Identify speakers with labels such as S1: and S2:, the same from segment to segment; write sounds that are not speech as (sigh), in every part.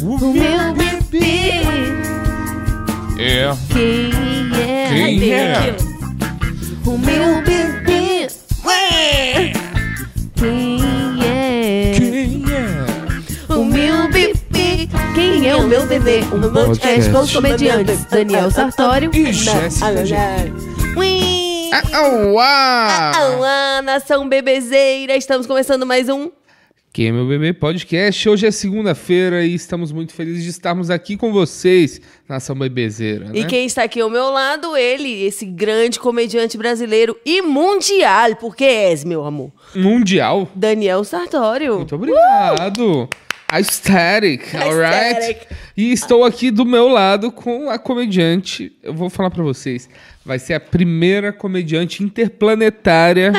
S1: Quem é o meu bebê?
S2: É,
S1: Quem é?
S2: Quem
S1: Tem
S2: é?
S1: aquilo. O meu bebê? Ué! Quem é?
S2: quem é?
S1: O meu bebê? Quem é o meu bebê? Um podcast com os comediantes Daniel Sartório Né?
S2: E Jéssica. gente.
S1: Ui!
S2: Ah, ah, ah.
S1: Olá, nação bebezeira! Estamos começando mais um
S2: Quem é meu bebê podcast? Hoje é segunda-feira e estamos muito felizes de estarmos aqui com vocês, nação bebezeira. Né?
S1: E quem está aqui ao meu lado, ele, esse grande comediante brasileiro e mundial, porque és, meu amor.
S2: Mundial.
S1: Daniel Sartório.
S2: (laughs) Muito obrigado. Aesthetic, alright?
S1: Aesthetic.
S2: E estou aqui do meu lado com a comediante. Eu vou falar pra vocês. Vai ser a primeira comediante
S1: (laughs)
S2: interplanetária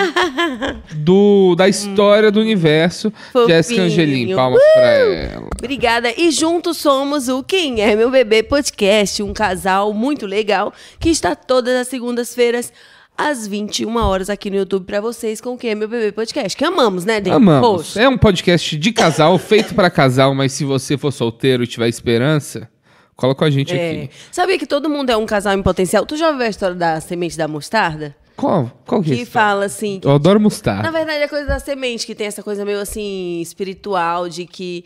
S2: do, da história do universo.
S1: Fofinho.
S2: Jéssica Angelim, palmas pra ela.
S1: Obrigada. E juntos somos o Quem é Meu Bebê Podcast, um casal muito legal que está todas as segundas-feiras às 21 horas aqui no YouTube pra vocês com o Quem é Meu Bebê Podcast, que amamos, né, Dani?
S2: Amamos.
S1: Poxa.
S2: É um podcast de casal, feito pra casal, mas se você for solteiro e tiver esperança, cola com a gente
S1: É.
S2: aqui.
S1: Sabia que todo mundo é um casal em potencial? Tu já ouviu a história da semente da mostarda?
S2: Qual, qual que é
S1: Que
S2: esse?
S1: fala assim,
S2: Eu adoro
S1: Na
S2: mostarda.
S1: verdade, é coisa da semente, que tem essa coisa meio assim, espiritual, de que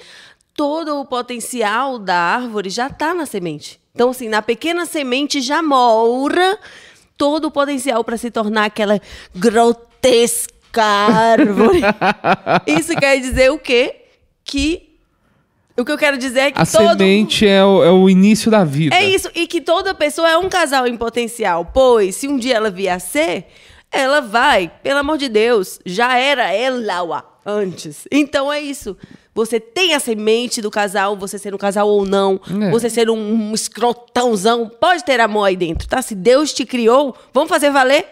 S1: todo o potencial da árvore já tá na semente. Então, assim, na pequena semente já mora todo o potencial para se tornar aquela grotesca
S2: (laughs)
S1: árvore. Isso quer dizer o quê? Que. O que eu quero dizer é que
S2: A
S1: todo.
S2: semente é o, é o início da vida.
S1: É isso, e que toda pessoa é um casal em potencial, pois se um dia ela vier a ser, ela vai, pelo amor de Deus, já era ela uá, antes. Então é isso. Você tem a semente do casal, você ser um casal ou não,
S2: É.
S1: você ser um, um escrotãozão, pode ter amor aí dentro, tá? Se Deus te criou, vamos fazer valer?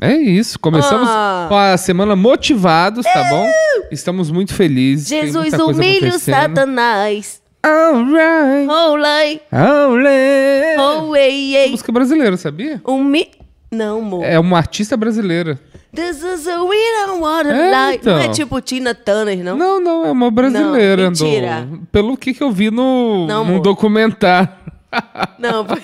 S2: É isso. Começamos
S1: Ah.
S2: com a semana motivados, tá bom? Estamos muito felizes. tem
S1: Jesus
S2: muita coisa
S1: humilha o
S2: acontecendo.
S1: Satanás.
S2: Alright.
S1: Olai,
S2: Alright. É
S1: oh, ei, ei.
S2: Música brasileira, sabia?
S1: Humi... Não, amor.
S2: É uma artista brasileira.
S1: This is a we don't wanna
S2: É,
S1: lie. Não é
S2: então.
S1: tipo Tina Turner, não?
S2: Não, não, é uma brasileira.
S1: Não, mentira.
S2: do- Pelo que, que eu vi no,
S1: Não,
S2: num
S1: amor.
S2: documentário.
S1: Não. (laughs) foi-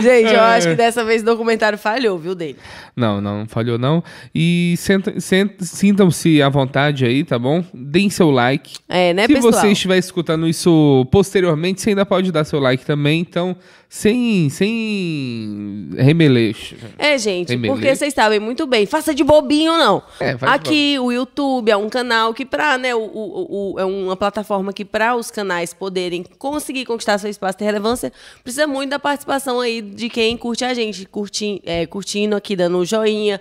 S1: Gente, eu
S2: É.
S1: acho que dessa vez o documentário falhou, viu, dele?
S2: Não, não, não falhou não. E senta- sent- sintam-se à vontade aí, tá bom? Deem seu like.
S1: É, né,
S2: Se
S1: pessoal?
S2: você estiver escutando isso posteriormente, você ainda pode dar seu like também. Então, sem, sem remeleixo.
S1: É, gente,
S2: Tem beleza?
S1: porque vocês sabem muito bem. Faça de bobinho, não.
S2: É, faz de
S1: Aqui, o YouTube é um canal que pra, né, o, o- o- é uma plataforma que pra os canais poderem conseguir conquistar seu espaço e relevância, precisa muito da participação aí de quem curte a gente, curti, é, curtindo aqui, dando um joinha,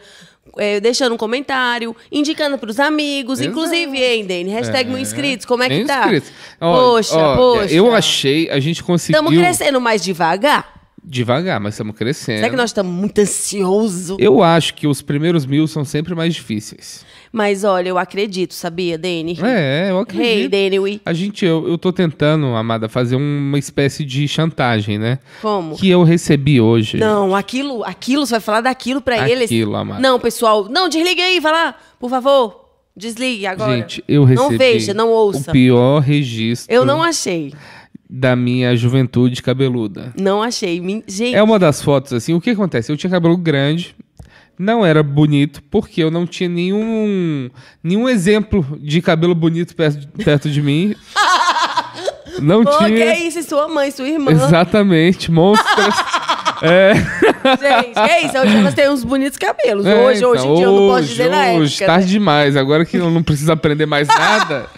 S1: é, deixando um comentário, indicando pros amigos,
S2: Exato.
S1: inclusive, hein, Dani, hashtag no inscritos, como é que
S2: Nem
S1: tá?
S2: inscritos. Ó,
S1: Poxa,
S2: ó,
S1: poxa.
S2: Eu achei, a gente conseguiu
S1: Estamos crescendo mais devagar?
S2: devagar, mas estamos crescendo.
S1: Será que nós estamos muito ansiosos?
S2: Eu acho que os primeiros mil são sempre mais difíceis.
S1: Mas olha, eu acredito, sabia, Dani?
S2: É, eu
S1: Hey,
S2: acredito.
S1: Dani, we-
S2: A gente, eu, eu tô tentando, Amada, fazer uma espécie de chantagem, né?
S1: Como?
S2: Que eu recebi hoje.
S1: Não, aquilo, aquilo, você vai falar daquilo pra eles.
S2: Aquilo, amada.
S1: Não, pessoal, não, desligue aí, vai lá, por favor. Desligue agora.
S2: Gente, eu recebi
S1: Não veja, não ouça.
S2: o pior registro
S1: Eu não achei.
S2: da minha juventude cabeluda.
S1: Não achei. Min- Gente,
S2: É uma das fotos, assim, o que acontece? Eu tinha cabelo grande, não era bonito, porque eu não tinha nenhum, nenhum exemplo de cabelo bonito perto, perto de
S1: (laughs)
S2: mim. Não
S1: pô, que
S2: tinha.
S1: é isso? É Sua mãe, sua irmã.
S2: Exatamente, monstros.
S1: Gente, que é isso? Hoje elas têm uns bonitos cabelos.
S2: É,
S1: hoje, hoje em dia, eu não posso
S2: hoje,
S1: dizer na época.
S2: hoje, tá tarde demais, agora que eu não preciso aprender mais nada.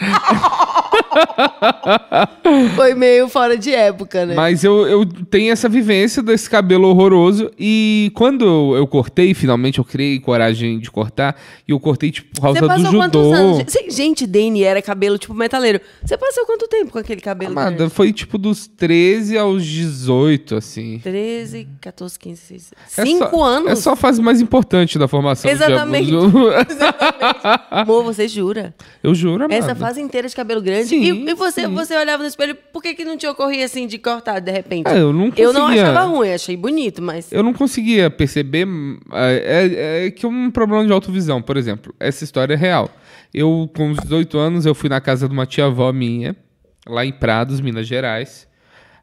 S1: né? Foi meio fora de época, né?
S2: Mas eu, eu tenho essa vivência desse cabelo horroroso. E quando eu, eu cortei, finalmente eu criei coragem de cortar. E eu cortei, tipo, por causa
S1: Você
S2: do
S1: passou quantos
S2: judô.
S1: anos? Gente, Gente, Dani era cabelo tipo metaleiro. Você passou quanto tempo com aquele cabelo? grande?
S2: Amada, foi tipo dos 13 aos 18, assim.
S1: 13, 14, 15, 16.
S2: É
S1: 5
S2: só-
S1: anos?
S2: É só a fase mais importante da formação. de
S1: Exatamente.
S2: abuso. (laughs)
S1: Amor, você jura?
S2: eu juro, amada.
S1: Essa fase inteira de cabelo grande.
S2: Sim,
S1: e e você, você olhava no espelho, por que, que não te ocorria assim de cortar de repente?
S2: Ah, eu não
S1: eu não
S2: conseguia.
S1: achava ruim, achei bonito, mas.
S2: Eu não conseguia perceber. hum, ah, É, é que é um problema de autovisão, por exemplo. Essa história é real. Eu, com uns 18 anos, eu fui na casa de uma tia-avó minha, lá em Prados, Minas Gerais.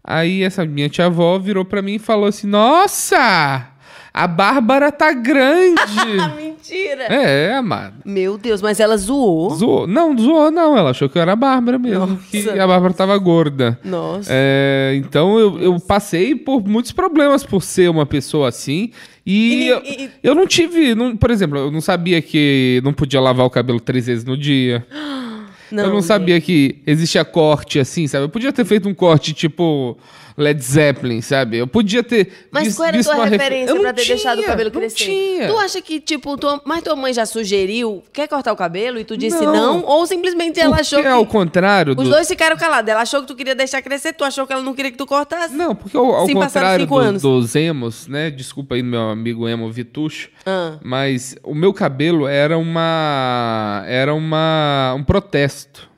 S2: Aí essa minha tia-avó virou pra mim e falou assim: Nossa! A Bárbara tá
S1: Ah, (laughs)
S2: grande!
S1: mentira!
S2: é, amada.
S1: Meu Deus, mas ela zoou.
S2: Zoou. Não, zoou não. Ela achou que eu era a Bárbara mesmo.
S1: Nossa.
S2: Que a Bárbara tava gorda.
S1: Nossa.
S2: É, então eu, eu passei por muitos problemas por ser uma pessoa assim.
S1: E
S2: E,
S1: nem-
S2: eu,
S1: e- e-
S2: eu não tive. não- por exemplo, eu não sabia que não podia lavar o cabelo três vezes no dia. eu não sabia que existia corte assim, sabe? Eu podia ter feito um corte tipo Led Zeppelin, sabe? Eu podia ter.
S1: Mas
S2: vis-
S1: qual era a
S2: visto
S1: tua
S2: uma refer-
S1: referência
S2: Eu não
S1: pra ter deixado o
S2: tinha,
S1: cabelo
S2: não
S1: crescer?
S2: tinha.
S1: Tu acha que, tipo, tua- mas tua mãe já sugeriu, quer cortar o cabelo e tu disse não?
S2: Não.
S1: ou simplesmente ela
S2: Porque é
S1: achou que.
S2: ao contrário
S1: Os
S2: do-
S1: dois ficaram calados. Ela achou que tu queria deixar crescer, tu achou que ela não queria que tu cortasse?
S2: Não, porque ao, ao
S1: Sim,
S2: contrário
S1: passaram cinco
S2: do-
S1: anos.
S2: dos emos, né? Desculpa aí meu amigo emo Vitucho.
S1: Ah.
S2: Mas o meu cabelo era uma. Era uma. um protesto.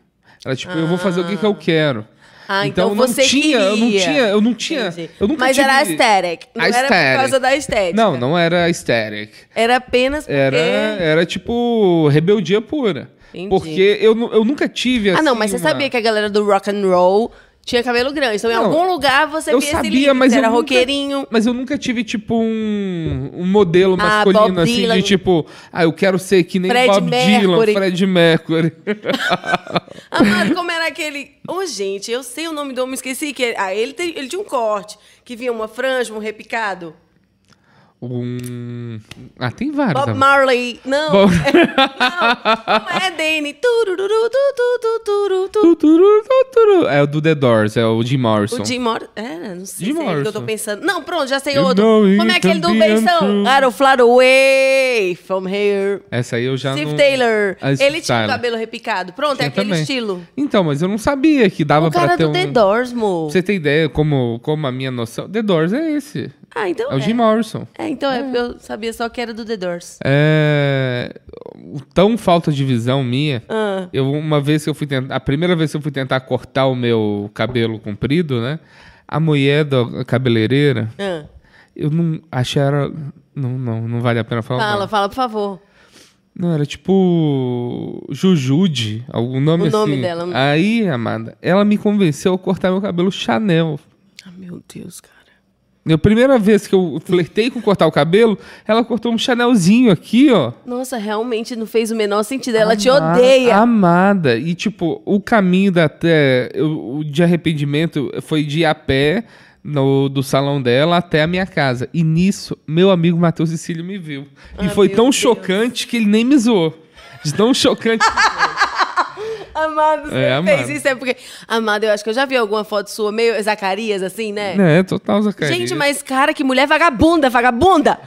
S2: Era tipo, eu vou fazer o que, que eu quero.
S1: Ah, então
S2: eu não
S1: você
S2: tinha, eu não
S1: queria.
S2: tinha, eu não tinha.
S1: Entendi.
S2: Eu nunca
S1: Mas era
S2: tive-
S1: aesthetic. Não era
S2: Aesthetic.
S1: por causa da estética.
S2: Não, não era aesthetic.
S1: Era apenas porque.
S2: Era, era tipo rebeldia pura.
S1: Entendi.
S2: Porque eu, nu- eu nunca tive assim.
S1: Ah, não, mas você
S2: uma-
S1: sabia que a galera do rock and roll tinha cabelo grande. Então, em
S2: Não,
S1: algum lugar você
S2: eu
S1: via
S2: sabia,
S1: esse livro,
S2: mas
S1: você
S2: eu
S1: era
S2: nunca-
S1: roqueirinho.
S2: Mas eu nunca tive, tipo, um, um modelo
S1: Ah,
S2: masculino,
S1: Bob
S2: assim,
S1: Dylan.
S2: de tipo, ah, eu quero ser que nem
S1: Fred
S2: Bob
S1: Mercury.
S2: Dylan, Fred Mercury. (laughs)
S1: Amado, como era aquele. Ô, gente, eu sei o nome do homem, esqueci. Que ele... Ah, ele, tem- ele tinha um corte que vinha uma franja, um repicado.
S2: um... Ah, tem vários.
S1: Bob
S2: amor.
S1: Marley. Não.
S2: Bob-
S1: Não, não é Danny. Turururu, tu, tu, tu, turu, tu.
S2: Tu, turu, tu, turu. (laughs) É o do The Doors, é o Jim Morrison.
S1: O Jim Morrison. É, não sei
S2: Jim
S1: se é ele que eu tô
S2: Morrison.
S1: pensando. Não, pronto, já sei
S2: You
S1: outro.
S2: know it
S1: Como é aquele do
S2: can be
S1: beijão?
S2: untrue.
S1: Arrow fly away from here.
S2: Essa aí eu já
S1: Steve
S2: não...
S1: Taylor.
S2: Ah, Steve
S1: ele tinha o
S2: Tyler.
S1: cabelo repicado. Pronto, é
S2: Tinha
S1: aquele
S2: também.
S1: estilo.
S2: Então, mas eu não sabia que dava
S1: O cara
S2: pra ter
S1: do
S2: um...
S1: The Doors, mo.
S2: Pra você ter ideia como, como a minha noção... The Doors é esse.
S1: Ah, então
S2: É o
S1: é.
S2: Jim Morrison.
S1: É, então é porque eu sabia só que era do The Doors.
S2: É... o Tão falta de visão minha...
S1: Ah.
S2: Eu, uma vez que eu fui tentar, a primeira vez que eu fui tentar cortar o meu cabelo comprido, né? A mulher da cabeleireira,
S1: ah.
S2: eu não achei ela. Não, não, não vale a pena falar. o
S1: Fala,
S2: nome.
S1: fala, por favor.
S2: Não, era tipo. Jujude, algum nome
S1: O
S2: assim.
S1: nome dela. um-
S2: Aí, Amanda, ela me convenceu a cortar meu cabelo Chanel.
S1: Ah, meu Deus, cara.
S2: Na primeira vez que eu flertei com cortar o cabelo, ela cortou um Chanelzinho aqui, ó.
S1: Nossa, realmente não fez o menor sentido. Ela te
S2: Amada-
S1: odeia.
S2: Amada. E, tipo, o caminho da até. eu- o de arrependimento foi de ir a pé no, do salão dela até a minha casa. E nisso, meu amigo Matheus Cecílio me viu. E
S1: Ah,
S2: foi
S1: meu
S2: tão
S1: Deus.
S2: chocante que ele nem me zoou. De tão
S1: (laughs)
S2: chocante.
S1: Amado, você
S2: É,
S1: fez
S2: amado.
S1: isso. É porque. Amado, eu acho que eu já vi alguma foto sua, meio Zacarias, assim, né?
S2: é, total Zacarias.
S1: Gente, mas cara, que mulher vagabunda,
S2: (laughs)
S1: vagabunda!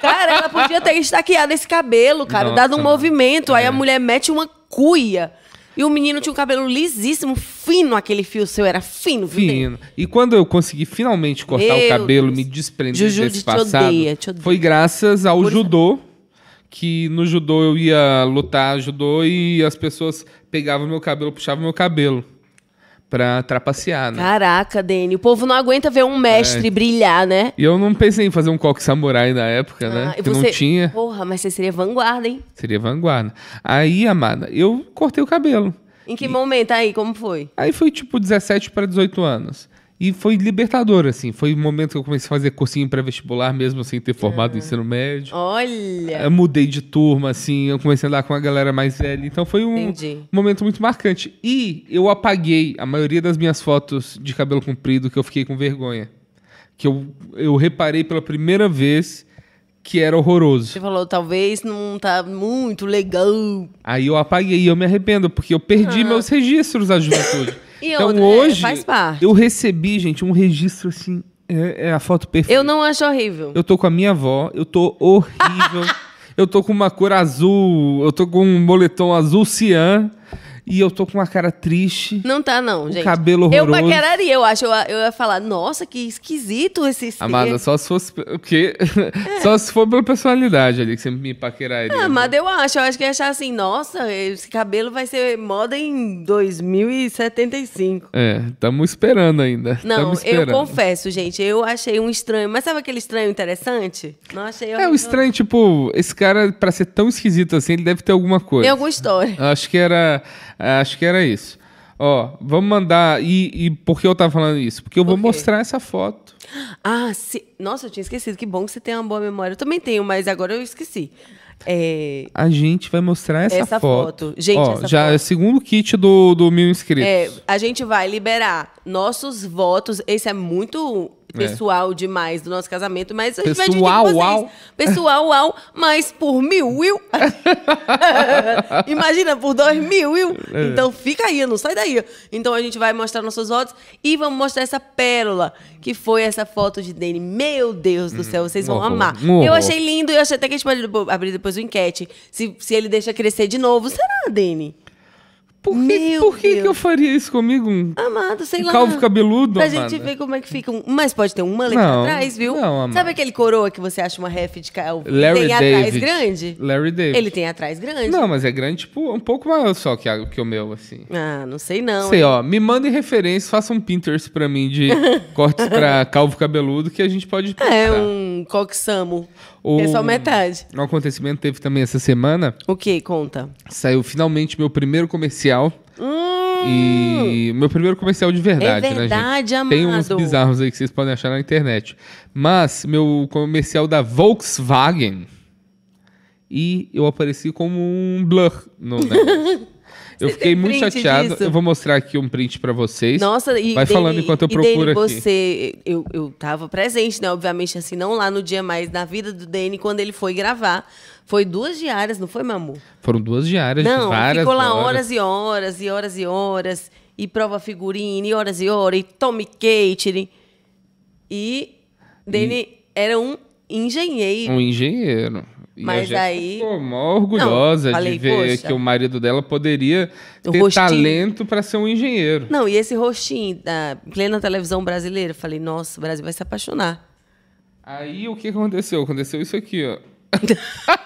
S1: cara, ela podia ter estaqueado esse cabelo, cara,
S2: Nossa, É.
S1: dado um
S2: mano.
S1: movimento. Aí a mulher mete uma cuia. E o menino tinha um cabelo lisíssimo, fino aquele fio seu, era fino, viu?
S2: Fino. E quando eu consegui finalmente cortar
S1: Meu
S2: o cabelo,
S1: Deus.
S2: me desprender
S1: Juju
S2: desse
S1: te
S2: passado,
S1: odeia, te odeia.
S2: foi graças ao judô, que no judô eu ia lutar judô e as pessoas pegavam meu cabelo, puxavam meu cabelo pra trapacear, né?
S1: Caraca, Dani, o povo não aguenta ver um mestre
S2: É.
S1: brilhar, né?
S2: E eu não pensei em fazer um coque samurai na época, né?
S1: Ah, e
S2: Porque não tinha,
S1: Porra, mas você seria vanguarda, hein?
S2: seria vanguarda. Aí, amada, eu cortei o cabelo.
S1: Em que momento aí? Como foi?
S2: Aí foi tipo 17 para 18 anos. E foi libertador, assim. Foi o momento que eu comecei a fazer cursinho pré-vestibular, mesmo sem ter
S1: Hum.
S2: formado em ensino médio.
S1: Olha.
S2: Eu mudei de turma, assim. Eu comecei a andar com a galera mais velha. Então foi
S1: Hum.
S2: um
S1: Entendi.
S2: momento muito marcante. E eu apaguei a maioria das minhas fotos de cabelo comprido que eu fiquei com vergonha. Que eu, eu reparei pela primeira vez que era horroroso.
S1: Você falou, talvez não tá muito legal.
S2: Aí eu apaguei e eu me arrependo, porque eu perdi meus registros da juventude.
S1: Ah. E
S2: então
S1: outra, é,
S2: hoje,
S1: faz parte.
S2: eu recebi, gente, um registro assim, é, é a foto perfeita.
S1: Eu não acho horrível.
S2: Eu tô com a minha avó, eu tô
S1: (laughs)
S2: horrível, eu tô com uma cor azul, eu tô com um moletom azul cian. E eu tô com uma cara triste. um
S1: Não tá, não, gente.
S2: cabelo
S1: Eu
S2: horroroso.
S1: paqueraria, eu acho. Eu, eu ia falar, nossa, que esquisito esse...
S2: Amada, só se fosse. O
S1: (laughs)
S2: quê? Só se for pela personalidade ali que você me paqueraria. né?
S1: Ah, mas eu acho, eu acho que ia achar assim, nossa, esse cabelo vai ser moda em 2075.
S2: É, estamos esperando ainda.
S1: Não,
S2: Tamo
S1: eu
S2: esperando.
S1: confesso, gente, eu achei um estranho. Mas sabe aquele estranho interessante? Não achei.
S2: É, o estranho, tipo, esse cara, pra ser tão esquisito assim, ele deve ter alguma coisa.
S1: Tem alguma história.
S2: Acho que era. Acho que era isso. Ó, vamos mandar. E, e por que eu tava falando isso? Porque eu vou
S1: Por quê?
S2: mostrar essa foto.
S1: Ah, se... nossa, eu tinha esquecido. Que bom que você tem uma boa memória. Eu também tenho, mas agora eu esqueci. É,
S2: A gente vai mostrar essa,
S1: Essa foto. Gente,
S2: Ó,
S1: essa
S2: já
S1: foto.
S2: é o segundo kit do, do mil inscritos.
S1: é, a gente vai liberar nossos votos. Esse é muito pessoal demais do nosso casamento, mas a gente vai dividir
S2: Pessoal,
S1: com vocês.
S2: uau.
S1: Pessoal, uau, mas por mil,
S2: (laughs)
S1: will. Imagina, por dois mil, will.
S2: É.
S1: Então fica aí, não sai daí. Então a gente vai mostrar nossos votos e vamos mostrar essa pérola, que foi essa foto de Dani. Meu Deus do céu, vocês
S2: um
S1: vão
S2: horror,
S1: amar.
S2: um horror.
S1: Eu achei lindo e eu achei até que a gente pode depo- abrir depois uma enquete. Se, se ele deixa crescer de novo, será, Dani?
S2: Por, que,
S1: Meu
S2: por que,
S1: Deus.
S2: que eu faria isso comigo? Um
S1: Amado, sei lá.
S2: calvo cabeludo?
S1: Pra
S2: amada?
S1: gente ver como é que fica. um- Mas pode ter um mullet
S2: Não,
S1: atrás, viu?
S2: não, amado.
S1: Sabe aquele coroa que você acha uma ref de calvo?
S2: Larry
S1: tem atrás
S2: David.
S1: grande?
S2: Larry David.
S1: Ele tem atrás grande?
S2: Não, mas é grande, tipo, um pouco maior só que, a- que o meu, assim.
S1: Ah, não sei não.
S2: Sei, ó, me mandem referências, façam um Pinterest pra mim
S1: (laughs)
S2: de cortes pra calvo cabeludo que a gente pode pensar.
S1: É um coxamo.
S2: O-
S1: É só metade.
S2: Um acontecimento teve também essa semana.
S1: O que? Conta.
S2: Saiu finalmente meu primeiro comercial.
S1: Hum,
S2: E meu primeiro comercial de verdade,
S1: É verdade,
S2: né, gente?
S1: amado.
S2: Tem uns bizarros aí que vocês podem achar na internet. Mas meu comercial da Volkswagen. E eu apareci como um blur
S1: (laughs)
S2: no negócio. Eu
S1: Você
S2: fiquei
S1: tem
S2: muito
S1: print
S2: chateado.
S1: disso?
S2: Eu vou mostrar aqui um print pra vocês.
S1: Nossa, e
S2: Vai
S1: Dani-
S2: falando enquanto eu
S1: e Dani,
S2: procuro aqui.
S1: você, eu, eu tava presente, né? Obviamente, assim, não lá no dia, mas na vida do Dani, quando ele foi gravar. Foi duas diárias, não foi, meu amor?
S2: Foram duas diárias de
S1: Não,
S2: várias
S1: ficou lá
S2: horas.
S1: horas e horas e horas e horas. E prova figurina, e horas e horas, e Tommy Catering. E Dani era um engenheiro.
S2: Um engenheiro. E
S1: Mas
S2: a Jéssica
S1: aí-
S2: Ficou mó orgulhosa
S1: Não, falei,
S2: de ver
S1: "Poxa."
S2: que o marido dela poderia
S1: O
S2: ter
S1: rostinho.
S2: talento pra ser um engenheiro.
S1: Não, e esse rostinho da plena televisão brasileira, eu falei, nossa, o Brasil vai se apaixonar.
S2: Aí o que aconteceu? Aconteceu isso aqui,
S1: (laughs)
S2: ó. (laughs)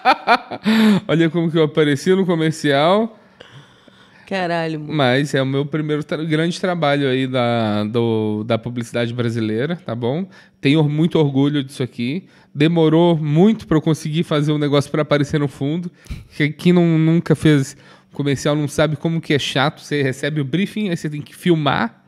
S2: Olha como que eu apareci no comercial,
S1: Caralho, amor.
S2: mas é o meu primeiro tra- grande trabalho aí da, do- da publicidade brasileira, tá bom? Tenho muito orgulho disso aqui. Demorou muito pra eu conseguir fazer um negócio pra aparecer no fundo. Que- Quem não, nunca fez comercial não sabe como que é chato. Você recebe o briefing, aí você tem que filmar,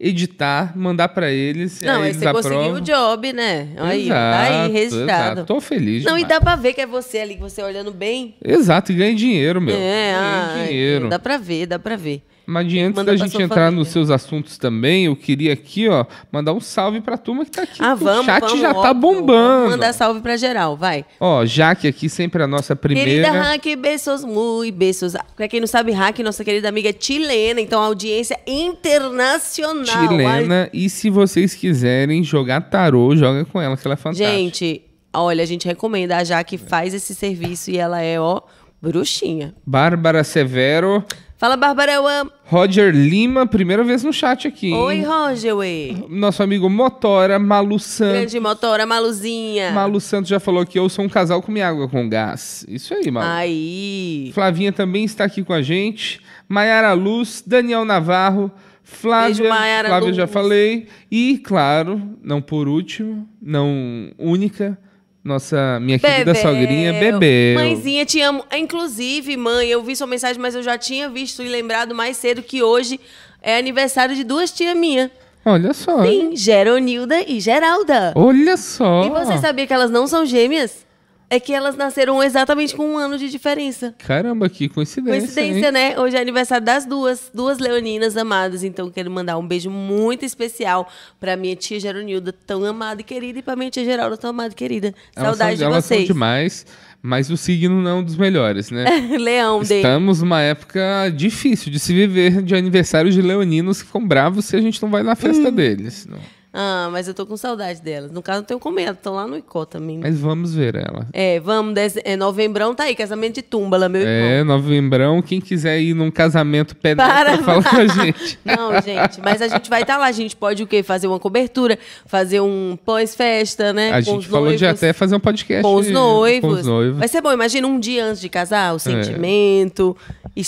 S2: editar, mandar pra eles.
S1: Não,
S2: aí
S1: aí
S2: eles
S1: você conseguiu
S2: aprovam.
S1: o job, né? Aí, ó, tá aí,
S2: Exato,
S1: resultado.
S2: exato. Tô feliz
S1: Não, e
S2: demais.
S1: dá pra ver que é você ali, que você olhando bem.
S2: Exato, e ganha dinheiro, meu.
S1: é,
S2: ganha
S1: ah,
S2: dinheiro.
S1: dá pra ver, dá pra ver.
S2: Mas de antes da
S1: Manda pra
S2: gente
S1: sua
S2: entrar
S1: família.
S2: nos seus assuntos também, eu queria aqui, ó, mandar um salve pra turma que tá aqui.
S1: Ah,
S2: que
S1: vamos,
S2: o chat
S1: vamos,
S2: já tá
S1: óbvio.
S2: bombando.
S1: Vamos mandar salve pra geral, vai.
S2: Ó, Jaque aqui, sempre a nossa primeira.
S1: Querida Hack, beijos, muito beijos. Pra quem não sabe, Hack, nossa querida amiga é chilena, então audiência internacional.
S2: Chilena, e se vocês quiserem jogar tarô, joga com ela, que ela é
S1: Ai,
S2: fantástica.
S1: gente, olha, a gente recomenda. A Jaque faz esse serviço e ela é, ó, bruxinha.
S2: Bárbara Severo,
S1: Fala, Bárbara, eu amo.
S2: Roger Lima, primeira vez no chat aqui. hein?
S1: Oi, Roger, ué.
S2: Nosso amigo Motora, Malu Santos.
S1: Grande motora, Maluzinha.
S2: Malu Santos já falou que eu sou um casal com minha água com gás. Isso aí, Malu.
S1: Aí.
S2: Flavinha também está aqui com a gente. Maiara Luz, Daniel Navarro, Flávia,
S1: Beijo, Maiara
S2: Flávia
S1: Luz.
S2: já falei. E, claro, não por último, não única, nossa minha querida
S1: Bebel.
S2: sogrinha Bebel.
S1: Mãezinha, te amo. Ah, Inclusive, mãe, eu vi sua mensagem, mas eu já tinha visto e lembrado mais cedo que hoje é aniversário de duas tias minhas.
S2: Olha só.
S1: Sim, Geronilda e Geralda.
S2: Olha só.
S1: E você sabia que elas não são gêmeas? É que elas nasceram exatamente com um ano de diferença.
S2: Caramba, que coincidência.
S1: Coincidência,
S2: hein?
S1: né? Hoje é aniversário das duas, duas leoninas amadas. Então, quero mandar um beijo muito especial pra minha tia Geronilda, tão amada e querida, e pra minha tia Geralda, tão amada e querida.
S2: Elas
S1: Saudade
S2: são,
S1: de
S2: elas
S1: vocês.
S2: São demais, mas o signo não é um dos melhores, né?
S1: (laughs) Leão, dele.
S2: Estamos numa época
S1: Hum.
S2: difícil de se viver de aniversário de leoninos que ficam bravos se a gente não vai na festa deles. não.
S1: Ah, mas eu tô com saudade delas. No caso, não tenho comendo, estão lá no Icó também.
S2: Mas vamos ver ela.
S1: É, vamos, dez- é, novembrão tá aí, casamento de túmbala, meu irmão.
S2: É, novembrão. Quem quiser ir num casamento pedestre,
S1: Para.
S2: fala com a gente.
S1: Não, gente, mas a gente vai estar lá. A gente pode o quê? Fazer uma cobertura, fazer um pós-festa, (laughs) né?
S2: A
S1: com
S2: gente
S1: os
S2: falou de
S1: noivos,
S2: até fazer um podcast
S1: Com os, noivos.
S2: Com os noivos. É.
S1: Vai ser bom, imagina um dia antes de casar, o sentimento,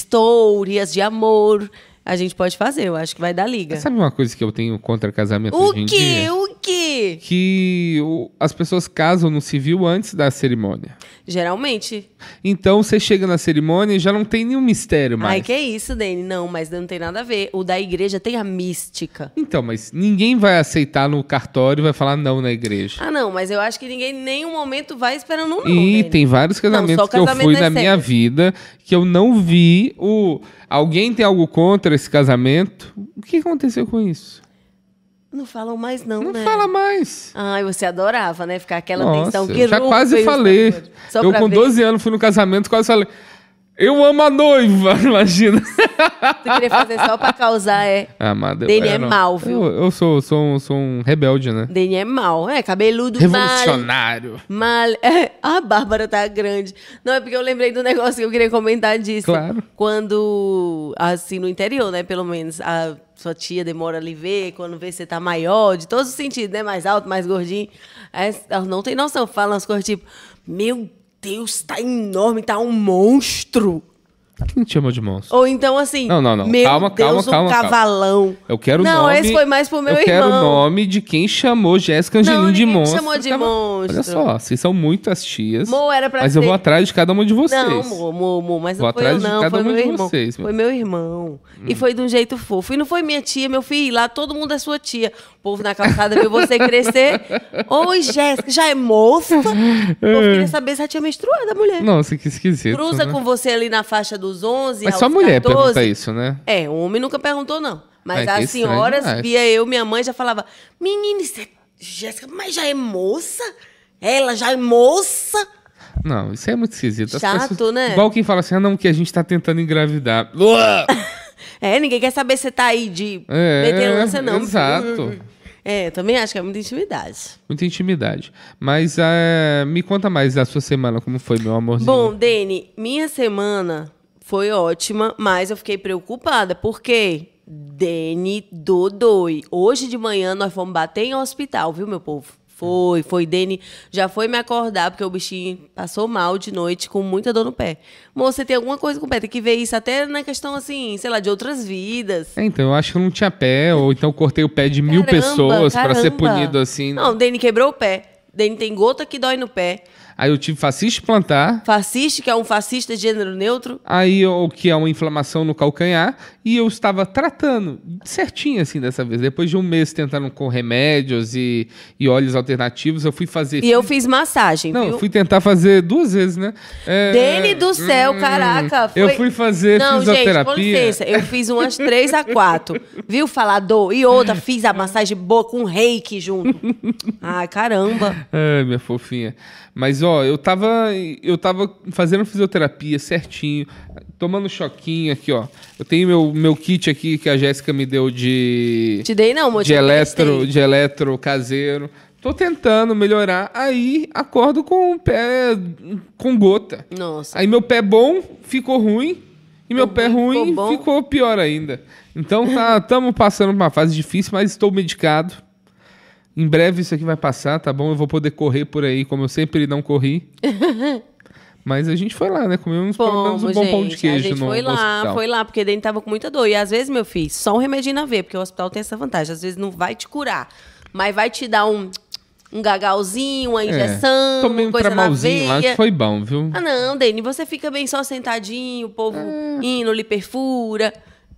S1: histórias de amor. A gente pode fazer, eu acho que vai dar liga.
S2: Sabe uma coisa que eu tenho contra casamento
S1: O
S2: hoje em
S1: quê?
S2: dia?
S1: O quê?
S2: Que o- as pessoas casam no civil antes da cerimônia.
S1: Geralmente.
S2: Então você chega na cerimônia e já não tem nenhum mistério mais.
S1: Ai, que é isso, Dani? Não, mas não tem nada a ver. O da igreja tem a mística.
S2: Então, mas ninguém vai aceitar no cartório e vai falar não na igreja.
S1: Ah, não, mas eu acho que ninguém em nenhum momento vai esperando um não,
S2: e
S1: Dani.
S2: tem vários casamentos
S1: só o
S2: que eu
S1: casamento
S2: fui
S1: é
S2: na minha
S1: sério.
S2: vida que eu não vi o. Alguém tem algo contra esse casamento? O que aconteceu com isso?
S1: Não falam mais não,
S2: Não
S1: né?
S2: fala mais.
S1: Ai, você adorava, né? Ficar aquela tensão
S2: Nossa,
S1: que
S2: eu já
S1: rompe
S2: quase
S1: os
S2: falei.
S1: tambores. Só
S2: Eu
S1: pra
S2: com
S1: ver.
S2: 12 anos fui no casamento, quase falei. Eu amo a noiva, (laughs) imagina. Ah,
S1: Tu queria fazer só pra causar, é.
S2: Amada, eu
S1: Dele é
S2: era- um-
S1: mau, viu?
S2: Eu, eu sou, sou, um, sou um rebelde, né?
S1: Dani é mal, é cabeludo mal.
S2: Revolucionário.
S1: Mal. É, a Bárbara tá grande. Não, é porque eu lembrei do negócio que eu queria comentar disso.
S2: Claro.
S1: Quando, assim, no interior, né, pelo menos, a sua tia demora ali ver, quando vê você tá maior, de todos os sentidos, né, mais alto, mais gordinho. Aí, elas não tem noção, falam as coisas tipo, meu Deus, tá enorme, tá um monstro.
S2: Quem te chamou de monstro?
S1: Ou então assim.
S2: Não, não, não.
S1: Meu
S2: Calma, calma,
S1: Deus,
S2: calma,
S1: um
S2: calma.
S1: cavalão.
S2: Eu quero o
S1: não,
S2: nome.
S1: esse foi mais pro meu
S2: Eu quero o
S1: irmão.
S2: nome de quem chamou Jéssica Angelim
S1: Não,
S2: de
S1: ninguém me
S2: monstro.
S1: chamou de
S2: Tava-
S1: monstro.
S2: Olha só, vocês são muito as tias.
S1: Mo, era pra
S2: mas eu
S1: ser-
S2: vou atrás de cada uma de vocês.
S1: Não, amor, amor, amor, mas
S2: Vou
S1: não foi eu,
S2: atrás de
S1: não.
S2: cada
S1: Foi
S2: um
S1: meu
S2: de
S1: irmão.
S2: vocês, Hum. meu.
S1: foi meu irmão. E foi de um jeito fofo. E não foi minha tia, meu filho. Lá todo mundo é sua tia. O povo na calçada viu
S2: (laughs)
S1: você crescer. Oi, Jéssica, já é moça? O povo queria saber se ela tinha menstruado, a mulher.
S2: Nossa, que esquisito.
S1: Cruza
S2: né?
S1: com você ali na faixa dos 11
S2: Mas
S1: aos
S2: só mulher
S1: 14.
S2: pergunta isso, né?
S1: É, homem nunca perguntou, não. Mas
S2: Ai, Ah, que
S1: as
S2: estranho
S1: senhoras,
S2: demais.
S1: via eu, minha mãe, já falava: Menina, isso é Jéssica, mas já é moça? Ela já é moça?
S2: Não, isso é muito esquisito. As
S1: Chato,
S2: pessoas-
S1: né?
S2: Igual quem fala assim, ah, não, que a gente tá tentando engravidar. Uá!
S1: É, ninguém quer saber se você tá aí de
S2: É,
S1: betelança, não.
S2: exato.
S1: É, eu também acho que é muita intimidade.
S2: Muita intimidade. Mas eh, me conta mais da sua semana, como foi, meu amorzinho.
S1: Bom, Dene, minha semana foi ótima, mas eu fiquei preocupada, porque Dene Dodoi. Hoje de manhã nós fomos bater em hospital, viu, meu povo? Foi, foi. Dene já foi me acordar, porque o bichinho passou mal de noite com muita dor no pé. Moça, você tem alguma coisa com o pé, tem que ver isso até na questão, assim, sei lá, de outras vidas.
S2: É, então, eu acho que eu não tinha pé, ou então eu cortei o pé de mil
S1: Caramba,
S2: pessoas pra ser
S1: caramba.
S2: punido assim.
S1: Não, Dene quebrou o pé. Dene tem gota que dói no pé.
S2: Aí eu tive fascite plantar,
S1: Fasciste, que é um fascista de gênero neutro.
S2: aí o que é uma inflamação no calcanhar, e eu estava tratando certinho assim dessa vez. Depois de um mês tentando com remédios e, e óleos alternativos, eu fui fazer.
S1: E eu fiz massagem,
S2: Não,
S1: viu?
S2: eu fui tentar fazer duas vezes, né? É,
S1: Dele do céu, caraca.
S2: Eu
S1: foi-
S2: fui fazer
S1: Não, gente, com
S2: fisioterapia.
S1: licença. Eu fiz umas três a quatro. Viu, falador? E outra, fiz a massagem boa com reiki junto. Ai, caramba.
S2: Ai, minha fofinha. Mas, ó, eu tava, eu tava fazendo fisioterapia certinho, tomando choquinho aqui, ó. Eu tenho meu, meu kit aqui que a Jéssica me deu de,
S1: Te dei não, amor.
S2: de,
S1: te
S2: eletro,
S1: emprestei.
S2: de eletro caseiro. Tô tentando melhorar, aí acordo com o pé com gota.
S1: Nossa.
S2: Aí meu pé bom ficou ruim, e meu
S1: Ficou
S2: pé
S1: bom, ficou
S2: ruim
S1: bom.
S2: ficou pior ainda. Então tá,
S1: (laughs)
S2: estamos passando por uma fase difícil, mas estou medicado. Em breve isso aqui vai passar, tá bom? Eu vou poder correr por aí, como eu sempre não
S1: (laughs)
S2: corri. mas a gente foi lá, né? Comemos pelo menos um bom pão de
S1: gente,
S2: queijo
S1: A gente
S2: no
S1: foi lá,
S2: hospital.
S1: foi lá, porque Dani tava com muita dor. E às vezes, meu filho, só um remedinho na veia, porque o hospital tem essa vantagem. Às vezes não vai te curar, mas vai te dar um, um gagalzinho, uma
S2: É,
S1: injeção,
S2: Tomei um
S1: coisa na
S2: tramalzinho lá, que
S1: veia.
S2: foi bom, viu?
S1: Ah, não, Dani, você fica bem só sentadinho, o povo
S2: Hum.
S1: indo, lhe perfura.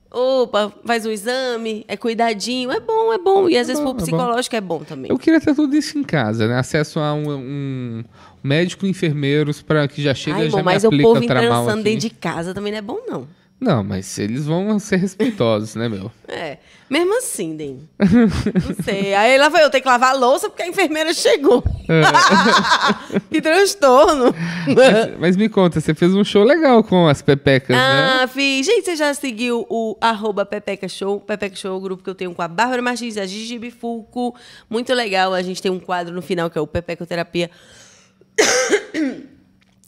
S1: Opa, faz um exame, é cuidadinho, é bom, é bom. E às vezes
S2: bom, é
S1: pro
S2: bom.
S1: psicológico é bom também.
S2: Eu queria ter tudo isso em casa, né? Acesso a um, um médico e enfermeiros para que já chega
S1: Ai,
S2: e já
S1: irmão,
S2: me
S1: mas o
S2: aplica
S1: povo
S2: tramal assim.
S1: pensando
S2: aqui.
S1: dentro de casa também não é bom, não.
S2: Não, mas eles vão ser respeitosos, né, meu? (laughs)
S1: É. Mesmo assim, Dem. Não sei. Aí lá foi eu ter que lavar a louça porque a enfermeira chegou.
S2: É.
S1: (laughs)
S2: (laughs)
S1: que transtorno.
S2: Mas, mas me conta, você fez um show legal com as pepecas, né?
S1: Ah, fiz. Gente, você já seguiu o arroba Pepeca Show? Pepeca Show é o grupo que eu tenho com a Bárbara Martins, a Gigi Bifulco. Muito legal. A gente tem um quadro no final que é o Pepecoterapia. (coughs)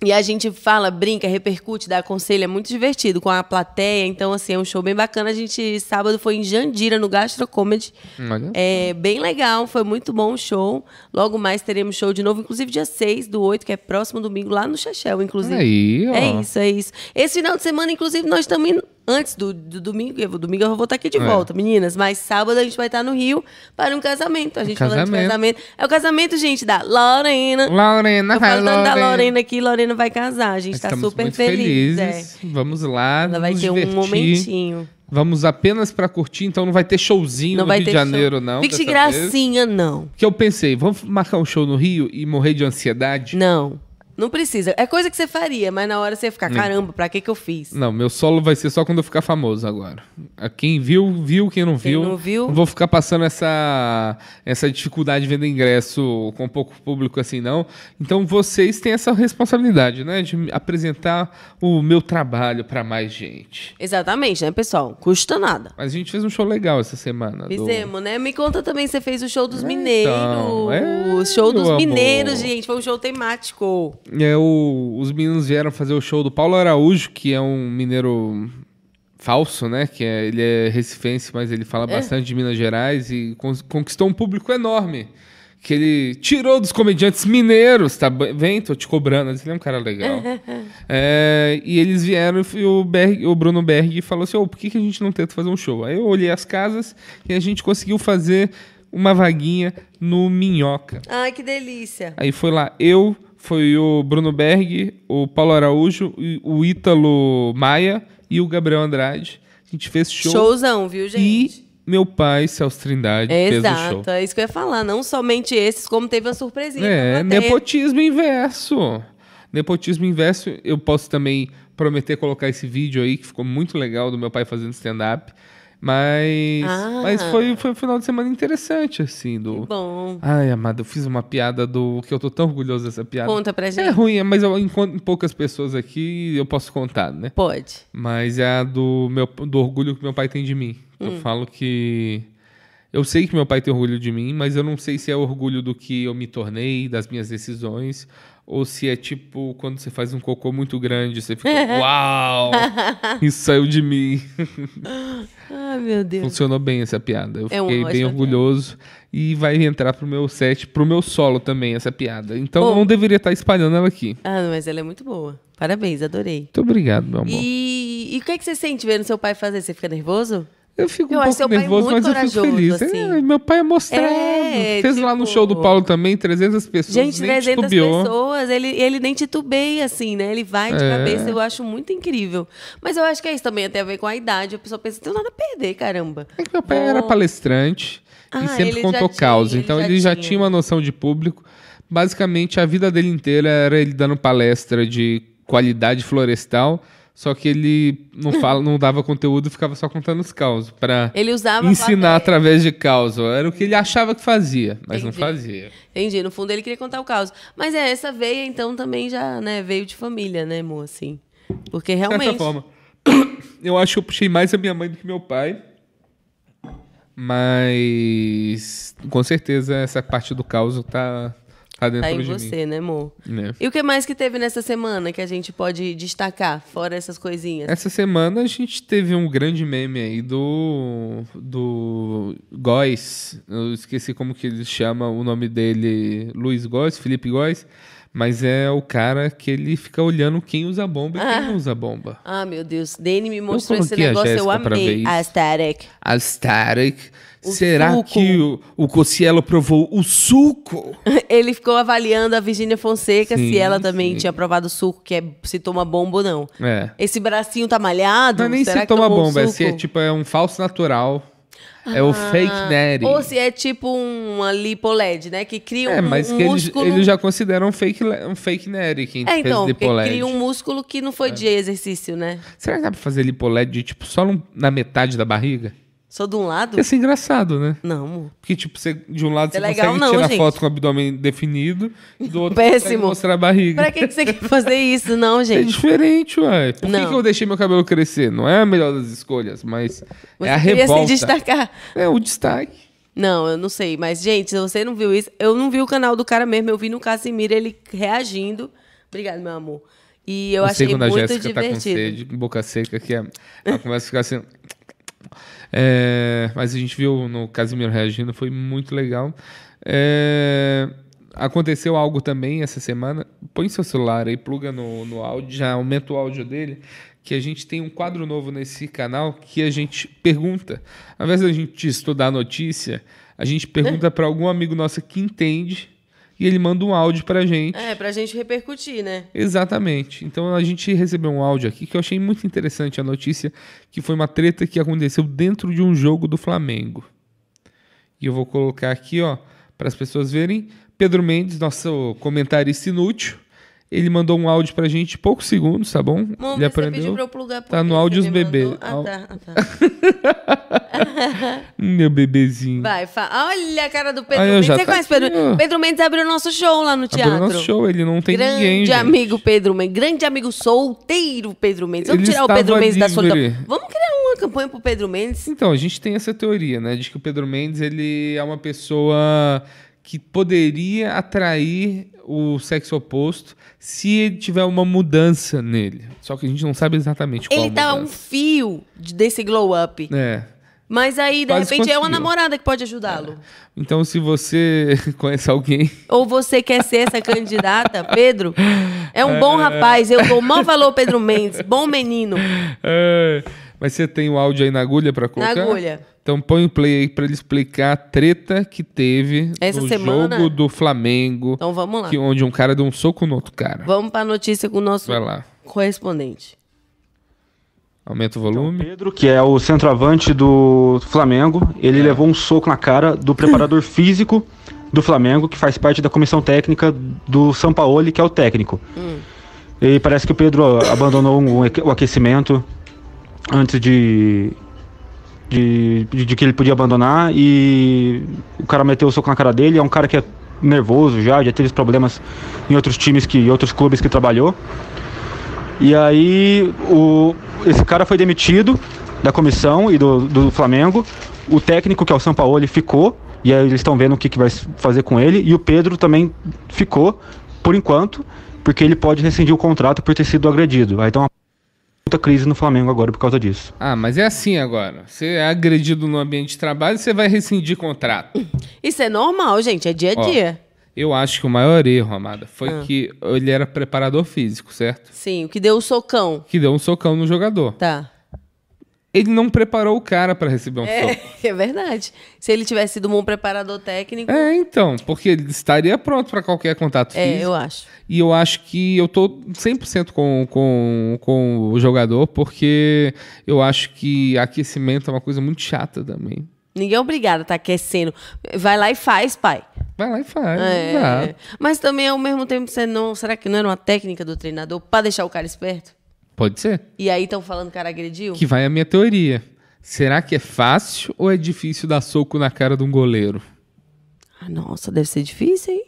S1: E a gente fala, brinca, repercute, dá conselho, é muito divertido com a plateia. Então, assim, é um show bem bacana. A gente, sábado, foi em Jandira, no Gastro Comedy.
S2: Olha.
S1: É bem legal, foi muito bom o show. Logo mais teremos show de novo, inclusive dia 6 do 8, que é próximo domingo, lá no Chechel, inclusive.
S2: Aí, ó.
S1: É isso, é isso. Esse final de semana, inclusive, nós estamos indo. Antes do, do domingo, eu vou- domingo eu vou estar aqui de
S2: É.
S1: volta, meninas. Mas sábado a gente vai estar no Rio para um casamento. A gente falando de
S2: Casamento.
S1: casamento. É o casamento, gente, da Lorena.
S2: Lorena,
S1: Tô
S2: hi,
S1: falando da
S2: Lorena.
S1: Lorena aqui, Lorena vai casar. A gente tá
S2: Estamos
S1: super
S2: muito
S1: feliz. é.
S2: felizes. Vamos lá.
S1: Ela vai
S2: nos
S1: ter um
S2: divertir.
S1: momentinho.
S2: Vamos apenas pra curtir, então não vai ter showzinho
S1: Não
S2: no
S1: vai
S2: Rio
S1: ter
S2: de Janeiro,
S1: show.
S2: não.
S1: Fique de
S2: dessa vez.
S1: gracinha, não.
S2: Que eu pensei, vamos marcar um show no Rio e morrer de ansiedade?
S1: Não. Não precisa. É coisa que você faria, mas na hora você fica,
S2: Hum.
S1: caramba, pra que que eu fiz?
S2: Não, meu solo vai ser só quando eu ficar famoso agora. A Quem viu, viu. Quem não
S1: Quem
S2: viu,
S1: não viu-
S2: vou ficar passando essa, essa dificuldade vendo ingresso com pouco público assim, não. Então vocês têm essa responsabilidade, né? De apresentar o meu trabalho pra mais gente.
S1: Exatamente, né, pessoal? Custa nada.
S2: Mas a gente fez um show legal essa semana. do-
S1: Fizemos, né? Me conta também, você fez o show dos mineiros.
S2: Então, é,
S1: show dos
S2: meu
S1: mineiros,
S2: amor.
S1: gente. Foi um show temático.
S2: É, o- os meninos vieram fazer o show do Paulo Araújo, que é um mineiro falso, né? Que é- ele é recifense, mas ele fala bastante de Minas Gerais e con- conquistou um público enorme. Que ele tirou dos comediantes mineiros, tá? bem? Vem, tô te cobrando. mas Ele é um cara legal. É, e eles vieram e o, Berg- o Bruno Berg falou assim: "Ô, por que, que a gente não tenta fazer um show? Aí eu olhei as casas e a gente conseguiu fazer uma vaguinha no Minhoca.
S1: Ai, que delícia.
S2: Aí foi lá eu, foi o Bruno Berg, o Paulo Araújo, e o Ítalo Maia e o Gabriel Andrade. A gente fez show.
S1: Showzão, viu, gente?
S2: E meu pai, Celso Trindade, fez o show.
S1: Exato, é isso que eu ia falar. Não somente esses, como teve uma surpresinha.
S2: É,
S1: pra plateia.
S2: nepotismo inverso. Nepotismo inverso, eu posso também prometer colocar esse vídeo aí, que ficou muito legal, do meu pai fazendo stand-up. Mas,
S1: Ah.
S2: mas foi, foi um final de semana interessante, assim, do...
S1: Que Bom,
S2: Ai, amada, eu fiz uma piada do. que eu tô tão orgulhoso dessa piada.
S1: Conta pra gente.
S2: É ruim, mas eu encontro poucas pessoas aqui e eu posso contar, né?
S1: pode.
S2: Mas é a do, meu, do orgulho que meu pai tem de mim.
S1: Hum.
S2: Eu falo que. Eu sei que meu pai tem orgulho de mim, mas eu não sei se é orgulho do que eu me tornei, das minhas decisões, ou se é tipo quando você faz um cocô muito grande, você
S1: (laughs)
S2: fica, uau! Isso saiu de mim.
S1: Ai, Ah, meu Deus.
S2: Funcionou bem essa piada. Eu
S1: É uma
S2: fiquei bem
S1: ótima
S2: orgulhoso. E vai entrar pro meu set, pro meu solo também, essa piada. Então
S1: Bom.
S2: não deveria estar espalhando ela aqui.
S1: Ah, mas ela é muito boa. Parabéns, adorei.
S2: Muito obrigado, meu amor.
S1: E, e o que, é que você sente vendo seu pai fazer? Você fica nervoso?
S2: Eu fico um
S1: Eu acho
S2: pouco
S1: seu pai
S2: nervoso,
S1: muito
S2: mas eu fico
S1: corajoso,
S2: feliz.
S1: assim.
S2: É, meu pai é mostrado.
S1: É,
S2: Fez lá no
S1: tipo-
S2: show do Paulo também, 300 pessoas.
S1: Gente,
S2: nem
S1: 300
S2: titubeou.
S1: pessoas, ele, ele nem titubeia, assim, né? Ele vai de
S2: É.
S1: cabeça, eu acho muito incrível. Mas eu acho que é isso também, tem a ver com a idade. A pessoa pensa, não tenho nada a perder, caramba.
S2: É que meu pai era palestrante
S1: Ah,
S2: e sempre
S1: ele
S2: contou
S1: já tinha,
S2: causa.
S1: ele
S2: então
S1: já
S2: ele já
S1: tinha.
S2: tinha uma noção de público. Basicamente, a vida dele inteira era ele dando palestra de qualidade florestal, só que ele não,
S1: (laughs)
S2: fala, não dava conteúdo e ficava só contando os causos para
S1: Ele usava a
S2: ensinar
S1: plateia.
S2: através de causa. Era o que ele achava que fazia, mas não
S1: Entendi.
S2: fazia.
S1: Entendi, no fundo ele queria contar o caos. Mas é, essa veia, então, também já, né, veio de família, né, amor, assim. Porque
S2: De certa
S1: realmente...
S2: forma, (coughs) eu acho que eu puxei mais a minha mãe do que meu pai. Mas com certeza essa parte do caos tá, tá dentro
S1: Tá em
S2: de mim.
S1: você, né, amor?
S2: né?
S1: E o que mais que teve nessa semana que a gente pode destacar, fora essas coisinhas?
S2: Essa semana a gente teve um grande meme aí do. do Góes. Eu esqueci como que ele chama o nome dele, Luiz Góes, Felipe Góes. Mas é o cara que ele fica olhando quem usa bomba e quem não usa bomba.
S1: Ah, meu Deus, Dani me mostrou esse
S2: coloquei a
S1: negócio, eu
S2: Jéssica pra ver
S1: amei.
S2: isso.
S1: Asterek.
S2: Asterix.
S1: O
S2: Será
S1: suco.
S2: que o, o Cocielo provou o suco?
S1: Ele ficou avaliando a Virgínia Fonseca
S2: Sim,
S1: se ela também
S2: sim.
S1: tinha provado o suco, que é se toma bomba ou não.
S2: É.
S1: Esse bracinho tá malhado?
S2: Não é nem
S1: Será
S2: se
S1: que
S2: toma
S1: tomou um
S2: bomba, é se é
S1: suco? Ah,
S2: tipo é um falso natural. É o fake netting.
S1: Ou se é tipo uma lipoled, né? Que cria um,
S2: É, mas
S1: um
S2: que eles,
S1: músculo.
S2: eles já consideram um fake, le- um fake netting quem
S1: É,
S2: fez
S1: então, porque
S2: lipoled.
S1: cria um músculo que não
S2: É.
S1: foi de exercício, né?
S2: Será que dá pra fazer lipoled de, tipo, só num- na metade da barriga?
S1: Só de um lado?
S2: Ia ser engraçado, né?
S1: Não, amor.
S2: Porque, tipo, você, de um lado você
S1: É legal
S2: consegue
S1: não,
S2: tirar
S1: gente.
S2: foto com o abdômen definido, e do outro
S1: Péssimo.
S2: consegue mostrar a barriga.
S1: Pra que que você quer fazer isso, não,
S2: É
S1: gente?
S2: diferente, ué. Por que,
S1: Não.
S2: que eu deixei meu cabelo crescer? Não é a melhor das escolhas, mas
S1: Você
S2: é a
S1: queria
S2: revolta.
S1: se destacar.
S2: É o destaque.
S1: Não, eu não sei. Mas, gente, se você não viu isso, eu não vi o canal do cara mesmo. Eu vi no Casimiro ele reagindo. Obrigado, meu amor. E eu
S2: sei
S1: achei
S2: quando a
S1: muito
S2: Jéssica tá com
S1: divertido.
S2: sede, com boca seca, que é- ela começa a ficar assim. É, mas a gente viu no Casimiro reagindo, foi muito legal. É, aconteceu algo também essa semana. Põe seu celular aí, pluga no, no áudio, já aumenta o áudio dele. Que a gente tem um quadro novo nesse canal que a gente pergunta. Ao invés da gente estudar a notícia, a gente pergunta para algum amigo nosso que entende e ele manda um áudio pra gente.
S1: É, pra gente repercutir, né?
S2: Exatamente. Então a gente recebeu um áudio aqui que eu achei muito interessante a notícia, que foi uma treta que aconteceu dentro de um jogo do Flamengo. E eu vou colocar aqui, ó, para as pessoas verem. Pedro Mendes, nosso comentarista inútil, ele mandou um áudio pra gente, poucos segundos, tá bom? ele
S1: Mom, você pediu
S2: aprendeu.
S1: pra eu plugar por
S2: Tá
S1: que
S2: no
S1: você
S2: áudio
S1: me
S2: os bebês.
S1: mandou?
S2: Au-
S1: Ah, tá, ah,
S2: (laughs)
S1: tá.
S2: Hum, Meu bebezinho.
S1: Vai, fa... olha a cara do Pedro
S2: Ah, eu
S1: Mendes.
S2: já
S1: Você
S2: tá
S1: conhece
S2: aqui,
S1: Pedro?
S2: ó.
S1: Pedro Mendes abriu nosso show lá no teatro.
S2: Abriu é nosso show, ele não tem
S1: grande
S2: ninguém. gente.
S1: amigo Pedro Mendes, grande amigo solteiro Pedro Mendes. Vamos
S2: Ele
S1: tirar o
S2: estava
S1: Pedro Mendes da solidão.
S2: livre.
S1: Vamos criar uma campanha pro Pedro Mendes.
S2: Então, a gente tem essa teoria, né? De que o Pedro Mendes ele é uma pessoa que poderia atrair o sexo oposto se ele tiver uma mudança nele. Só que a gente não sabe exatamente qual
S1: Ele tá a um
S2: mudança.
S1: fio de- desse glow up.
S2: É.
S1: Mas aí, de
S2: Quase
S1: repente, é uma
S2: conseguiu.
S1: namorada que pode ajudá-lo.
S2: Então, se você (laughs) conhece alguém,
S1: Ou você quer ser essa candidata, Pedro? É um bom rapaz. Eu dou maior valor, ao Pedro Mendes. Bom menino.
S2: é, mas você tem o áudio aí na agulha pra colocar?
S1: agulha.
S2: Então põe o play aí pra ele explicar a treta que teve
S1: Essa
S2: no
S1: semana?
S2: jogo do Flamengo,
S1: Então vamos lá.
S2: que onde um cara deu um soco no outro cara.
S1: Vamos pra notícia com o nosso
S2: Vai lá.
S1: correspondente.
S2: Aumenta o volume.
S3: Pedro, que é o centroavante do Flamengo, ele levou um soco na cara do preparador físico do Flamengo, que faz parte da comissão técnica do Sampaoli, que é o técnico. E parece que o Pedro abandonou um aque- o aquecimento antes de, de, de- de que ele podia abandonar e o cara meteu o soco na cara dele. É um cara que é nervoso já, já teve problemas em outros times, que, em outros clubes que trabalhou. E aí o, esse cara foi demitido da comissão e do, do Flamengo. O técnico, que é o Sampaoli, ficou. E aí eles estão vendo o que, que vai s- fazer com ele. E o Pedro também ficou, por enquanto, porque ele pode rescindir o contrato por ter sido agredido. Aí tá uma puta crise no Flamengo agora por causa disso.
S2: Ah, mas é assim agora. Você é agredido no ambiente de trabalho, você vai rescindir
S1: (laughs)
S2: contrato.
S1: Isso é normal, gente. É dia a
S2: Ó.
S1: dia.
S2: Eu acho que o maior erro, amada, foi
S1: Ah.
S2: que ele era preparador físico, certo?
S1: Sim, o que deu o socão.
S2: Que deu um socão no jogador.
S1: Tá.
S2: Ele não preparou o cara pra receber um soco.
S1: É, é verdade. Se ele tivesse sido um bom preparador técnico, é,
S2: É, então, porque ele estaria pronto pra qualquer contato físico.
S1: eu acho.
S2: E eu acho que eu tô 100% com, com, com o jogador, porque eu acho que aquecimento é uma coisa muito chata também.
S1: Ninguém é obrigado a estar aquecendo. Vai lá e faz, pai.
S2: Vai lá e faz. exato.
S1: É. Mas também, ao mesmo tempo, você não. Será que não era uma técnica do treinador pra deixar o cara esperto?
S2: Pode ser.
S1: E aí estão falando que o cara agrediu?
S2: Que vai a minha teoria. Será que é fácil ou é difícil dar soco na cara de um goleiro?
S1: Ah, nossa, deve ser difícil,
S2: (laughs)
S1: hein?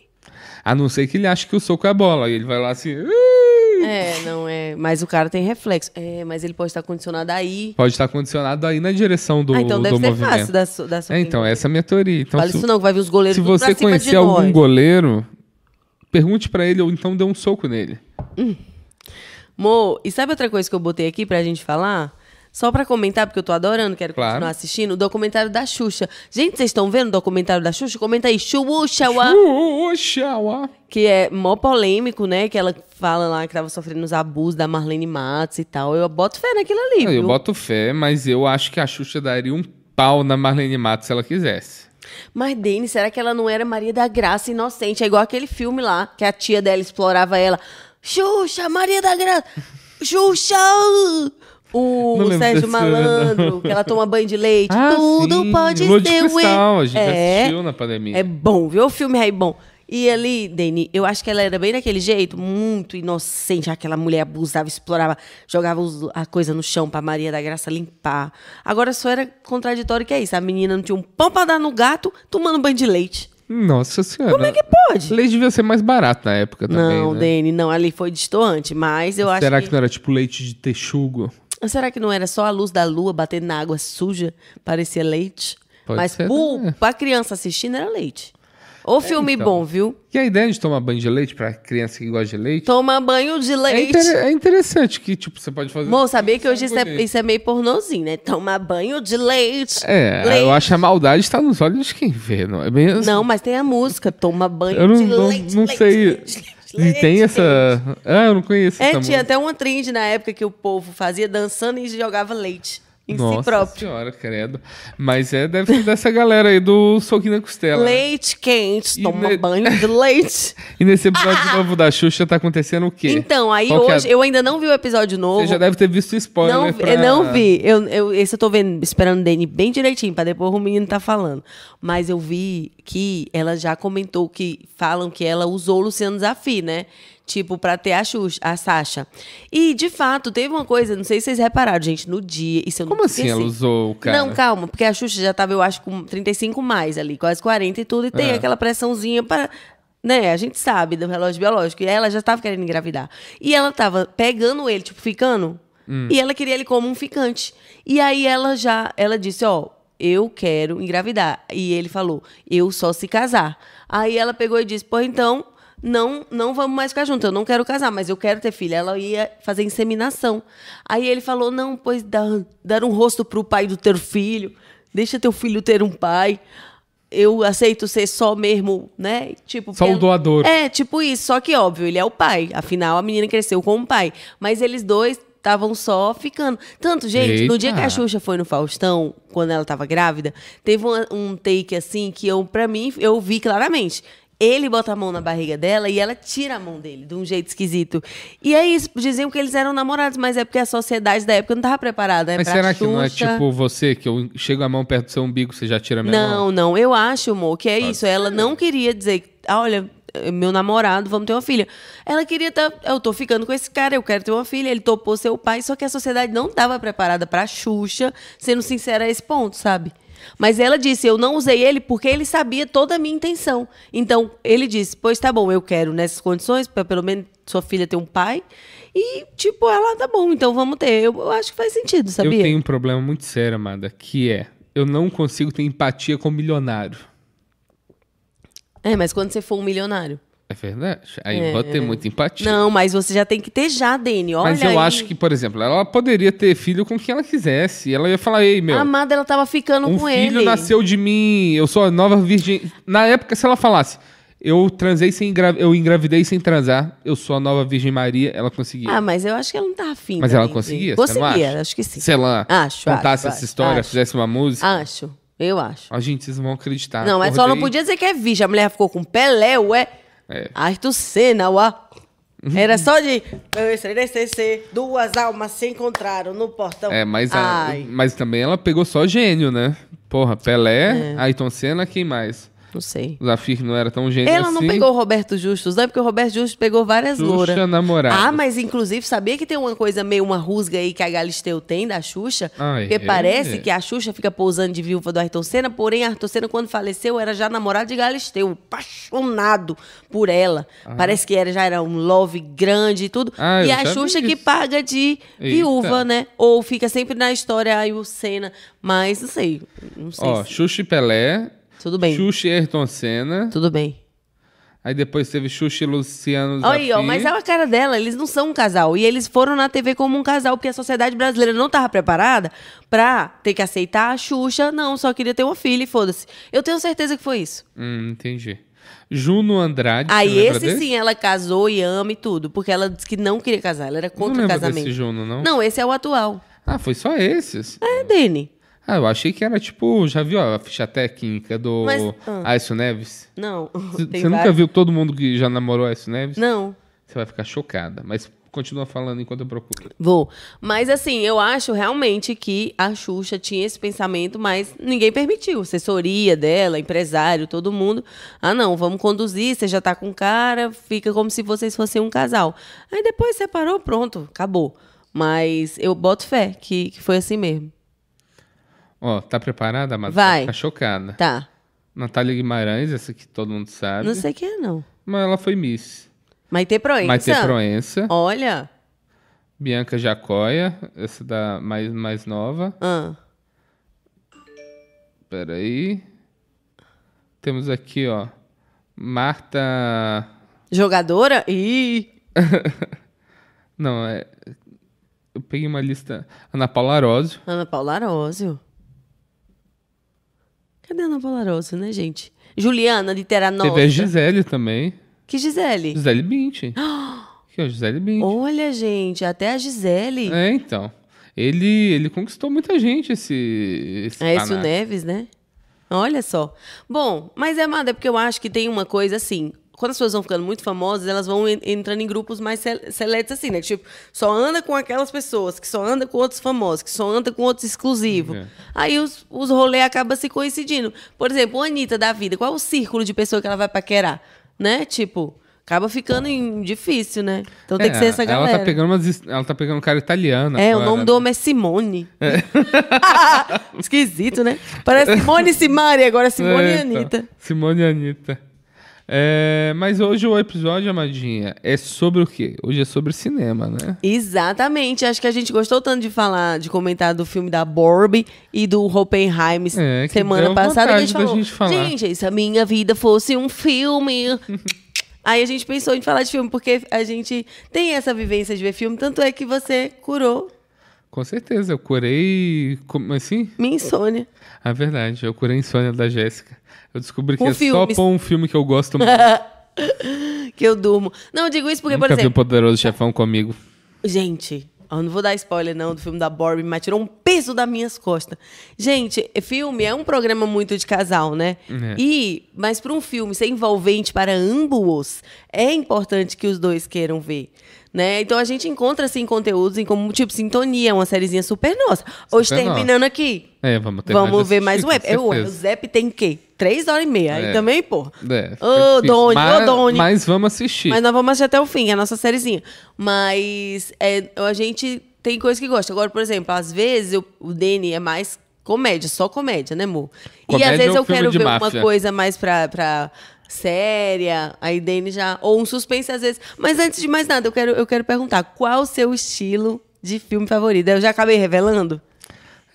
S2: A não ser que ele ache que o soco é a bola. E ele vai lá assim. "Ih!"
S1: É, não é. Mas o cara tem reflexo. É, mas ele pode estar condicionado aí.
S2: Pode estar condicionado aí na direção do,
S1: ah, então deve
S2: do
S1: ser
S2: movimento.
S1: fácil da sua. Da sua
S2: É, então, essa é a minha teoria. Então,
S1: Fala
S2: se,
S1: isso não, que vai vir os goleiros
S2: se
S1: tudo pra
S2: você
S1: cima de
S2: conhecer algum
S1: nós.
S2: goleiro, pergunte pra ele ou então dê um soco nele.
S1: Mo, e sabe outra coisa que eu botei aqui pra gente falar? Só pra comentar, porque eu tô adorando, quero
S2: Claro.
S1: continuar assistindo, o documentário da Xuxa. Gente, vocês estão vendo o documentário da Xuxa? Comenta aí,
S2: (laughs)
S1: Xuxa, uá,
S2: Uh, Puxa, uá.
S1: que é mó polêmico, né? Que ela fala lá que tava sofrendo os abusos da Marlene Matos e tal. Eu boto fé naquilo ali,
S2: Eu
S1: viu?
S2: boto fé, mas eu acho que a Xuxa daria um pau na Marlene Matos se ela quisesse.
S1: Mas, Dani, será que ela não era Maria da Graça inocente? É igual aquele filme lá, que a tia dela explorava ela. Xuxa, Maria da Graça! Xuxa! O,
S2: Não
S1: o
S2: lembro
S1: Sérgio
S2: desse,
S1: Malandro,
S2: não.
S1: que ela toma banho de leite.
S2: Ah,
S1: Tudo
S2: sim,
S1: pode
S2: Lua de
S1: ser um
S2: Cristal, a gente
S1: É.
S2: assistiu na pandemia.
S1: É bom, viu? O filme é bom. E ali, Deni, eu acho que ela era bem daquele jeito, muito inocente. Aquela mulher abusava, explorava, jogava os- a coisa no chão pra Maria da Graça limpar. Agora só era contraditório que é isso. A menina não tinha um pão pra dar no gato, tomando banho de leite.
S2: Nossa senhora.
S1: Como é que pode?
S2: Leite devia ser mais barato na época também,
S1: não,
S2: né?
S1: Deni, não. Ali foi distoante, mas eu acho
S2: Será
S1: que...
S2: que não era tipo leite de texugo?
S1: Será que não era só a luz da lua batendo na água suja? Parecia leite?
S2: Pode
S1: mas
S2: ser,
S1: pro-
S2: né?
S1: pra criança assistindo era leite. Ô filme
S2: então.
S1: bom, viu?
S2: E a ideia de tomar banho de leite pra criança que gosta de leite
S1: Toma banho de
S2: é,
S1: leite.
S2: inter- é interessante que, tipo, você pode fazer...
S1: Amor, sabia que hoje isso é,
S2: bonito.
S1: isso é meio pornozinho, né? Tomar banho de leite.
S2: É,
S1: leite.
S2: eu acho que a maldade está nos olhos de quem vê, não é mesmo?
S1: Não, mas tem a música. Toma banho
S2: eu não,
S1: de
S2: não,
S1: leite.
S2: não
S1: leite,
S2: sei.
S1: leite, leite,
S2: e tem
S1: leite,
S2: essa. Ah, eu não conheço
S1: É,
S2: essa
S1: tinha
S2: música.
S1: até uma trend na época que o povo fazia dançando e jogava leite em
S2: Nossa
S1: si próprio.
S2: senhora, credo. Mas é, deve ser dessa galera aí do Soquinho na Costela. né?
S1: Leite quente,
S2: E
S1: toma
S2: ne-
S1: banho de leite.
S2: E nesse episódio novo da Xuxa tá acontecendo o quê?
S1: Então, aí
S2: Qual (laughs) que é a-
S1: hoje, eu ainda não vi o episódio novo.
S2: Você já deve ter visto spoiler.
S1: não, vi-
S2: pra-
S1: Eu não vi. Eu, eu- esse eu tô vendo, esperando o Dani bem direitinho, pra depois o menino tá falando. Mas eu vi que ela já comentou que falam que ela usou o Luciano Zafi, né? Tipo, pra ter a, Xuxa, a Sasha. E, de fato, teve uma coisa, não sei se vocês repararam, gente, no dia. Isso eu não
S2: Como assim ela
S1: esqueci.
S2: usou o cara?
S1: Não, calma, porque a Xuxa já tava, eu acho, com 35 mais ali, quase 40 e tudo, e tem
S2: É.
S1: aquela pressãozinha para. Né, a gente sabe do relógio biológico. E ela já tava querendo engravidar. E ela tava pegando ele, tipo, ficando. E ela queria ele como um ficante. E aí ela já, ela disse, ó, eu quero engravidar. E ele falou, eu só se casar. Aí ela pegou e disse, pô, então não, não vamos mais ficar juntos. Eu não quero casar, mas eu quero ter filho. Ela ia fazer inseminação. Aí ele falou: não, pois dá, dar um rosto pro pai do teu filho. Deixa teu filho ter um pai. Eu aceito ser só mesmo, né? Tipo,
S2: Só o
S1: pelo-
S2: doador.
S1: É, tipo isso. Só que, óbvio, ele é o pai. Afinal, a menina cresceu com o pai. Mas eles dois estavam só ficando. Tanto, gente, no dia que a
S2: Eita.
S1: Xuxa. Xuxa foi no Faustão, quando ela tava grávida, teve uma- um take assim que eu, pra mim, eu vi claramente. Ele bota a mão na barriga dela e ela tira a mão dele, de um jeito esquisito. E é isso, diziam que eles eram namorados, mas é porque a sociedade da época não tava preparada, né?
S2: Mas
S1: pra
S2: será que não é
S1: Xuxa.
S2: tipo você, que eu chego a mão perto do seu umbigo, você já tira a minha mão?
S1: Não, não, eu acho, amor, que é isso. Ela não queria dizer, ah, olha, é meu namorado, vamos ter uma filha. Ela queria estar, eu tô ficando com esse cara, eu quero ter uma filha, ele topou ser o pai, só que a sociedade não estava preparada pra Xuxa, sendo sincera a esse ponto, sabe? Mas ela disse, eu não usei ele porque ele sabia toda a minha intenção. Então, ele disse, pois tá bom, eu quero nessas condições, pra pelo menos sua filha ter um pai. E, tipo, ela, tá bom, então vamos ter. Eu, eu acho que faz sentido, sabia?
S2: Eu tenho um problema muito sério, Amanda, que é eu não consigo ter empatia com milionário.
S1: É, mas quando você for um milionário...
S2: É verdade. Aí eu vou ter muita empatia.
S1: É. Não, mas você já tem que ter já, Dani. Olha
S2: Mas eu
S1: aí.
S2: acho que, por exemplo, ela poderia ter filho com quem ela quisesse. E ela ia falar, ei, meu,
S1: A amada, ela tava ficando
S2: um
S1: Ah, com
S2: filho
S1: ele.
S2: nasceu de mim, eu sou a nova virgem. Na época, se ela falasse, eu transei sem engra... eu engravidei sem transar, eu sou a nova Virgem Maria, ela conseguia.
S1: Ah, mas eu acho que ela não tá afim.
S2: Mas
S1: também
S2: ela
S1: de-
S2: conseguia, você não
S1: Conseguia,
S2: acha?
S1: acho que sim.
S2: Sei lá,
S1: Acho, acho,
S2: contasse essa
S1: acho,
S2: história,
S1: acho.
S2: fizesse uma música.
S1: Acho, eu acho.
S2: Ó, gente, vocês não vão acreditar.
S1: não, mas só não
S2: Ah, Acordei-
S1: podia dizer que é virgem. A mulher ficou com Pelé, ué.
S2: É. Uhum.
S1: Arthur Senna, ué. Era só de. Eu estrelei CC, duas almas se encontraram no portão.
S2: É, mas, a-
S1: Ai,
S2: mas também ela pegou só gênio, né? Porra, Pelé,
S1: É.
S2: Ayrton Senna, quem mais?
S1: não sei.
S2: O Zafir não era tão gênio
S1: Ela
S2: assim.
S1: não pegou o Roberto Justus, não, porque o Roberto Justus pegou várias
S2: Xuxa,
S1: louras.
S2: namorada.
S1: Ah, mas inclusive, sabia que tem uma coisa meio uma rusga aí que a Galisteu tem da Xuxa?
S2: Ai,
S1: porque
S2: é?
S1: parece que a Xuxa fica pousando de viúva do Ayrton Senna, porém Ayrton Senna, quando faleceu, era já namorado de Galisteu, apaixonado por ela. Parece que era, já era um love grande e tudo.
S2: Ah,
S1: e
S2: eu
S1: a
S2: já vi
S1: Xuxa que
S2: isso.
S1: paga de viúva,
S2: Eita.
S1: né? Ou fica sempre na história aí o Senna, mas não sei, não sei.
S2: Ó,
S1: se-
S2: Xuxa e Pelé,
S1: Tudo bem.
S2: Xuxa e Ayrton Senna.
S1: Tudo bem.
S2: Aí depois teve Xuxa e Luciano Zafir.
S1: Aí, ó, mas é a cara dela, eles não são um casal. E eles foram na TV como um casal, porque a sociedade brasileira não tava preparada pra ter que aceitar a Xuxa, não, só queria ter uma filha e foda-se. Eu tenho certeza que foi isso.
S2: Hum, entendi. Juno Andrade.
S1: Aí
S2: você lembra
S1: Ah, esse
S2: desse?
S1: sim, ela casou e ama e tudo, porque ela disse que não queria casar, ela era
S2: Não
S1: contra o
S2: lembro
S1: casamento.
S2: desse Juno, não?
S1: Não, esse é o atual.
S2: Ah, foi só esses?
S1: É, Dene.
S2: Ah, eu achei que era tipo, já viu a ficha técnica do
S1: Mas,
S2: Aécio Neves?
S1: Não.
S2: C-
S1: (laughs) tem
S2: Você nunca
S1: vários.
S2: viu todo mundo que já namorou Aécio Neves?
S1: Não.
S2: Você vai ficar chocada, mas continua falando enquanto eu procuro.
S1: Vou. Mas assim, eu acho realmente que a Xuxa tinha esse pensamento, mas ninguém permitiu. Assessoria dela, empresário, todo mundo. Ah, não, vamos conduzir, você já tá com cara, fica como se vocês fossem um casal. Aí depois separou, pronto, acabou. Mas eu boto fé que, que foi assim mesmo.
S2: Ó, tá preparada, Amada?
S1: Vai.
S2: Tá chocada.
S1: Tá.
S2: Natália Guimarães, essa que todo mundo sabe.
S1: Não sei quem é, não.
S2: Mas ela foi Miss.
S1: Maitê Proença.
S2: Maite Proença.
S1: Olha.
S2: Bianca Jacoia, essa da mais, mais nova.
S1: Ah.
S2: Peraí. Temos aqui, ó. Marta.
S1: Jogadora? Ih.
S2: Não, é. Eu peguei uma lista. Ana Paula Arósio.
S1: Ana Paula Arósio. Cadê a Ana Paula Arósio, né, gente? Juliana de Terranova.
S2: Teve a Gisele também.
S1: Que Gisele?
S2: Gisele
S1: (gasps)
S2: Bündchen. Aqui, ó, Gisele Bündchen.
S1: Olha, gente, até a Gisele.
S2: É, então. Ele, ele conquistou muita gente esse. esse
S1: É esse o
S2: panaca.
S1: Neves, né? Olha só. Bom, mas é, Amada, é porque eu acho que tem uma coisa assim. Quando as pessoas vão ficando muito famosas, elas vão en- entrando em grupos mais sel- seletos, assim, né? Tipo, só anda com aquelas pessoas, que só anda com outros famosos, que só anda com outros exclusivos.
S2: É.
S1: Aí os, os rolês acabam se coincidindo. Por exemplo, a Anitta da vida, qual o círculo de pessoa que ela vai paquerar? Né? Tipo, acaba ficando em- difícil, né? Então tem
S2: É,
S1: que ser essa galera.
S2: Ela tá pegando, umas, es- ela tá pegando um cara italiano.
S1: É, o
S2: agora,
S1: nome
S2: né?
S1: do homem é Simone. (laughs) Esquisito, né? Parece Simone e Simari, agora é Simone e
S2: É, então.
S1: Anitta.
S2: Simone e Anitta. É, mas hoje o episódio, Amadinha, é sobre o quê? Hoje é sobre cinema, né?
S1: Exatamente. Acho que a gente gostou tanto de falar, de comentar do filme da Barbie e do Oppenheim
S2: É, que
S1: semana
S2: deu
S1: passada. A
S2: vontade
S1: gente
S2: da
S1: falou,
S2: gente falar.
S1: gente, se a minha vida fosse
S2: (laughs)
S1: um filme... Aí a gente pensou em falar de filme, porque a gente tem essa vivência de ver filme. Tanto é que você curou
S2: Com certeza, eu curei. Como assim?
S1: minha insônia. (laughs)
S2: Ah, verdade, eu curei a insônia da Jéssica. Eu descobri que
S1: Com
S2: é só
S1: filmes.
S2: pôr um filme que eu
S1: (laughs)
S2: gosto muito.
S1: que eu durmo. Não, eu digo isso porque,
S2: Nunca
S1: por
S2: vi
S1: exemplo...
S2: o Poderoso Chefão comigo.
S1: Gente, eu não vou dar spoiler não do filme da Barbie, mas tirou um peso das minhas costas. Gente, filme é um programa muito de casal, né?
S2: É.
S1: E, mas para um filme ser envolvente para ambos, é importante que os dois queiram ver. Né? Então a gente encontra assim conteúdos em como tipo sintonia, uma sériezinha super nossa. Hoje
S2: Super
S1: terminando aqui.
S2: É, vamos ter
S1: Vamos
S2: mais
S1: ver mais um
S2: assistir,
S1: app. Eu,
S2: com
S1: o
S2: certeza.
S1: Zep tem o quê? Três horas e meia.
S2: É.
S1: Aí também, porra.
S2: É, fica
S1: Ô,
S2: difícil.
S1: Doni, ô,
S2: mas,
S1: Doni.
S2: Mas vamos assistir.
S1: Mas nós vamos assistir até o fim, é a nossa sériezinha. Mas é, a gente tem coisa que gosta. Agora, por exemplo, às vezes eu- o Dani é mais comédia, só comédia, né, amor? e
S2: Comédia
S1: às vezes
S2: é um
S1: eu
S2: filme
S1: quero
S2: de
S1: ver
S2: máfia.
S1: uma coisa mais pra, pra séria, aí Dani já. Ou um suspense às vezes. Mas antes de mais nada, eu quero, eu quero perguntar: qual o seu estilo de filme favorito? Eu já acabei revelando?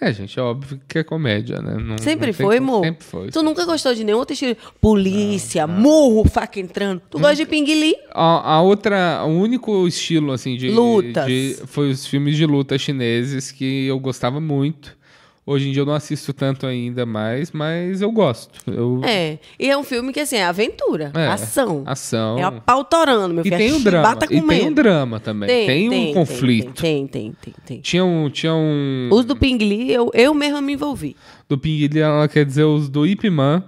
S2: É, gente, é óbvio que é comédia, né? Não-
S1: Sempre
S2: não tem
S1: foi,
S2: como-
S1: amor?
S2: Sempre foi.
S1: Tu nunca gostou de nenhum outro estilo? Polícia, murro, faca entrando. Tu gosta de pinguili?
S2: A, a outra, o único estilo assim de
S1: Lutas.
S2: de- foi os filmes de luta chineses que eu gostava muito. Hoje em dia eu não assisto tanto ainda mais, mas eu gosto. Eu,
S1: É. E é um filme que, assim, é aventura,
S2: É,
S1: ação.
S2: ação.
S1: É apautorando, meu
S2: E
S1: filho.
S2: tem
S1: a
S2: o drama.
S1: chibata
S2: E tem
S1: comendo.
S2: um drama também. Tem, um conflito.
S1: Tem, tem, tem, tem.
S2: Tinha um, tinha um
S1: Os do Pingli, eu, eu mesma me envolvi.
S2: do Pinguili, ela quer dizer os do Ip Man,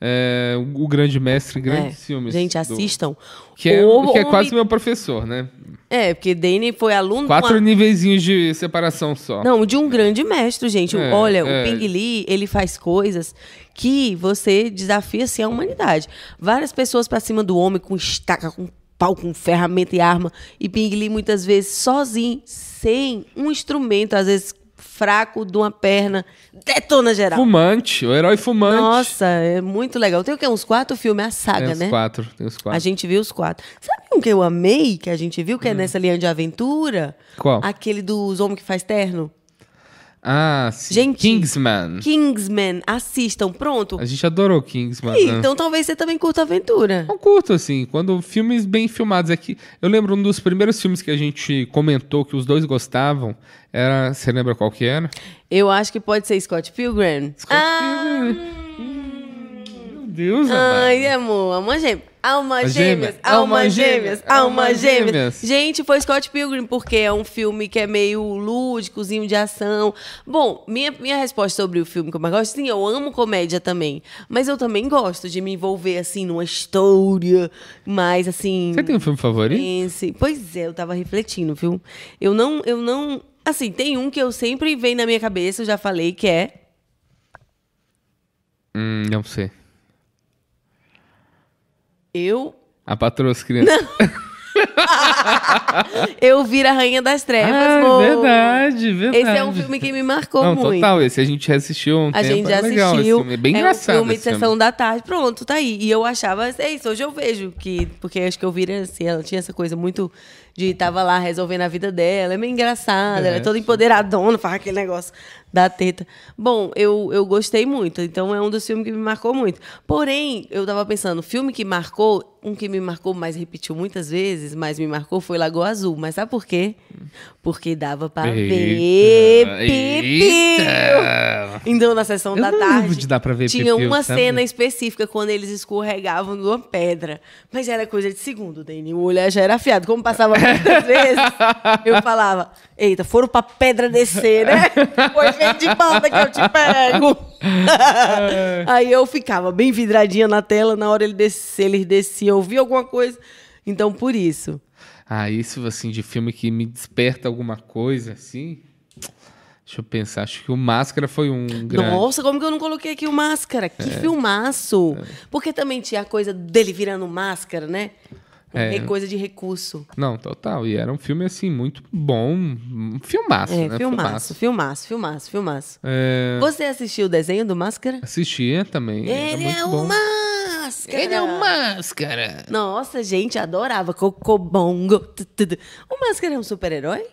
S2: é, o Grande Mestre,
S1: É.
S2: grandes filmes.
S1: Gente,
S2: do-
S1: assistam.
S2: que é,
S1: O
S2: que é
S1: homem-
S2: quase meu professor, né?
S1: É, porque Dane foi aluno
S2: Quatro
S1: de uma...
S2: nivezinhos de separação só.
S1: Não, de um grande mestre, gente.
S2: É,
S1: Olha,
S2: é.
S1: o Pingli, ele faz coisas que você desafia, assim, a humanidade. Várias pessoas pra cima do homem com estaca, com pau, com ferramenta e arma. E Pingli, muitas vezes, sozinho, sem um instrumento, às vezes fraco de uma perna, detona geral.
S2: Fumante, o herói fumante.
S1: tá. Nossa, é muito legal. Tem o quê? Uns quatro filmes, a saga,
S2: tem os
S1: né?
S2: quatro, tem os quatro.
S1: A gente viu os quatro. Sabe um que eu amei, que a gente viu, que é nessa linha de aventura?
S2: Hum. Qual?
S1: Aquele dos homens que faz terno?
S2: Ah, sim.
S1: Gente.
S2: Kingsman.
S1: Kingsman, assistam, pronto.
S2: A gente adorou Kingsman.
S1: Ih,
S2: né?
S1: Então talvez você também curta aventura.
S2: Eu curto, assim, quando filmes bem filmados aqui. Eu lembro um dos primeiros filmes que a gente comentou que os dois gostavam. Era. Você lembra qual que era?
S1: Eu acho que pode ser Scott Pilgrim.
S2: Scott
S1: Ah,
S2: Pilgrim. Meu Deus,
S1: Ai,
S2: amado.
S1: amor, alma gêmea. Alma
S2: Alma
S1: gêmeas,
S2: gêmea,
S1: alma
S2: alma
S1: gêmeas,
S2: gêmeas,
S1: alma
S2: alma
S1: gêmeas.
S2: gêmeas.
S1: Gente, foi Scott Pilgrim, porque é um filme que é meio lúdicozinho de ação. Bom, minha, minha resposta sobre o filme que eu mais gosto, sim, eu amo comédia também. Mas eu também gosto de me envolver, assim, numa história mais, assim...
S2: Você tem um filme favorito?
S1: Pense. Pois é, eu tava refletindo, viu? Eu não, eu não. Assim, tem um que eu sempre vem na minha cabeça, eu já falei, que é.
S2: Hum, não sei.
S1: Eu.
S2: A patroa das crianças.
S1: Eu vir a Rainha das Trevas.
S2: ah,
S1: amor.
S2: verdade, verdade.
S1: é, Esse é um filme que me marcou
S2: Não,
S1: muito.
S2: total, esse a gente já assistiu há um
S1: A
S2: tempo.
S1: gente já
S2: é legal esse
S1: assistiu.
S2: filme. É bem
S1: um
S2: engraçado.
S1: filme de
S2: esse filme.
S1: sessão da tarde. Pronto, tá aí. E eu achava, é isso, hoje eu vejo que. Porque acho que eu vira assim, ela tinha essa coisa muito de tava lá resolvendo a vida dela. É meio engraçada,
S2: É,
S1: ela é toda
S2: sim.
S1: empoderadona, (laughs) faz aquele negócio da teta. Bom, eu, eu gostei muito, então é um dos filmes que me marcou muito. Porém, eu tava pensando, filme que marcou, um que me marcou, mas repetiu muitas vezes, mas me marcou foi Lagoa Azul. Mas sabe por quê? Porque dava pra ver.
S2: Ah, Eita,
S1: pipiu.
S2: eita.
S1: Então, na sessão
S2: Eu
S1: da
S2: não
S1: tarde.
S2: lembro de dar pra ver
S1: Tinha
S2: pipiu,
S1: uma
S2: sabe?
S1: cena específica quando eles escorregavam numa pedra. Mas era coisa de segundo, Dani. O olhar já era afiado. Como passava muitas vezes, eu falava: Eita, foram pra pedra descer, né? Pois vem de banda que eu
S2: (laughs)
S1: te pego. Aí eu ficava bem vidradinha na tela. Na hora ele descia, ele descia, eu via alguma coisa. Então, por isso.
S2: Ah, isso assim, de filme que me desperta alguma coisa, assim. Deixa eu pensar, acho que o Máscara foi um grande. É.
S1: Nossa, como que eu não coloquei aqui o máscara? Que filmaço! Porque também tinha a coisa dele virando máscara, né?
S2: É.
S1: É coisa de recurso.
S2: Não, total. E era um filme, assim, muito bom. Um filmaço,
S1: É,
S2: né?
S1: filmaço, filmaço, filmaço, filmaço.
S2: É,
S1: Você assistiu o desenho do Máscara?
S2: assistia também. era
S1: Ele
S2: muito
S1: é o
S2: bom.
S1: Máscara!
S2: Ele é o Máscara!
S1: Nossa, gente, adorava. Cocobongo. tu, tu, tu. O Máscara é um super-herói?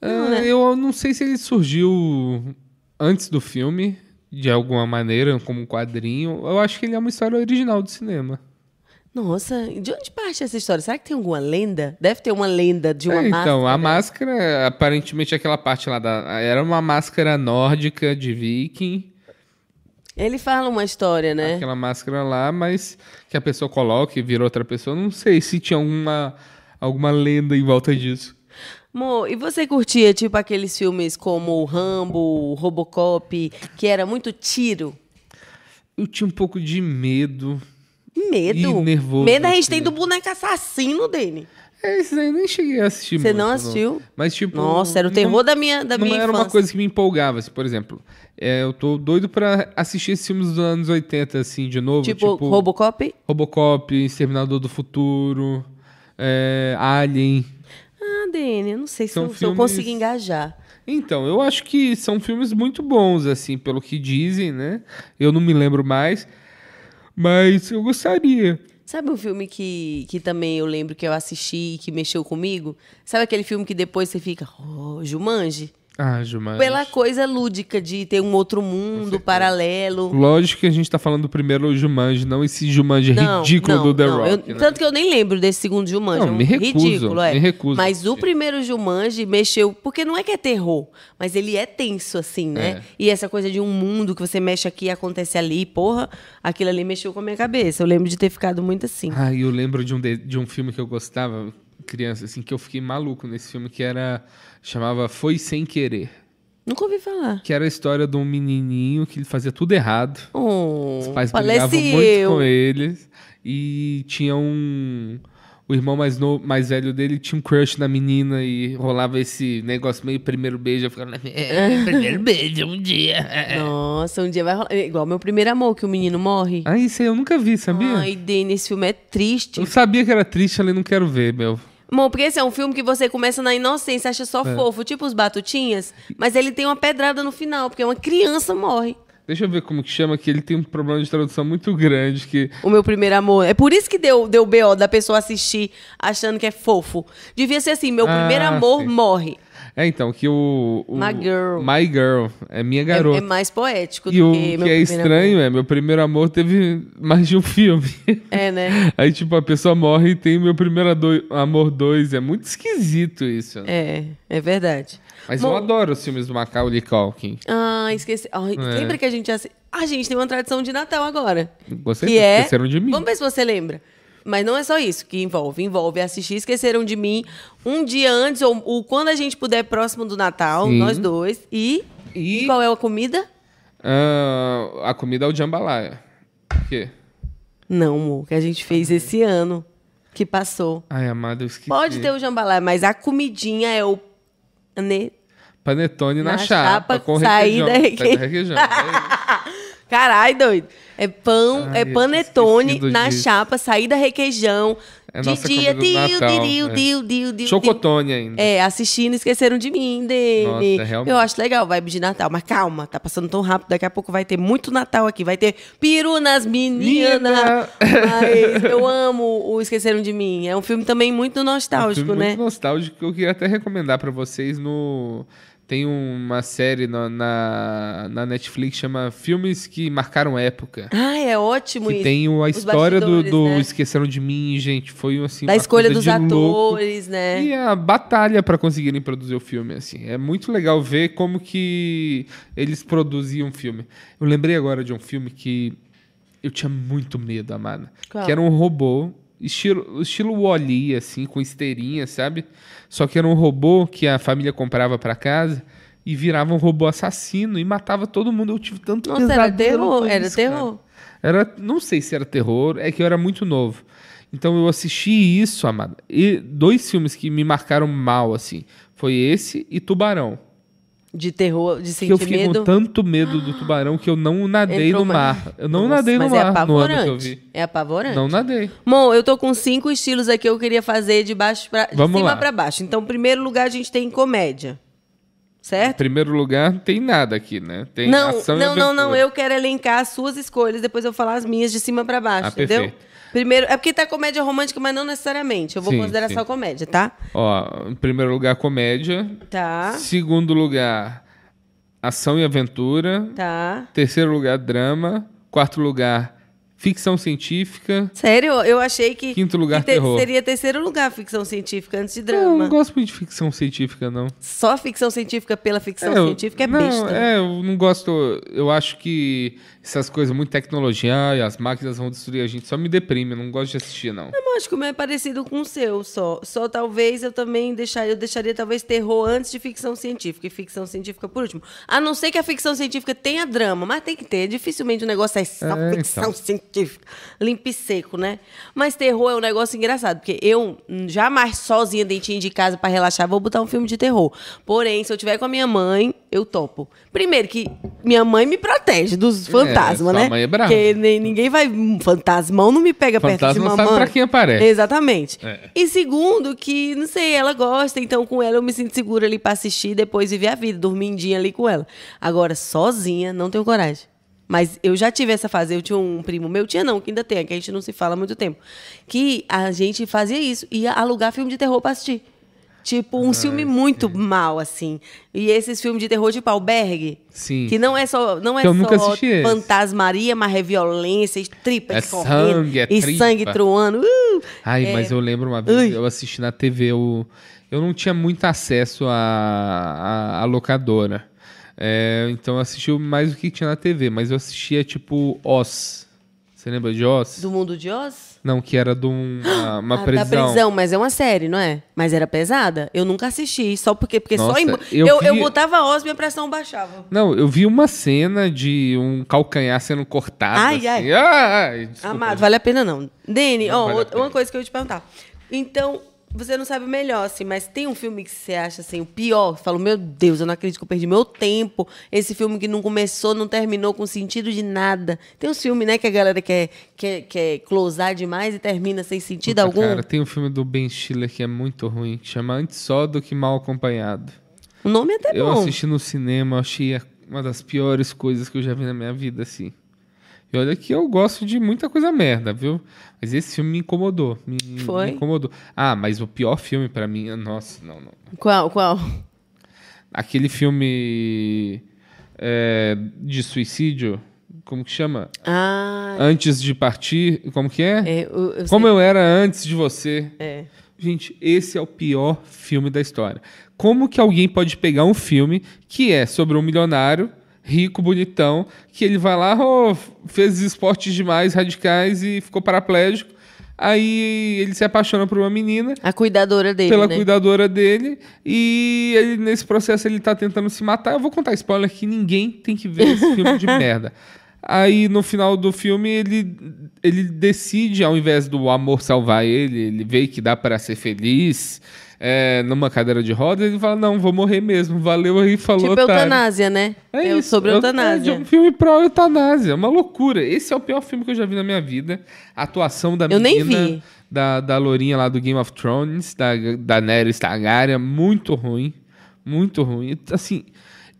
S2: Ah,
S1: né?
S2: Eu não sei se ele surgiu antes do filme, de alguma maneira, como um quadrinho. Eu acho que ele é uma história original do cinema.
S1: Nossa, de onde parte essa história? Será que tem alguma lenda? Deve ter uma lenda de uma
S2: É,
S1: máscara.
S2: então, a máscara, aparentemente aquela parte lá da. Era uma máscara nórdica de viking,
S1: Ele fala uma história, né?
S2: aquela máscara lá, mas que a pessoa coloca e vira outra pessoa. Não sei se tinha alguma, alguma lenda em volta disso.
S1: Amor, e você curtia, tipo, aqueles filmes como Rambo, Robocop, que era muito tiro?
S2: Eu tinha um pouco de medo.
S1: Medo.
S2: Ih, nervoso,
S1: Medo a gente tem
S2: filho.
S1: do boneco assassino dele.
S2: É, isso aí eu nem cheguei a assistir
S1: Você
S2: muito,
S1: não assistiu?
S2: Mas, tipo.
S1: Nossa, era o terror
S2: não-
S1: da minha, da
S2: não
S1: minha
S2: era
S1: infância.
S2: uma coisa que me empolgava, assim, por exemplo. É, eu tô doido pra assistir esses filmes dos anos 80, assim, de novo.
S1: tipo, Robocop?
S2: Robocop, Exterminador do Futuro, é, Alien.
S1: Ah, Dene, eu não sei se,
S2: São
S1: eu, se eu
S2: filmes-
S1: consigo engajar.
S2: Então, eu acho que são filmes muito bons, assim, pelo que dizem, né? Eu não me lembro mais, mas eu gostaria.
S1: Sabe um filme que, que também eu lembro que eu assisti e que mexeu comigo? Sabe aquele filme que depois você fica, oh, Jumanji?
S2: Ah, Gilmar.
S1: Pela coisa lúdica de ter um outro mundo paralelo.
S2: Lógico que a gente tá falando do primeiro Jumanji, não esse Jumanji ridículo do The
S1: não.
S2: Rock.
S1: Eu-
S2: né?
S1: Tanto que eu nem lembro desse segundo Jumanji.
S2: Não,
S1: é um
S2: me recuso,
S1: ridículo, é.
S2: me recuso a
S1: Mas o
S2: assistir.
S1: primeiro Jumanji mexeu. Porque não é que é terror, mas ele é tenso, assim, né?
S2: É.
S1: E essa coisa de um mundo que você mexe aqui e acontece ali, porra, aquilo ali mexeu com a minha cabeça. Eu lembro de ter ficado muito assim.
S2: Ah, eu lembro de um, de, de um filme que eu gostava, criança, assim, que eu fiquei maluco nesse filme, que era. chamava Foi Sem Querer.
S1: Nunca ouvi falar.
S2: Que era a história de um menininho que ele fazia tudo errado. Os
S1: Oh,
S2: pais brigavam muito com
S1: faleceu.
S2: eles. E tinha um. O irmão mais, no, mais velho dele tinha um crush na menina e rolava esse negócio meio primeiro beijo. Eu ficava. É, primeiro beijo, um dia. é."
S1: Nossa, um dia vai rolar. É Igual meu primeiro amor, que o menino morre.
S2: Ah, isso aí eu nunca vi, sabia?
S1: Ai, Dani, esse filme é triste.
S2: Eu sabia que era triste, ali não quero ver, meu.
S1: Bom, porque esse é um filme que você começa na inocência, acha só
S2: É.
S1: fofo, tipo os Batutinhas, mas ele tem uma pedrada no final, porque uma criança morre.
S2: Deixa eu ver como que chama, que ele tem um problema de tradução muito grande, que
S1: O meu primeiro amor. É por isso que deu, deu BO da pessoa assistir achando que é fofo. Devia ser assim: meu
S2: Ah,
S1: primeiro amor
S2: sim.
S1: morre.
S2: É, então, que o. o-
S1: My girl.
S2: My girl. É minha
S1: É, é
S2: garota.
S1: mais poético
S2: e
S1: do
S2: o
S1: que meu
S2: que é
S1: primeiro
S2: estranho é: meu primeiro amor teve mais de um filme. (laughs)
S1: amor. É, né?
S2: Aí, tipo, a pessoa morre e tem meu primeiro ado- amor 2. É muito esquisito isso. né?
S1: É, é verdade.
S2: Mas
S1: Bom-
S2: eu adoro os filmes do Macaulay Culkin.
S1: Ah, esqueci. Ah,
S2: É.
S1: Lembra que a gente já. se- Ah, gente, tem uma tradição de Natal agora.
S2: Vocês
S1: que é...
S2: tá esqueceram de mim.
S1: Vamos ver se você lembra. Mas não é só isso que envolve. Envolve assistir Esqueceram de Mim um dia antes ou, ou quando a gente puder próximo do Natal,
S2: Sim.
S1: nós dois. E,
S2: E-
S1: e qual é a comida?
S2: Ah, a comida é o jambalaya. O quê?
S1: Não, amor, que a gente fez esse ano que passou.
S2: Ai, amada, eu esqueci.
S1: Pode ter o jambalá, mas a comidinha é o pane-
S2: Panetone na,
S1: na
S2: chapa,
S1: chapa,
S2: com
S1: saída
S2: requeijão.
S1: reque-
S2: Saída
S1: (laughs)
S2: requeijão. É,
S1: Carai, doido. É pão,
S2: Ai,
S1: é
S2: eu tinha
S1: panetone
S2: esquecido
S1: na
S2: disso.
S1: chapa, saída requeijão.
S2: É
S1: de
S2: nossa comida
S1: dia,
S2: do
S1: diu,
S2: Natal,
S1: diu,
S2: é.
S1: diu, diu, diu,
S2: Chocotone ainda.
S1: É, assistindo Esqueceram de Mim, dele.
S2: Né? Nossa, é realmente.
S1: Eu acho legal, vibe de Natal. Mas calma, tá passando tão rápido. Daqui a pouco vai ter muito Natal aqui. Vai ter peru nas
S2: Menina.
S1: meninas. Mas eu amo o Esqueceram de Mim. É um filme também muito
S2: Um filme
S1: nostálgico, né?
S2: Muito nostálgico que eu queria até recomendar pra vocês no tem uma série na, na, na Netflix chama Filmes que marcaram época.
S1: Ah, é ótimo
S2: Que
S1: isso.
S2: tem o- a
S1: Os
S2: história do,
S1: bastidores,
S2: do
S1: né?
S2: Esqueceram de Mim, gente. Foi assim.
S1: da
S2: uma
S1: escolha
S2: coisa
S1: dos
S2: de louco.
S1: atores, né?
S2: E a batalha pra conseguirem produzir o filme, assim. É muito legal ver como que eles produziam o filme. Eu lembrei agora de um filme que eu tinha muito medo, amada.
S1: Qual?
S2: Que era um robô, estilo, estilo Wally, assim, com esteirinha, sabe? Só que era um robô que a família comprava pra casa e virava um robô assassino e matava todo mundo. Eu tive tanto
S1: Nossa, era
S2: um pesadelo
S1: terror,
S2: com
S1: era
S2: isso, cara.
S1: terror.
S2: Era, não sei se era terror, é que eu era muito novo. Então eu assisti isso, amada. E dois filmes que me marcaram mal, assim. Foi esse e Tubarão.
S1: De terror, de
S2: Que eu
S1: sentir
S2: fiquei com
S1: medo.
S2: tanto medo
S1: (gasps)
S2: do tubarão que eu não nadei
S1: Entrou
S2: no
S1: uma-
S2: mar. Eu não
S1: Nossa,
S2: nadei no
S1: mas é
S2: mar no
S1: apavorante.
S2: ano que eu vi.
S1: É apavorante.
S2: Não nadei.
S1: Bom, eu tô com cinco estilos aqui que eu queria fazer de baixo para de
S2: Vamos
S1: cima
S2: lá.
S1: pra baixo. Então, em primeiro lugar, a gente tem comédia.
S2: Em
S1: Certo?
S2: primeiro lugar, não tem nada aqui, né? Tem
S1: Não,
S2: ação e
S1: não, não, não,
S2: aventura.
S1: eu quero elencar as suas escolhas, depois eu falar as minhas de cima pra baixo,
S2: Ah,
S1: entendeu?
S2: perfeito.
S1: Primeiro, é porque tá comédia romântica, mas não necessariamente. Eu vou
S2: Sim,
S1: considerar
S2: sim.
S1: só comédia, tá?
S2: Ó, em primeiro lugar, comédia.
S1: Tá.
S2: Segundo lugar, ação e aventura.
S1: Tá.
S2: Terceiro lugar, drama. Quarto lugar, ficção científica.
S1: Sério? Eu achei que
S2: Quinto lugar,
S1: que te-
S2: terror.
S1: seria terceiro lugar ficção científica antes de
S2: Eu
S1: drama.
S2: não gosto muito de ficção científica, não.
S1: Só ficção científica pela ficção
S2: eu-
S1: científica é
S2: não,
S1: besta.
S2: É, eu não gosto. Eu acho que essas coisas, muito tecnologia, e as máquinas vão destruir a gente, só me deprime. eu Não gosto de assistir, não.
S1: Eu acho que o meu é parecido com o seu só. Só talvez eu também deixaria, eu deixaria talvez terror antes de ficção científica e ficção científica por último. A não ser que a ficção científica tenha drama, mas tem que ter. Dificilmente o negócio é só
S2: É,
S1: ficção
S2: então.
S1: científica. Limpo e seco, né? Mas terror é um negócio engraçado, porque eu hum, jamais sozinha dentinho de casa pra relaxar, vou botar um filme de terror. Porém, se eu tiver com a minha mãe, eu topo. Primeiro que minha mãe me protege dos fantasmas,
S2: sua
S1: né?
S2: mãe é brava.
S1: Porque nem- ninguém vai. hum, Fantasmão não me pega perto de
S2: Fantasma
S1: mamãe.
S2: sabe pra quem aparece.
S1: Exatamente.
S2: É.
S1: E segundo, que, não sei, ela gosta, então com ela eu me sinto segura ali pra assistir e depois viver a vida, dormindinha ali com ela. Agora, sozinha, não tenho coragem. Mas eu já tive essa fase, eu tinha um primo meu, tinha não, que ainda tem, é que a gente não se fala há muito tempo, que a gente fazia isso, ia alugar filme de terror pra assistir. Tipo, um filme muito mal, assim. E esses filmes de terror, tipo Albergue,
S2: Sim.
S1: que não é só, não é
S2: Que eu
S1: só
S2: nunca assisti esse.
S1: fantasmaria, mas é violência, e tripa
S2: É
S1: escorrendo,
S2: sangue, é
S1: e
S2: tripa.
S1: sangue truando. Uh!
S2: Ai, mas eu lembro uma vez,
S1: Ai.
S2: eu assisti na TV, eu, eu não tinha muito acesso à, à, à locadora. É, então eu assisti mais o que tinha na TV, mas eu assistia tipo Oz. Você lembra de Oz?
S1: Do mundo de Oz?
S2: Não, que era de um, uma, uma
S1: (gasps) Ah,
S2: prisão.
S1: Da prisão, mas é uma série, não é? Mas era pesada? Eu nunca assisti, só porque, porque só
S2: Nossa,
S1: em...
S2: eu
S1: eu,
S2: vi-
S1: eu botava Oz, minha pressão baixava.
S2: Não, eu vi uma cena de um calcanhar sendo cortado.
S1: Ai,
S2: assim.
S1: ai.
S2: Ai, desculpa.
S1: Amado, vale a pena não. Dene,
S2: Não
S1: ó,
S2: vale a
S1: outra-
S2: pena.
S1: uma coisa que eu ia te perguntar. Então, você não sabe melhor, assim, mas tem um filme que você acha, assim, o pior? Você fala, meu Deus, eu não acredito que eu perdi meu tempo. Esse filme que não começou, não terminou com sentido de nada. Tem uns filmes, né, que a galera quer, quer, quer closar demais e termina sem sentido
S2: Puta,
S1: algum.
S2: Cara, tem um filme do Ben Stiller que é muito ruim, que chama Antes Só do que Mal Acompanhado.
S1: O nome é até
S2: eu
S1: bom.
S2: assisti no cinema, eu achei a- uma das piores coisas que eu já vi na minha vida, assim. E olha que eu gosto de muita coisa merda, viu? Mas esse filme me incomodou. Me, me
S1: Foi?
S2: incomodou. Ah, mas o pior filme pra mim. Nossa, não, não.
S1: Qual, qual?
S2: Aquele filme é, de suicídio, como que chama?
S1: Ah,
S2: Antes de partir, como que é?
S1: é, eu, eu
S2: como
S1: sei.
S2: eu era antes de você.
S1: É.
S2: Gente, esse é o pior filme da história. Como que alguém pode pegar um filme que é sobre um milionário rico, bonitão, que ele vai lá, "Ô, fez esportes demais, radicais e ficou paraplégico. Aí ele se apaixona por uma menina,
S1: A cuidadora dele,
S2: pela
S1: né?
S2: cuidadora dele, e ele, nesse processo ele tá tentando se matar. Eu vou contar spoiler que ninguém tem que ver esse filme
S1: (laughs)
S2: de merda. Aí no final do filme ele, ele decide, ao invés do amor salvar ele, ele vê que dá pra ser feliz é, numa cadeira de rodas, ele fala: Não, vou morrer mesmo, valeu aí, falou. tá,
S1: Tipo
S2: otário."
S1: eutanásia, né?
S2: É, isso.
S1: sobre
S2: Eu-
S1: eutanásia.
S2: É um filme pró eutanásia, uma loucura. Esse é o pior filme que eu já vi na minha vida. A atuação da
S1: Eu nem
S2: menina
S1: vi.
S2: da da lourinha lá do Game of Thrones, da da Daenerys Targaryen, muito ruim, muito ruim. Assim,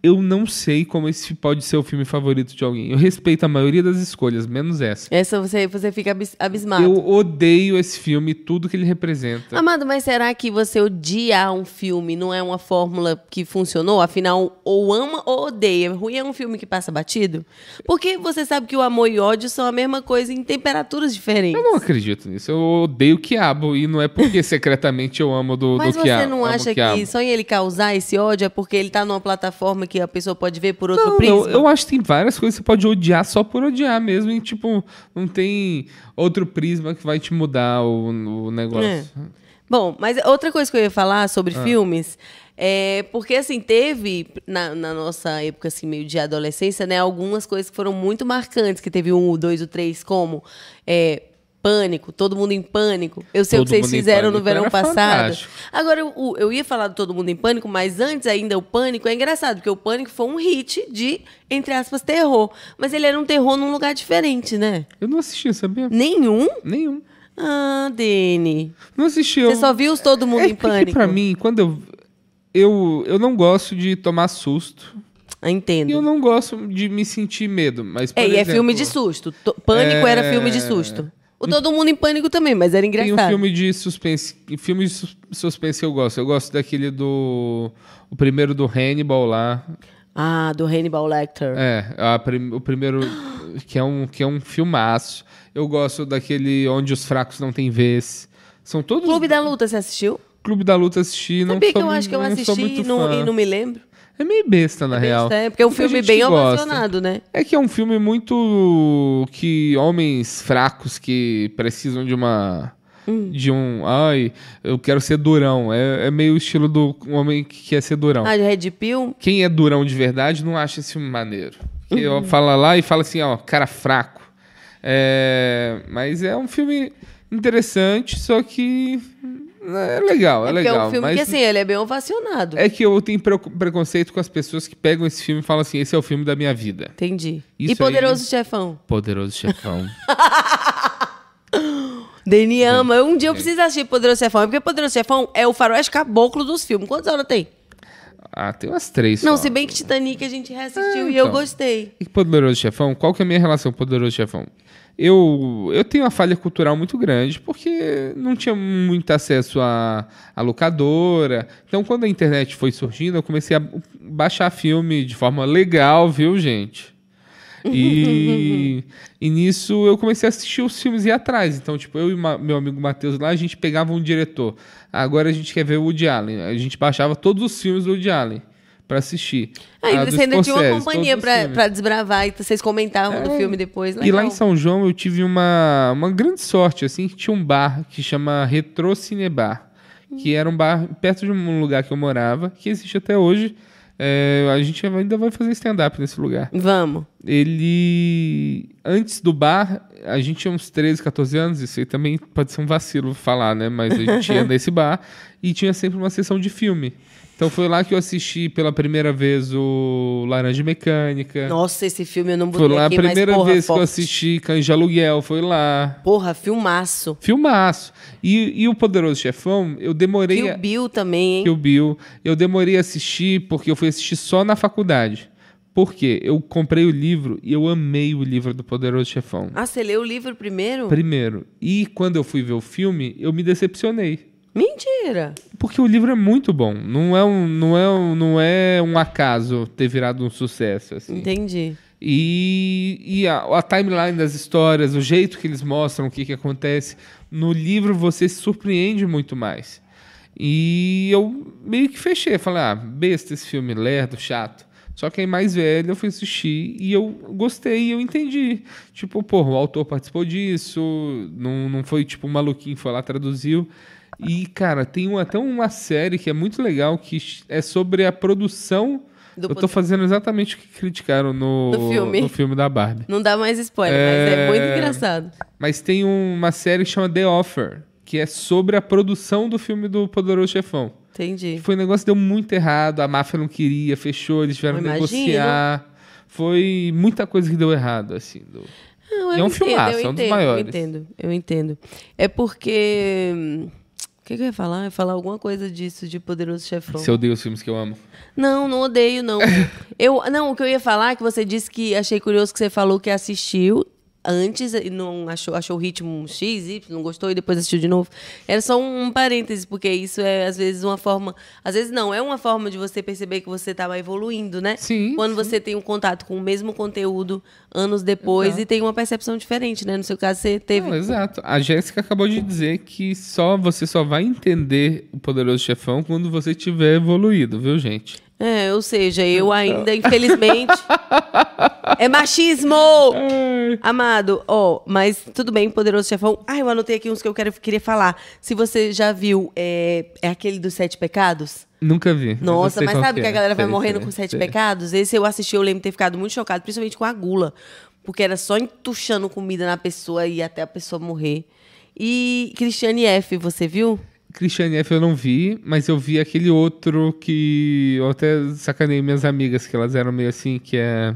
S2: eu não sei como esse pode ser o filme favorito de alguém. Eu respeito a maioria das escolhas, menos essa.
S1: Essa você, você fica abis- abismado.
S2: Eu odeio esse filme e tudo que ele representa.
S1: Amado, Ah, mas será que você odiar um filme não é uma fórmula que funcionou? Afinal, ou ama ou odeia. Ruim é um filme que passa batido? Porque você sabe que o amor e ódio são a mesma coisa em temperaturas diferentes.
S2: Eu não acredito nisso. Eu odeio o quiabo e não é
S1: (laughs)
S2: porque secretamente eu amo do,
S1: Mas
S2: do
S1: você
S2: quiabo.
S1: não
S2: amo
S1: acha
S2: quiabo.
S1: que só em ele causar esse ódio é porque ele tá numa plataforma que a pessoa pode ver por outro
S2: Não,
S1: prisma?
S2: Eu, eu acho que tem várias coisas que você pode odiar só por odiar mesmo. E, tipo, não tem outro prisma que vai te mudar o, o negócio.
S1: É. Bom, mas outra coisa que eu ia falar sobre
S2: Ah.
S1: filmes é porque assim teve na, na nossa época assim meio de adolescência, né, algumas coisas que foram muito marcantes, que teve um, o dois, o três, como é, Pânico, todo mundo em pânico. Eu sei o
S2: Todo
S1: que vocês
S2: Mundo em
S1: fizeram no
S2: Pânico
S1: verão
S2: era
S1: passado.
S2: fantástico.
S1: Agora, eu, o- eu ia falar do Todo Mundo em Pânico, mas antes ainda, o Pânico é engraçado, porque o Pânico foi um hit de, entre aspas, terror. Mas ele era um terror num lugar diferente, né?
S2: Eu não assisti, sabia?
S1: Nenhum?
S2: Nenhum.
S1: Ah, Dene.
S2: Não assisti. eu-
S1: Você só viu os Todo Mundo
S2: é
S1: em
S2: porque
S1: Pânico?
S2: Pra mim, quando eu, eu... Eu não gosto de tomar susto.
S1: Ah, Entendo.
S2: E eu não gosto de me sentir medo. Mas, por
S1: É, e é
S2: exemplo,
S1: filme de susto. To- Pânico
S2: é-
S1: era filme de susto. O Todo Mundo em Pânico também, mas era
S2: Tem
S1: engraçado.
S2: um filme de suspense. Filme de sus- suspense que eu gosto. Eu gosto daquele do. O primeiro do Hannibal lá.
S1: Ah, do Hannibal Lecter.
S2: É, a prim- o primeiro que é um que é um filmaço. Eu gosto daquele onde os fracos não têm vez. São todos
S1: Clube da Luta, você assistiu?
S2: Clube da Luta assisti, não
S1: Sabia que
S2: sou
S1: eu
S2: mu-
S1: acho que eu
S2: não sou
S1: assisti
S2: muito
S1: e não,
S2: fã.
S1: e não me lembro?
S2: É meio besta na real.
S1: É, porque é um
S2: Muita
S1: filme
S2: gente
S1: bem
S2: gosta.
S1: ovacionado, né?
S2: É que é um filme muito que homens fracos que precisam de uma
S1: Hum.
S2: de um, ai, eu quero ser durão. É, é meio o estilo do homem que quer ser durão.
S1: Ah, de Red Pill.
S2: Quem é durão de verdade não acha esse filme maneiro. Porque
S1: Uhum.
S2: eu fala lá e fala assim, ó, cara fraco. É, mas é um filme interessante, só que é legal, é,
S1: É, porque
S2: legal.
S1: é um filme
S2: mas
S1: que, assim, ele é bem ovacionado.
S2: é que eu tenho pre- preconceito com as pessoas que pegam esse filme e falam assim, esse é o filme da minha vida.
S1: Entendi.
S2: Isso
S1: e Poderoso Chefão?
S2: Poderoso Chefão.
S1: Deni ama. Eu- Um dia eu preciso assistir Poderoso Chefão, porque Poderoso Chefão é o faroeste caboclo dos filmes. Quantas horas tem?
S2: (laughs) ah, tem umas três
S1: Não,
S2: só.
S1: se bem que Titanic a gente reassistiu
S2: É,
S1: e eu
S2: então.
S1: gostei.
S2: E Poderoso Chefão, qual que é a minha relação com Poderoso Chefão? Eu, eu tenho uma falha cultural muito grande, porque não tinha muito acesso à, à locadora. Então, quando a internet foi surgindo, eu comecei a baixar filme de forma legal, viu, gente?
S1: (laughs)
S2: E, e nisso eu comecei a assistir os filmes e ir atrás. Então, tipo, eu e ma- meu amigo Matheus lá, a gente pegava um diretor. Agora a gente quer ver o Woody Allen. A gente baixava todos os filmes do Woody Allen pra assistir.
S1: Aí
S2: Ah, do
S1: você ainda tinha uma
S2: Scorsese,
S1: companhia
S2: todos os
S1: pra,
S2: filmes. É.
S1: pra desbravar e vocês comentavam do filme depois.
S2: E lá
S1: Legal.
S2: em São João eu tive uma, uma grande sorte, assim, que tinha um bar que chama Retro Cinebar, que era um bar perto de um lugar que eu morava, que existe até hoje. É, a gente ainda vai fazer stand-up nesse lugar.
S1: Vamos.
S2: Ele. Antes do bar, a gente tinha uns 13, 14 anos, isso aí também pode ser um vacilo falar, né? Mas a gente ia nesse bar e tinha sempre uma sessão de filme. Então foi lá que eu assisti pela primeira vez o Laranja Mecânica.
S1: Nossa, esse filme eu não
S2: É. Foi
S1: botei
S2: lá a
S1: aqui, mas
S2: primeira
S1: porra,
S2: vez que eu
S1: forte.
S2: assisti Cães de Aluguel, foi lá.
S1: Porra, filmaço.
S2: Filmaço. E, e o Poderoso Chefão, eu demorei.
S1: Kill
S2: a-
S1: Bill também, hein?
S2: é. Kill Bill. Eu demorei a assistir porque eu fui assistir só na faculdade. Por quê? Eu comprei o livro e eu amei o livro do Poderoso Chefão.
S1: Ah, você leu o livro primeiro?
S2: Primeiro. E quando eu fui ver o filme, eu me decepcionei.
S1: Mentira.
S2: Porque o livro é muito bom. Não é um, não é um, não é um acaso ter virado um sucesso. Assim.
S1: Entendi.
S2: E, e a, a timeline das histórias, o jeito que eles mostram, o que, que acontece. No livro você se surpreende muito mais. E eu meio que fechei. Falei, ah, besta esse filme, lerdo, chato. Só que aí mais velho eu fui assistir e eu gostei e eu entendi. Tipo, porra, o autor participou disso, não, não foi tipo um maluquinho, foi lá, traduziu. E, cara, tem um- até uma série que é muito legal que é sobre a produção.
S1: Do
S2: eu tô fazendo exatamente o que criticaram no,
S1: Do filme.
S2: no filme da Barbie.
S1: Não dá mais spoiler, mas é
S2: É.
S1: muito engraçado.
S2: Mas tem uma série que chama The Offer, que é sobre a produção do filme do Poderoso Chefão. E
S1: Entendi.
S2: Foi um negócio que deu muito errado, a máfia não queria, fechou, eles tiveram
S1: Eu
S2: que
S1: imagino.
S2: negociar. Foi muita coisa que deu errado, assim. do-
S1: Não,
S2: É
S1: eu
S2: um
S1: entendo,
S2: filmaço, é
S1: eu
S2: um dos
S1: entendo,
S2: maiores.
S1: Eu entendo, eu entendo. É porque. hum, O que, que eu ia falar? Eu ia falar alguma coisa disso de Poderoso Chefão.
S2: Se eu odeio os filmes que eu amo.
S1: Não, não
S2: (laughs)
S1: odeio, não. eu, não, o que eu ia falar é que você disse que achei curioso que você falou que assistiu antes e não achou, achou o ritmo um X, Y, não gostou e depois assistiu de novo. Era só um, um parêntese, porque isso é, às vezes, uma forma. Às vezes não, é uma forma de você perceber que você estava evoluindo, né?
S2: Sim,
S1: (laughs) Quando você tem um contato com o mesmo conteúdo anos depois e tem uma percepção diferente, né? No seu caso, você teve.
S2: Não, exato. A Jéssica acabou de dizer que só você só vai entender o Poderoso Chefão quando você tiver evoluído, viu, gente?
S1: É, ou seja, eu ainda, infelizmente. é machismo!
S2: (laughs)
S1: Hum. Amado, ó, mas tudo bem, Poderoso Chefão. Ah, eu anotei aqui uns que eu quero, queria falar. Se você já viu, é, é aquele dos Sete Pecados?
S2: Nunca vi. eu
S1: Nossa,
S2: sei
S1: mas
S2: qual é.
S1: sabe que a galera vai
S2: Sei,
S1: morrendo
S2: sei,
S1: com Sete
S2: sei.
S1: Pecados? Esse eu assisti, eu lembro de ter ficado muito chocado, principalmente com a gula. Porque era só entuchando comida na pessoa e até a pessoa morrer. E Cristiane F., você viu?
S2: Christiane F eu não vi, mas eu vi aquele outro que eu até sacanei minhas amigas, que elas eram meio assim, que é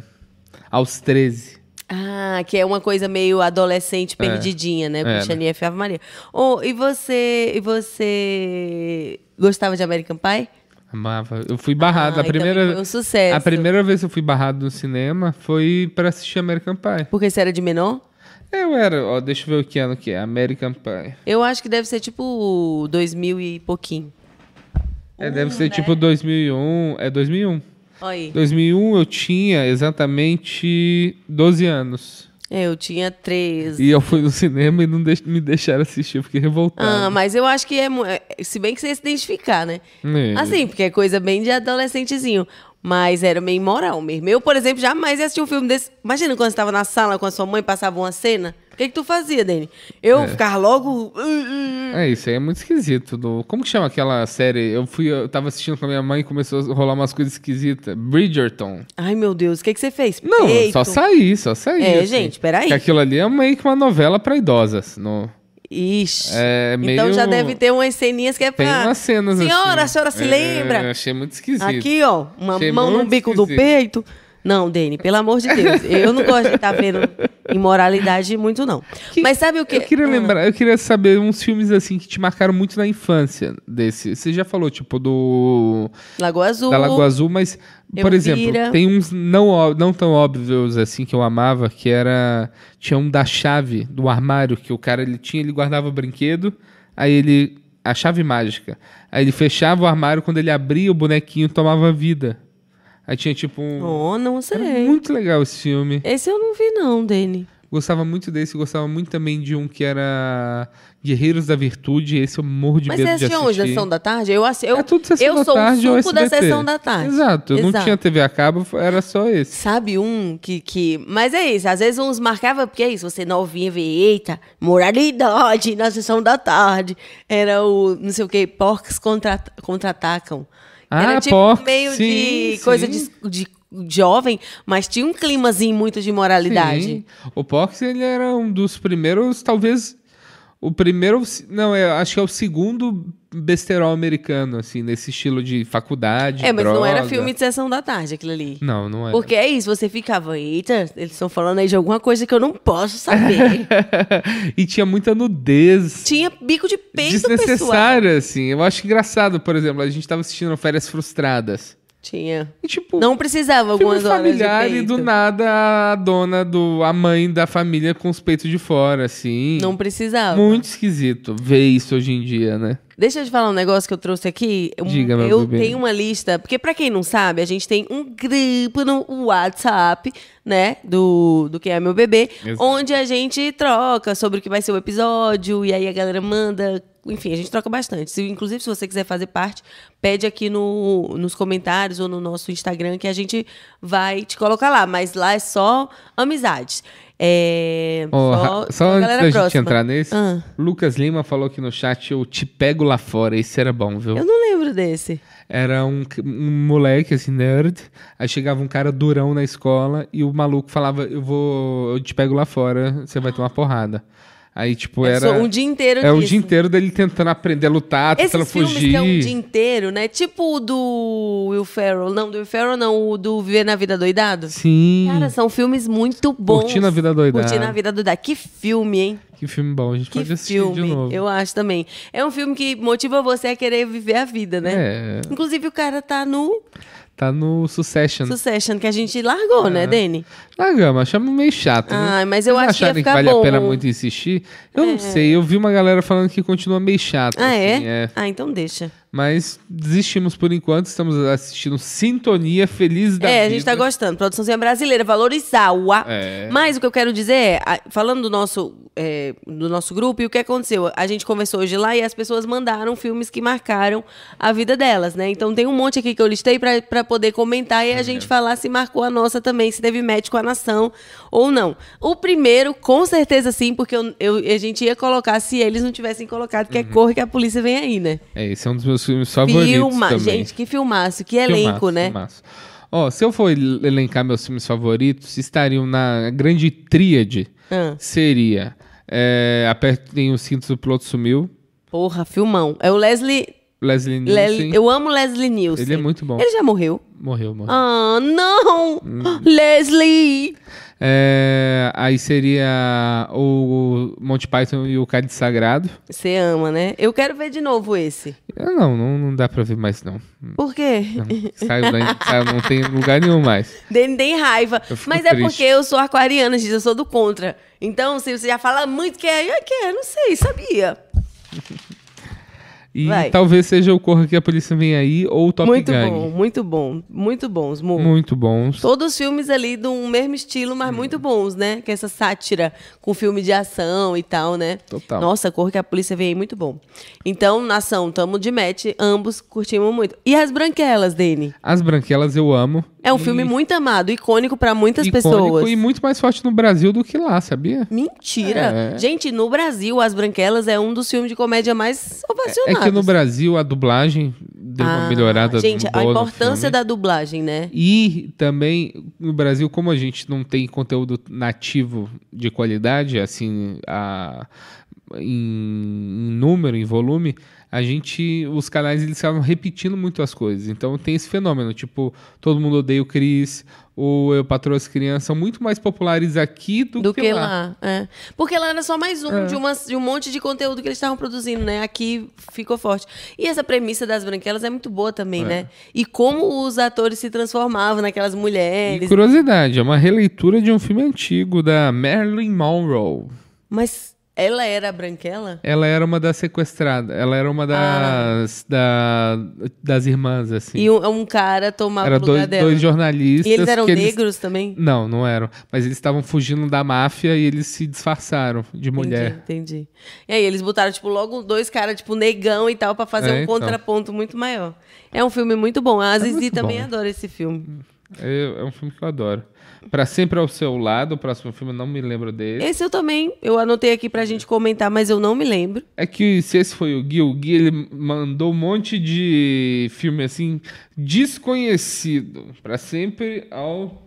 S2: aos 13.
S1: Ah, que é uma coisa meio adolescente perdidinha, né?
S2: É,
S1: Cristiane F. Ave Maria. Oh, e você. E você. Gostava de American Pie?
S2: Amava. Eu fui barrado.
S1: Ah,
S2: a
S1: e também
S2: primeira
S1: foi um sucesso.
S2: A primeira vez que eu fui barrado no cinema foi pra assistir American Pie.
S1: Porque você era de menor?
S2: Eu era, ó, deixa eu ver o que ano que é. American Pie.
S1: Eu acho que deve ser tipo 2000 e pouquinho. Hum,
S2: É, deve
S1: né?
S2: ser tipo 2001, é 2001.
S1: Olha aí.
S2: 2001 eu tinha exatamente 12 anos.
S1: É, eu tinha 13.
S2: E eu fui no cinema e não deix- me deixaram assistir, eu fiquei
S1: Ah,
S2: revoltado.
S1: mas eu acho que é. mu- é, Se bem que você ia se identificar, né?
S2: É.
S1: Assim, porque é coisa bem de adolescentezinho. Mas era meio moral mesmo. Eu, por exemplo, jamais ia assistir um filme desse. Imagina quando você tava na sala com a sua mãe, passava uma cena. O que, que tu fazia, Dani? Eu ficava logo.
S2: É, isso aí é muito esquisito. do- Como que chama aquela série? Eu fui, eu tava assistindo com a minha mãe e começou a rolar umas coisas esquisitas. Bridgerton.
S1: Ai, meu Deus, o que, que você fez?
S2: Não,
S1: Peito.
S2: só saí, só saí.
S1: É, gente, peraí.
S2: Que aquilo ali é meio que uma novela pra idosas. No...
S1: Ixi.
S2: É
S1: Então
S2: meio-
S1: já deve ter umas ceninhas que é pra.
S2: Tem umas cenas
S1: Senhora, a
S2: assim.
S1: senhora se
S2: É,
S1: lembra?
S2: achei muito esquisito.
S1: Aqui, ó, uma
S2: Achei
S1: mão no
S2: muito
S1: bico do
S2: esquisito.
S1: peito. Não, Dani, pelo amor de Deus. Eu não gosto de estar vendo imoralidade muito, não.
S2: Que-
S1: Mas sabe o que?
S2: Eu queria
S1: Ah,
S2: lembrar, eu queria saber uns filmes assim que te marcaram muito na infância desse. Você já falou, tipo, do.
S1: Hum, Lagoa Azul.
S2: da Lagoa Azul, mas, por
S1: Elvira.
S2: exemplo, tem uns não, ó- não tão óbvios assim que eu amava, que era. Tinha um da chave do armário que o cara ele tinha, ele guardava o brinquedo, aí ele. A chave mágica. Aí ele fechava o armário, quando ele abria o bonequinho, tomava vida. Aí tinha tipo um.
S1: Oh, não
S2: Era
S1: sei.
S2: muito legal esse filme.
S1: Esse eu não vi, não, Dani.
S2: Gostava muito desse, gostava muito também de um que era Guerreiros da Virtude. Esse eu morro de
S1: Mas você
S2: medo de
S1: assistiu onde? É Na
S2: assistir.
S1: sessão da tarde? Eu, assi- eu,
S2: é tudo sessão
S1: eu
S2: da
S1: sou
S2: tarde
S1: o
S2: ou
S1: suco da
S2: SBT.
S1: sessão da tarde.
S2: Exato, eu não
S1: Exato.
S2: tinha TV a cabo, fo- era só esse.
S1: Sabe um que, que. Mas é isso, às vezes uns marcavam, porque é isso, você novinha, vê, eita, moralidade na sessão da tarde. Era o, não sei o quê, porcos contra, contra-atacam.
S2: Ah,
S1: Era tipo
S2: porcos,
S1: meio de
S2: sim,
S1: coisa de,
S2: sim.
S1: de jovem, mas tinha um climazinho muito de moralidade.
S2: Sim. O Pox, ele era um dos primeiros, talvez o primeiro, não, é, acho que é o segundo besterol americano assim, nesse estilo de faculdade,
S1: É, mas não era
S2: droga.
S1: filme de sessão da tarde aquilo ali.
S2: Não, não era.
S1: Porque é isso, você ficava, eita, eles estão falando aí de alguma coisa que eu não
S2: (laughs)
S1: posso saber.
S2: (laughs) e tinha muita nudez.
S1: Tinha bico de peito, pessoal.
S2: desnecessária, assim. Eu acho engraçado, por exemplo, a gente tava assistindo Férias Frustradas.
S1: Tinha.
S2: E, tipo,
S1: Não precisava
S2: filme
S1: algumas horas de
S2: familiar e do
S1: peito.
S2: nada a dona do. a mãe da família com os peitos de fora, assim.
S1: Não precisava.
S2: Muito esquisito ver isso hoje em dia, né?
S1: Deixa eu te falar um negócio que eu trouxe aqui. Um-
S2: Diga, meu
S1: Eu
S2: bebê.
S1: tenho uma lista, porque pra quem não sabe, a gente tem um grupo no WhatsApp, né, do, do Quem é Meu Bebê,
S2: Exato.
S1: onde a gente troca sobre o que vai ser o episódio, e aí a galera manda... Enfim, a gente troca bastante. Se- inclusive, se você quiser fazer parte, pede aqui no, nos comentários ou no nosso Instagram que a gente vai te colocar lá. Mas lá é só amizades. É,
S2: Ó,
S1: só,
S2: ra-
S1: só
S2: só antes
S1: galera
S2: da gente
S1: próxima.
S2: entrar nesse,
S1: Ah.
S2: Lucas Lima falou aqui no chat: Eu te pego lá fora. Isso era bom, viu?
S1: Eu não lembro desse.
S2: Era um, c- um moleque, assim, nerd. Aí chegava um cara durão na escola e o maluco falava: Eu vou. Eu te pego lá fora, você vai ter uma porrada. Aí, tipo,
S1: É
S2: era.
S1: só um dia inteiro
S2: é o
S1: disso.
S2: dia inteiro dele tentando aprender a lutar, tentando
S1: Esses filmes
S2: fugir.
S1: que é um dia inteiro, né? Tipo o do Will Ferrell. Não, do Will Ferrell não. O do Viver na Vida Doidado.
S2: Sim.
S1: Cara, são filmes muito bons.
S2: Curtindo a Vida Doidado.
S1: Curtindo a Vida Doidada. Que filme, hein?
S2: Que filme bom, a gente
S1: Que
S2: pode assistir
S1: filme.
S2: de novo.
S1: Eu acho também. É um filme que motiva você a querer viver a vida, né?
S2: É,
S1: Inclusive, o cara tá no
S2: tá no Succession.
S1: Succession, que a gente largou, né, Deni?
S2: Na gama, achamos meio chato. né?
S1: Ai, mas Ah, eu
S2: Uhum. Vocês
S1: acho que ia
S2: acharem
S1: ficar
S2: vale
S1: bom. É.
S2: a pena muito insistir? Eu não sei, eu vi uma galera falando que continua meio chato.
S1: Ah, é?
S2: assim, é.
S1: Ah, então deixa.
S2: Mas desistimos por enquanto, estamos assistindo Sintonia Feliz da
S1: é,
S2: Vida.
S1: a gente tá gostando. Produçãozinha brasileira, valorizar o a.
S2: É.
S1: Mas o que eu quero dizer é, a- falando do nosso, é, do nosso grupo, e o que aconteceu? A gente conversou hoje lá e as pessoas mandaram filmes que marcaram a vida delas, né? Então tem um monte aqui que eu listei pra pra poder comentar e
S2: Uhum.
S1: a gente falar se marcou a nossa também, se teve match com a nação ou não. O primeiro, com certeza sim, porque eu, eu- a gente ia colocar se eles não tivessem colocado, que é corre que a polícia vem aí, né?
S2: É, esse é um dos meus filmes Uhum. favoritos também.
S1: Gente, que filmaço, que elenco,
S2: Filmaço,
S1: né?
S2: filmaço. Ó, se eu for elencar meus filmes favoritos, estariam na grande tríade.
S1: Ah.
S2: Seria é, Apertem os cintos, o piloto sumiu.
S1: Porra, filmão. É o Leslie.
S2: Leslie
S1: Le-
S2: Nielsen.
S1: Eu amo Leslie Nielsen.
S2: Ele é muito bom. Hum.
S1: Ele já morreu.
S2: Morreu, morreu.
S1: Ah, não! Leslie!
S2: É, aí seria o Monty Python e o Cálice Sagrado.
S1: Você ama, né? Eu quero ver de novo esse.
S2: Ah, Não, não, não dá pra ver mais,
S1: (laughs)
S2: não.
S1: Por quê?
S2: Hum.
S1: (laughs)
S2: Não, saiu daí, saiu, não tem lugar nenhum mais.
S1: Dei, dei raiva.
S2: Eu fico
S1: Mas é
S2: triste.
S1: porque eu sou aquariana, gente. Eu sou do contra. Então, se você já fala muito que é, é que é, não sei, sabia.
S2: E
S1: Vai.
S2: talvez seja o Corra que a Polícia Vem Aí ou o Top
S1: muito
S2: Gun.
S1: bom, muito bom. Muito bons, Mu.
S2: Muito bons.
S1: Todos os filmes ali do mesmo estilo,
S2: Hum.
S1: mas muito bons, né? Que essa sátira com filme de ação e tal, né?
S2: Total.
S1: Nossa, Corre que a Polícia Vem aí, muito bom. Então, nação, tamo de match, ambos curtimos muito. E As Branquelas, Dani?
S2: As Branquelas eu amo.
S1: É um filme muito amado, icônico pra muitas
S2: Hum. Icônico
S1: pessoas.
S2: E muito mais forte no Brasil do que lá, sabia?
S1: Mentira!
S2: É.
S1: Gente, no Brasil, As Branquelas é um dos filmes de comédia mais
S2: É
S1: ovacionados.
S2: que no Brasil a dublagem deu uma
S1: Ah,
S2: melhorada.
S1: Gente, a
S2: boa no
S1: importância
S2: filme.
S1: da dublagem, né?
S2: E também no Brasil, como a gente não tem conteúdo nativo de qualidade, assim, a- em, em número, em volume, a gente, os canais eles estavam repetindo muito as coisas. Então tem esse fenômeno, tipo, todo mundo odeia o Cris, o Eu Patroa as Crianças, são muito mais populares aqui do, É.
S1: do que, lá. é. Porque lá era só mais um de, uma- de um monte de conteúdo que eles estavam produzindo, né? Aqui ficou forte. E essa premissa das branquelas é muito boa também, né? E como os atores se transformavam naquelas
S2: E
S1: mulheres.
S2: curiosidade, é uma releitura de um filme antigo da Marilyn Monroe.
S1: Mas ela era branquela?
S2: Ela era uma das sequestradas, ela era uma das, da- das irmãs, assim.
S1: Ah. E um, um cara tomava
S2: Era
S1: o lugar
S2: dois,
S1: dela.
S2: dois jornalistas.
S1: e eles eram
S2: que
S1: negros também?
S2: Não, não eram. Mas eles estavam fugindo da máfia e eles se disfarçaram de mulher.
S1: Entendi, entendi. E aí eles botaram, tipo, logo dois caras, tipo, negão e tal, pra fazer
S2: É,
S1: um
S2: então.
S1: contraponto muito maior. É um filme muito bom. A Zizi
S2: muito
S1: também
S2: bom. né?
S1: adora esse filme.
S2: É, é um filme que eu adoro. Pra Sempre ao Seu Lado, o próximo filme, eu não me lembro dele.
S1: Esse eu também, eu anotei aqui pra gente comentar, mas eu não me lembro.
S2: É que se esse foi o Gui, o Gui ele mandou um monte de filme assim, desconhecido, pra sempre ao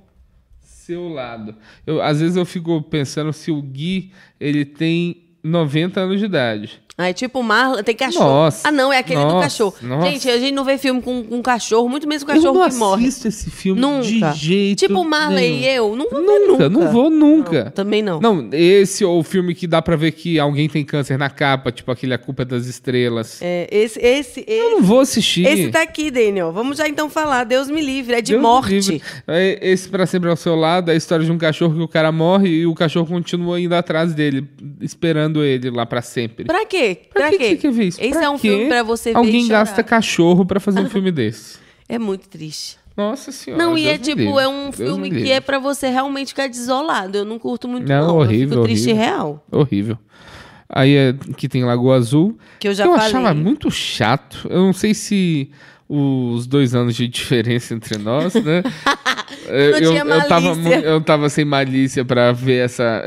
S2: seu lado. Eu, às vezes eu fico pensando se o Gui ele tem 90 anos de idade.
S1: Aí, tipo, Marlon, tem cachorro.
S2: Nossa.
S1: ah, não, é aquele do
S2: Nossa.
S1: cachorro.
S2: Nossa.
S1: Gente, a gente não vê filme com, com cachorro, muito menos com cachorro
S2: eu não
S1: que morre.
S2: assisto esse filme
S1: Nunca.
S2: de jeito
S1: tipo, Marley e
S2: nenhum.
S1: eu, não vou ver
S2: Nunca,
S1: nunca.
S2: não vou nunca.
S1: Também não.
S2: Não, esse ou o filme que dá pra ver que alguém tem câncer na capa, tipo aquele A Culpa é das Estrelas.
S1: É, esse, esse,
S2: Eu
S1: esse,
S2: não vou assistir.
S1: esse tá aqui, Daniel. Vamos já então falar. Deus me livre, é de
S2: Deus me
S1: morte.
S2: livre. É, Esse Pra Sempre ao Seu Lado é a história de um cachorro que o cara morre e o cachorro continua indo atrás dele, esperando ele lá pra sempre.
S1: Pra quê?
S2: Pra que que você quer ver isso?
S1: Esse
S2: Pra
S1: é um
S2: quê
S1: filme pra você ver e
S2: Alguém
S1: chorar.
S2: gasta cachorro pra fazer um filme desse.
S1: É muito triste.
S2: Nossa senhora.
S1: Não, e
S2: Deus
S1: é
S2: me
S1: tipo,
S2: livre.
S1: é um
S2: Deus
S1: filme
S2: me
S1: que
S2: livre.
S1: é pra você realmente ficar desolado. Eu não curto muito,
S2: Não,
S1: não.
S2: horrível,
S1: Eu fico triste
S2: horrível.
S1: real.
S2: Horrível. Aí é que tem Lagoa Azul.
S1: Que eu já
S2: eu
S1: falei.
S2: achava muito chato. Eu não sei se os dois anos de diferença entre nós,
S1: (laughs)
S2: né? eu,
S1: Não tinha
S2: eu, eu tava,
S1: malícia.
S2: mu- eu tava sem malícia pra ver
S1: (laughs)
S2: essa.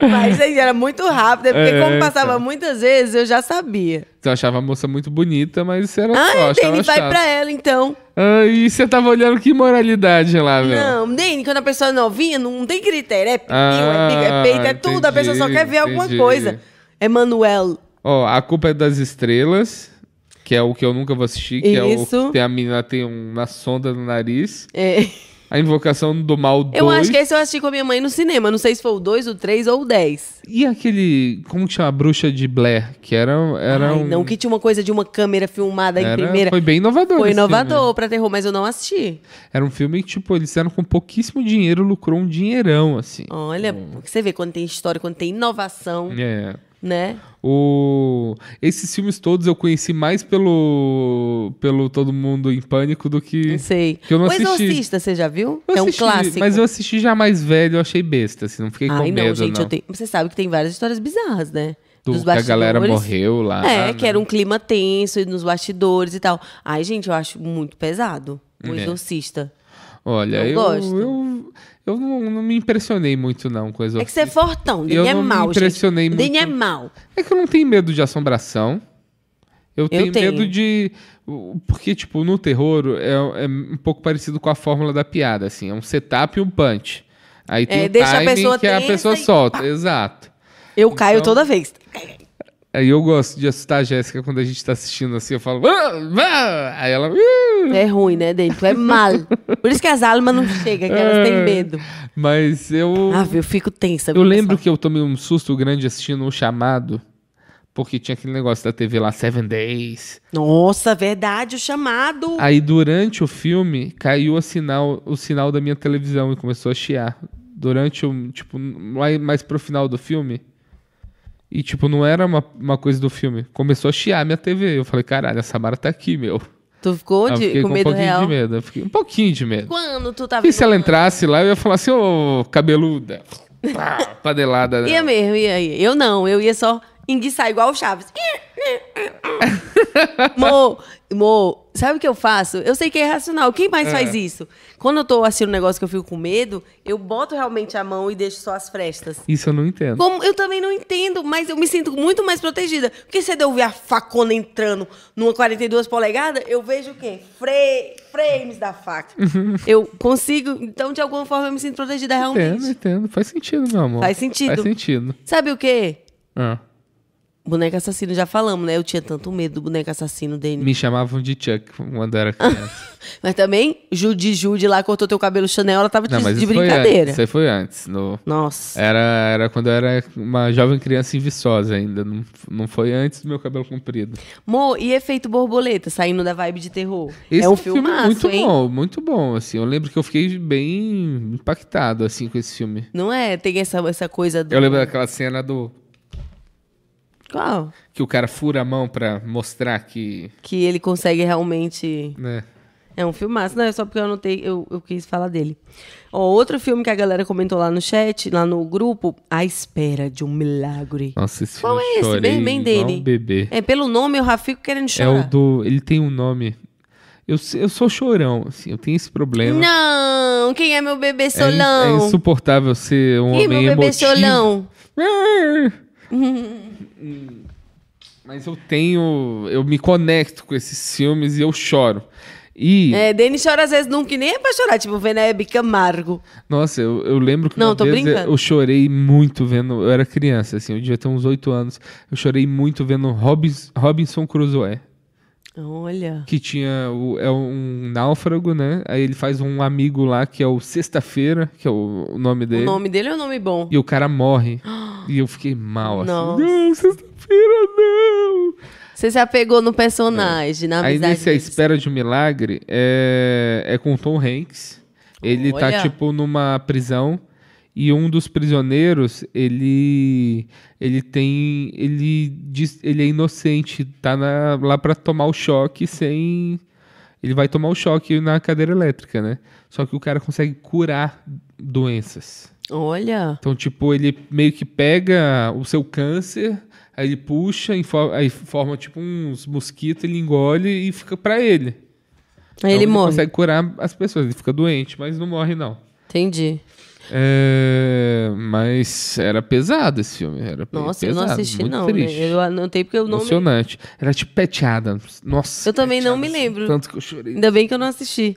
S1: Mas aí era muito rápido, é porque
S2: É,
S1: como passava muitas vezes, eu já sabia.
S2: Então, eu achava a moça muito bonita, mas era só,
S1: Ah,
S2: achava
S1: Dani, vai
S2: chato.
S1: pra ela então.
S2: Ah, e você tava olhando que moralidade lá, meu.
S1: Não, Dani, quando a pessoa é novinha, não tem critério. É pio,
S2: Ah,
S1: é pica, é peito, é tudo. a pessoa só
S2: entendi,
S1: quer ver alguma
S2: entendi.
S1: coisa. Emanuel.
S2: Ó, A Culpa é das Estrelas, que é o que eu nunca vou assistir, que é o
S1: Isso.
S2: que tem a menina tem um, uma sonda no nariz.
S1: é.
S2: A Invocação do Mal 2.
S1: Eu acho que esse eu assisti com a minha mãe no cinema. Não sei se foi o 2, o 3 ou o 10.
S2: E aquele, como que chama? A Bruxa de Blair, que era, era
S1: Ai,
S2: um...
S1: não, que tinha uma coisa de uma câmera filmada em
S2: era-
S1: primeira.
S2: Foi bem inovador.
S1: Foi
S2: esse
S1: inovador pra terror, mas eu não assisti.
S2: filme. Era um filme que, tipo, eles fizeram com pouquíssimo dinheiro, lucrou um dinheirão, assim.
S1: Olha, porque você vê quando tem história, quando tem inovação,
S2: É.
S1: né?
S2: O... Esses filmes todos eu conheci mais pelo pelo Todo Mundo em Pânico do que...
S1: Não sei.
S2: que eu não
S1: o
S2: assisti.
S1: Exorcista, você já viu?
S2: Eu
S1: é um
S2: assisti,
S1: clássico.
S2: Mas eu assisti já mais velho, eu achei besta, assim, não fiquei com
S1: Ai,
S2: medo,
S1: não, gente,
S2: não.
S1: eu tenho. Você sabe que tem várias histórias bizarras, né?
S2: Do
S1: Dos
S2: que a galera
S1: bastidores.
S2: morreu lá.
S1: É, que
S2: né?
S1: era um clima tenso e nos bastidores e tal. Ai, gente, eu acho muito pesado o
S2: É.
S1: exorcista.
S2: Olha,
S1: Eu
S2: eu,
S1: gosto.
S2: eu, eu não, não me impressionei muito, não, com
S1: É
S2: Exorcista.
S1: que você é fortão,
S2: Eu
S1: Dani é
S2: não me
S1: mal, gente.
S2: impressionei muito.
S1: Dani é mal.
S2: É que eu não tenho medo de assombração. Eu tenho,
S1: tenho.
S2: medo de. Porque, tipo, no terror é, é um pouco parecido com a fórmula da piada, assim. É um setup e um punch. Aí tem o
S1: É, deixa a
S2: timing
S1: pessoa
S2: que a
S1: tensa
S2: pessoa
S1: e
S2: solta. Exato.
S1: Eu caio
S2: Então-
S1: toda vez.
S2: Aí eu gosto de assustar a Jéssica quando a gente tá assistindo assim. Eu falo. "Ah, ah", Aí ela. "Ih".
S1: É ruim, né, Dani? Tu é mal. Por isso que as almas não chegam, que elas têm
S2: É.
S1: medo.
S2: Mas eu.
S1: Ah, eu fico tensa.
S2: Eu lembro que eu tomei um susto grande assistindo o chamado. Porque tinha aquele negócio da TV lá, Seven Days.
S1: Nossa, verdade, o chamado.
S2: Aí durante o filme caiu a sinal, o sinal da minha televisão e começou a chiar. Durante o. Tipo, mais, mais pro final do filme. E, tipo, não era uma, uma coisa do filme. Começou a chiar minha TV. Eu falei, caralho, a Samara tá aqui, meu.
S1: Tu ficou
S2: Aí eu
S1: de-
S2: fiquei com
S1: com
S2: um
S1: medo
S2: pouquinho
S1: real?
S2: de medo. Eu fiquei um pouquinho de medo.
S1: Quando tu tava.
S2: E se ela entrasse lá, eu ia falar assim, ô,
S1: (laughs)
S2: cabeluda. Pá, né? padelada.
S1: Ia mesmo, ia, ia. Eu não, eu ia só enguiçar igual o Chaves. Mo, mo, sabe o que eu faço? Eu sei que é irracional. Quem mais faz isso? Quando eu tô assistindo um negócio que eu fico com medo, eu boto realmente a mão e deixo só as frestas.
S2: Isso eu não entendo.
S1: Como eu também não entendo, mas eu me sinto muito mais protegida. Porque se eu ver a facona entrando numa 42 polegadas, eu vejo o quê? Fre frames da faca. eu consigo, então de alguma forma eu me sinto protegida realmente.
S2: Entendo, entendo. Faz sentido, meu amor.
S1: Faz sentido.
S2: Faz sentido.
S1: Sabe o quê?
S2: Ah,
S1: Boneco assassino, já falamos, né? Eu tinha tanto medo do boneco assassino dele.
S2: me chamavam de Chuck quando
S1: (laughs)
S2: era criança.
S1: Mas também, Judy Judy lá cortou teu cabelo Chanel, ela tava
S2: Não,
S1: de,
S2: mas
S1: de
S2: isso foi antes. É.
S1: brincadeira.
S2: Isso aí foi antes. no-
S1: Nossa.
S2: Era, era quando eu era uma jovem criança em Viçosa ainda. Não, não foi antes do meu cabelo comprido.
S1: Mo, e efeito borboleta, saindo da vibe de terror?
S2: Esse
S1: é um filme
S2: muito
S1: hein?
S2: bom, muito bom. Assim, eu lembro que eu fiquei bem impactado assim com esse filme.
S1: Não é? Tem essa, essa coisa do.
S2: Eu lembro daquela cena do
S1: Qual?
S2: que o cara fura a mão pra mostrar que,
S1: Que ele consegue realmente.
S2: né?
S1: É um filmaço, não é só porque eu anotei, eu, eu quis falar dele. Ó, outro filme que a galera comentou lá no chat, lá no grupo, A Espera de um Milagre.
S2: Nossa, esse
S1: Qual
S2: filme
S1: é
S2: eu
S1: esse?
S2: chorei
S1: Bem, bem
S2: igual um
S1: dele.
S2: bebê.
S1: É, pelo nome eu já fico querendo
S2: É o
S1: chorar.
S2: do. Ele tem um nome. Eu, se- eu sou chorão, assim, eu tenho esse problema.
S1: Não, quem é meu bebê
S2: É, in-
S1: solão?
S2: é insuportável ser um
S1: Ih,
S2: homem
S1: meu bebê
S2: emotivo.
S1: solão.
S2: Ah! (laughs) Mas eu tenho. Eu me conecto com esses filmes e eu choro. E,
S1: É, Denis chora às vezes nunca, e nem é pra chorar, tipo, Veneb Camargo.
S2: nossa, eu, eu lembro que
S1: Não,
S2: uma
S1: tô
S2: vez
S1: brincando.
S2: eu chorei muito vendo. Eu era criança, assim, eu devia ter uns 8 anos. Eu chorei muito vendo Robins- Robinson Crusoe.
S1: Olha.
S2: que tinha o- é um náufrago, né? Aí ele faz um amigo lá que é o Sexta-feira, que é o, o nome
S1: O
S2: dele.
S1: nome dele é um nome bom.
S2: E o cara
S1: (gasps)
S2: morre. e eu fiquei mal assim.
S1: Nossa.
S2: Não, sexta-feira não.
S1: Você se apegou no personagem, na
S2: É. Aí
S1: amizade.
S2: nesse A
S1: deles.
S2: Espera de um Milagre é, é com o Tom Hanks. Ele
S1: Olha.
S2: tá tipo numa prisão e um dos prisioneiros, ele ele tem ele diz, ele é inocente, tá na- lá pra tomar o choque sem ele vai tomar o choque na cadeira elétrica, né? Só que o cara consegue curar doenças.
S1: Olha.
S2: Então, tipo, ele meio que pega o seu câncer, aí ele puxa, info- aí forma tipo uns mosquitos, ele engole e fica pra ele.
S1: Aí
S2: Então,
S1: ele morre.
S2: consegue curar as pessoas, ele fica doente, mas não morre, não.
S1: Entendi.
S2: É, Mas era pesado esse filme. Era pe-
S1: Nossa,
S2: pesado,
S1: eu não assisti,
S2: muito
S1: não. né?
S2: Triste.
S1: Eu anotei porque o nome.
S2: Emocionante. Era tipo Pat Adams. Nossa.
S1: Eu também
S2: Pat
S1: não me
S2: Adams,
S1: lembro.
S2: Tanto que eu chorei.
S1: Ainda bem que eu não assisti.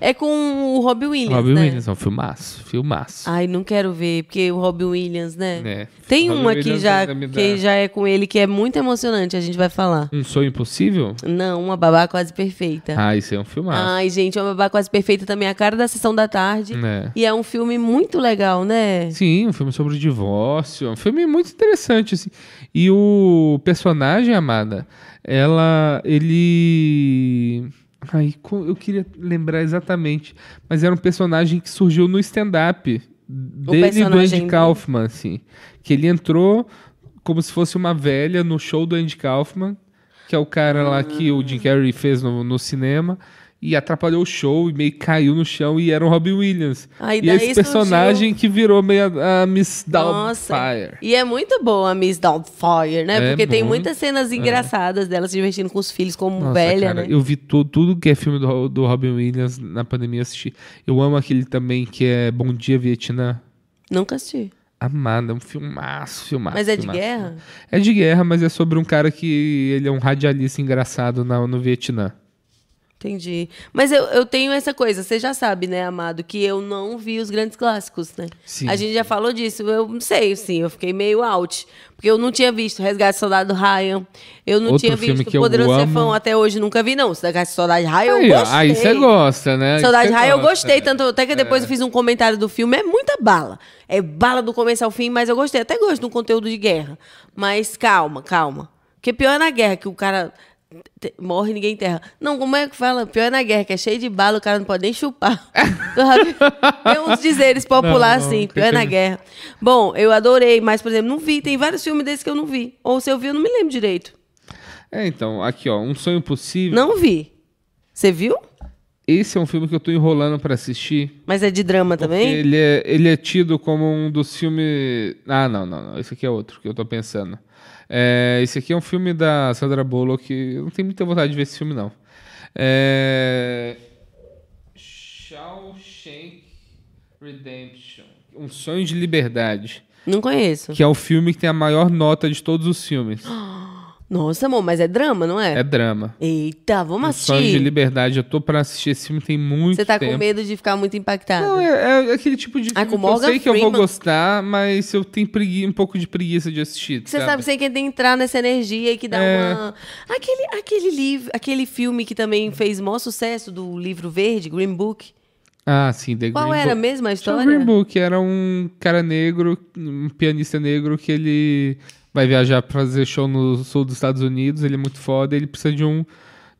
S1: É com o Robbie Williams.
S2: Robin
S1: né?
S2: Williams, é um filmaço. Filmaço.
S1: Ai, não quero ver, porque o Robbie Williams, né?
S2: É.
S1: Tem
S2: Robin
S1: uma que
S2: Williams
S1: já,
S2: ainda me dá-
S1: que já é com ele que é muito emocionante, a gente vai falar.
S2: Um sonho impossível?
S1: Não, uma babá quase perfeita.
S2: Ah, isso é um filmaço.
S1: Ai, gente, uma babá quase perfeita também é a cara da sessão da tarde.
S2: né?
S1: E é um filme muito legal, né?
S2: Sim, um filme sobre o divórcio. É Um filme muito interessante, assim. E o personagem, Amada, ela. Ele. Ai, co- eu queria lembrar exatamente. Mas era um personagem que surgiu no stand-up dele e do
S1: personagem
S2: Andy
S1: dele?
S2: Kaufman, assim. Que ele entrou como se fosse uma velha no show do Andy Kaufman, que é o cara lá que o Jim Carrey fez no, no cinema. E atrapalhou o show e meio caiu no chão e era o Robin Williams.
S1: Aí
S2: E
S1: daí
S2: esse personagem que virou meio a, a Miss
S1: Nossa.
S2: Doubtfire.
S1: E é muito boa a Miss Doubtfire, né?
S2: É
S1: Porque tem
S2: muito. é.
S1: muitas cenas engraçadas dela se divertindo com os filhos como
S2: Nossa,
S1: velha,
S2: cara,
S1: né?
S2: eu vi tu- tudo que é filme do, do Robin Williams na pandemia assistir. Eu amo aquele também que é Bom Dia Vietnã.
S1: Nunca assisti.
S2: Amada, é um filmaço, filmaço.
S1: Mas é de
S2: filmaço.
S1: guerra?
S2: É de guerra, mas é sobre um cara que ele é um radialista engraçado na- no Vietnã.
S1: Entendi. Mas eu, eu tenho essa coisa, você já sabe, né, Amado, que eu não vi os grandes clássicos, né?
S2: Sim.
S1: A gente já falou disso, eu não sei, sim, eu fiquei meio out. Porque eu não tinha visto Resgate do Soldado Ryan, eu não
S2: Outro
S1: tinha
S2: filme
S1: visto
S2: que eu
S1: Poderoso
S2: amo.
S1: Cefão, até hoje nunca vi, não. Resgate do Soldado Ryan,
S2: aí,
S1: eu
S2: ó, Ah,
S1: gostei.
S2: aí você gosta, né? Aí
S1: Saudade
S2: você
S1: Raia, eu
S2: gosta,
S1: gostei,
S2: né?
S1: tanto até que depois eu fiz um comentário do filme. É muita bala. É bala do começo ao fim, mas eu gostei. Até gosto do conteúdo de guerra. Mas calma, calma. Porque pior é na guerra, que o cara te- morre e ninguém enterra. Não, como é que fala? Pior é na guerra, que é cheio de bala, o cara não pode
S2: (laughs)
S1: nem chupar. Sabe? Tem uns dizeres populares
S2: Não,
S1: assim,
S2: não,
S1: pior é na
S2: entendi.
S1: guerra. Bom, eu adorei, mas, por exemplo, não vi. Tem vários filmes desses que eu não vi. Ou se eu vi, eu não me lembro direito.
S2: É, então, aqui, ó, Um Sonho Possível.
S1: Não vi. Você viu?
S2: Esse é um filme que eu tô enrolando pra assistir.
S1: Mas é de drama também?
S2: Ele é, ele é tido como um dos filmes. Ah, não, não, não. Esse aqui é outro que eu tô pensando. É, esse aqui é um filme da Sandra Bullock. Eu não tenho muita vontade de ver esse filme, não. É... Shawshank Redemption Um Sonho de Liberdade.
S1: Não conheço.
S2: Que é o filme que tem a maior nota de todos os
S1: (gasps)
S2: filmes.
S1: Nossa, amor, mas é drama, não é?
S2: É drama.
S1: Eita, vamos
S2: Um Sonho de
S1: assistir.
S2: Liberdade. Eu tô pra assistir esse filme tem muito
S1: assim? Você tá
S2: tempo.
S1: com medo de ficar muito impactado.
S2: Não, é, é aquele tipo de
S1: Ah,
S2: filme
S1: com
S2: que eu
S1: Morgan
S2: sei que eu vou
S1: Freeman.
S2: gostar, mas eu tenho pregui- um pouco de preguiça de assistir.
S1: Você sabe, você quer entrar nessa energia e que dá
S2: É.
S1: uma. Aquele, aquele livro, aquele filme que também fez maior sucesso do livro verde, Green Book.
S2: Ah, sim, The
S1: Qual
S2: Green
S1: era
S2: Book.
S1: mesmo a
S2: Tinha o
S1: história?
S2: Green Book era um cara negro, um pianista negro que ele vai viajar pra fazer show no sul dos Estados Unidos, ele é muito foda, ele precisa de um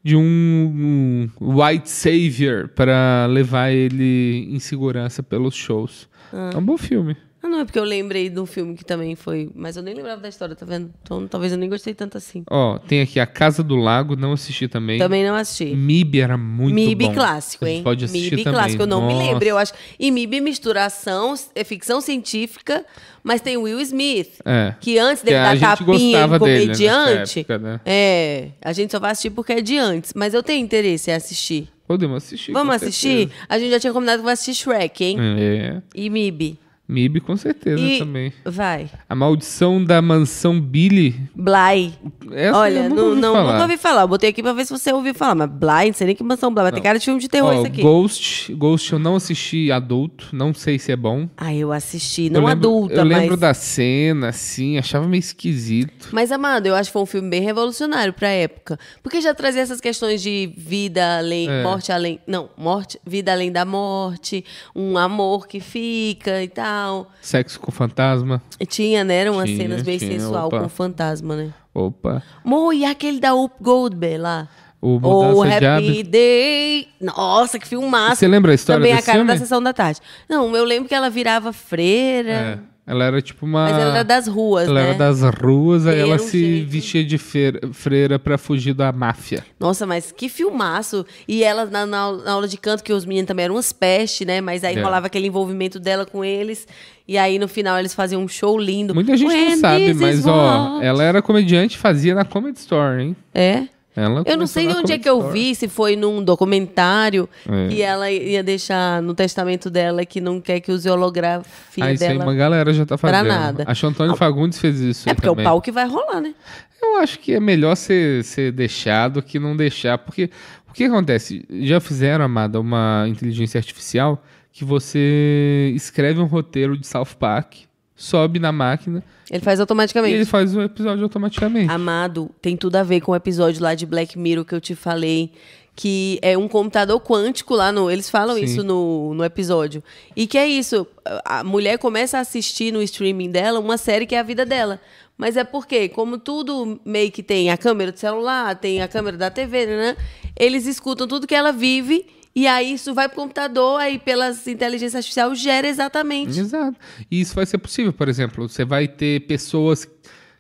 S2: de um white savior pra levar ele em segurança pelos shows. É um bom filme.
S1: Ah, não, é porque eu lembrei de um filme que também foi. Mas eu nem lembrava da história, tá vendo? Então talvez eu nem gostei tanto assim.
S2: Ó, tem aqui A Casa do Lago, não assisti também.
S1: Também não assisti.
S2: MIB era muito
S1: MIB
S2: bom.
S1: clássico,
S2: Vocês
S1: hein?
S2: Pode assistir
S1: MIB
S2: também.
S1: clássico, eu não me
S2: Nossa.
S1: lembro, eu acho. E MIB mistura ação, é ficção científica, mas tem Will Smith.
S2: É.
S1: Que antes
S2: Que
S1: dele
S2: a
S1: dar
S2: gente
S1: tapinha
S2: gostava
S1: em
S2: dele né,
S1: comediante.
S2: nessa época, né?
S1: É, a gente só vai assistir porque é de antes. Mas eu tenho interesse em assistir.
S2: Podemos assistir.
S1: Vamos
S2: com Hum.
S1: assistir? A gente já tinha combinado que vai assistir Shrek, hein?
S2: certeza. É.
S1: E Mib.
S2: MIB, com certeza
S1: E-
S2: também.
S1: Vai.
S2: A Maldição da Mansão Billy.
S1: Bly.
S2: Essa
S1: Olha,
S2: eu nunca
S1: não,
S2: ouvi
S1: não,
S2: falar.
S1: nunca ouvi falar. Eu botei aqui pra ver se você ouviu falar. Mas Bly, não sei nem que mansão Bly. Mas tem cara de filme de terror
S2: Ó,
S1: isso aqui.
S2: Ghost, Ghost eu não assisti adulto, não sei se é bom.
S1: Ah, eu assisti. Não
S2: eu lembro,
S1: adulta,
S2: Eu
S1: mas...
S2: lembro da cena, assim, achava meio esquisito.
S1: Mas, Amado, eu acho que foi um filme bem revolucionário pra época. Porque já trazia essas questões de vida além,
S2: É.
S1: morte além. Não, morte, vida além da morte, um amor que fica e tal.
S2: Sexo com fantasma.
S1: E Tinha, né? Eram umas
S2: Tinha,
S1: cenas meio
S2: tinha,
S1: sensual
S2: opa.
S1: com o fantasma, né?
S2: Opa.
S1: Mo, e aquele da Up Goldberg lá?
S2: O Mudança
S1: Ou
S2: de
S1: Oh, Happy
S2: Hábito.
S1: Day. Nossa, que filmaço.
S2: Você lembra a história
S1: Também a
S2: desse
S1: cara
S2: filme?
S1: da sessão da tarde. Não, eu lembro que ela virava freira.
S2: É. Ela era tipo uma.
S1: Mas ela era das ruas,
S2: ela
S1: né?
S2: era das ruas, aí
S1: Era
S2: ela
S1: um
S2: se
S1: jeito.
S2: vestia de feira- freira pra fugir da máfia.
S1: Nossa, mas que filmaço! E ela na, na- na aula de canto, que os meninos também eram umas pestes, né? Mas aí
S2: É.
S1: rolava aquele envolvimento dela com eles. E aí no final eles faziam um show lindo.
S2: Muita gente
S1: When
S2: não sabe,
S1: this
S2: mas
S1: is
S2: ó,
S1: war.
S2: ela era comediante e fazia na Comedy Store, hein?
S1: É.
S2: Ela
S1: Eu não
S2: começou
S1: sei
S2: na
S1: de onde é
S2: Comedy
S1: que eu
S2: Store.
S1: vi, se foi num documentário
S2: né? É.
S1: que ela ia deixar no testamento dela que não quer que use holografia
S2: Ah, isso aí
S1: dela.
S2: uma galera já tá
S1: pra
S2: fazendo.
S1: nada.
S2: Acho que o Antônio Fagundes fez isso
S1: é
S2: aí
S1: porque
S2: também.
S1: é o pau que vai rolar, né?
S2: Eu acho que é melhor ser, ser deixado que não deixar, porque o que acontece? Já fizeram, amada, uma inteligência artificial que você escreve um roteiro de South Park, sobe na máquina
S1: Ele faz
S2: e
S1: automaticamente.
S2: ele faz o episódio automaticamente.
S1: Amado, tem tudo a ver com o episódio lá de Black Mirror que eu te falei. Que é um computador quântico lá no. Eles falam
S2: Sim.
S1: isso no, no episódio. E que é isso. A a mulher começa a assistir no streaming dela uma série que é a vida dela. Mas é porque, como tudo meio que tem a câmera do celular, tem a câmera da TV, né? Eles escutam tudo que ela vive. E aí isso vai pro computador, aí pelas inteligências artificiais gera exatamente.
S2: Exato. E isso vai ser possível, por exemplo, você vai ter pessoas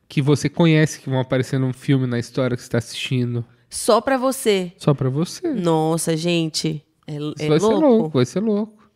S2: que você conhece que vão aparecer num filme na história que você está assistindo
S1: Só pra você.
S2: só pra você.
S1: Nossa, gente. É,
S2: Isso
S1: é
S2: vai
S1: louco.
S2: ser louco, vai ser louco.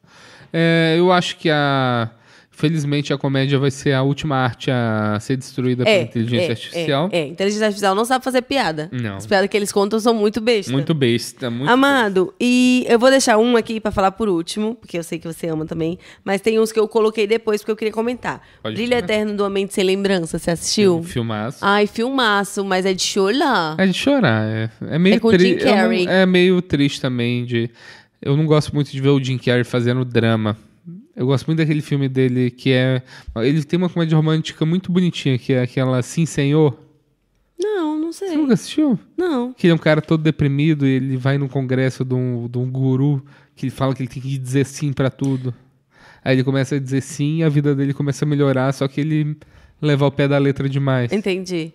S2: É, eu acho que a. Felizmente a comédia vai ser a última arte a ser destruída pela inteligência artificial.
S1: É, é. inteligência artificial não sabe fazer piada.
S2: Não.
S1: As piadas que eles contam são muito bestas.
S2: Muito besta, muito.
S1: Amado, e eu vou deixar um aqui pra falar por último, porque eu sei que você ama também, mas tem uns que eu coloquei depois porque eu queria comentar.
S2: Pode
S1: Brilho
S2: comentar.
S1: Eterno do Amante Sem Lembrança, você assistiu?
S2: Um filmaço.
S1: Ai, filmaço, mas é de chorar.
S2: É de chorar, é. É meio
S1: É com o Jim
S2: triste.
S1: Carrey.
S2: É meio triste também de. Eu não gosto muito de ver o Jim Carrey fazendo drama. Eu gosto muito daquele filme dele que é. Ele tem uma comédia romântica muito bonitinha, que é aquela Sim Senhor.
S1: Não, não
S2: Você
S1: sei.
S2: nunca assistiu?
S1: Não.
S2: Que ele é um cara todo deprimido e ele vai num congresso de um, de um guru que ele fala que ele tem que dizer sim pra tudo. Aí ele começa a dizer sim e a vida dele começa a melhorar, só que ele leva ao pé da letra demais.
S1: Entendi.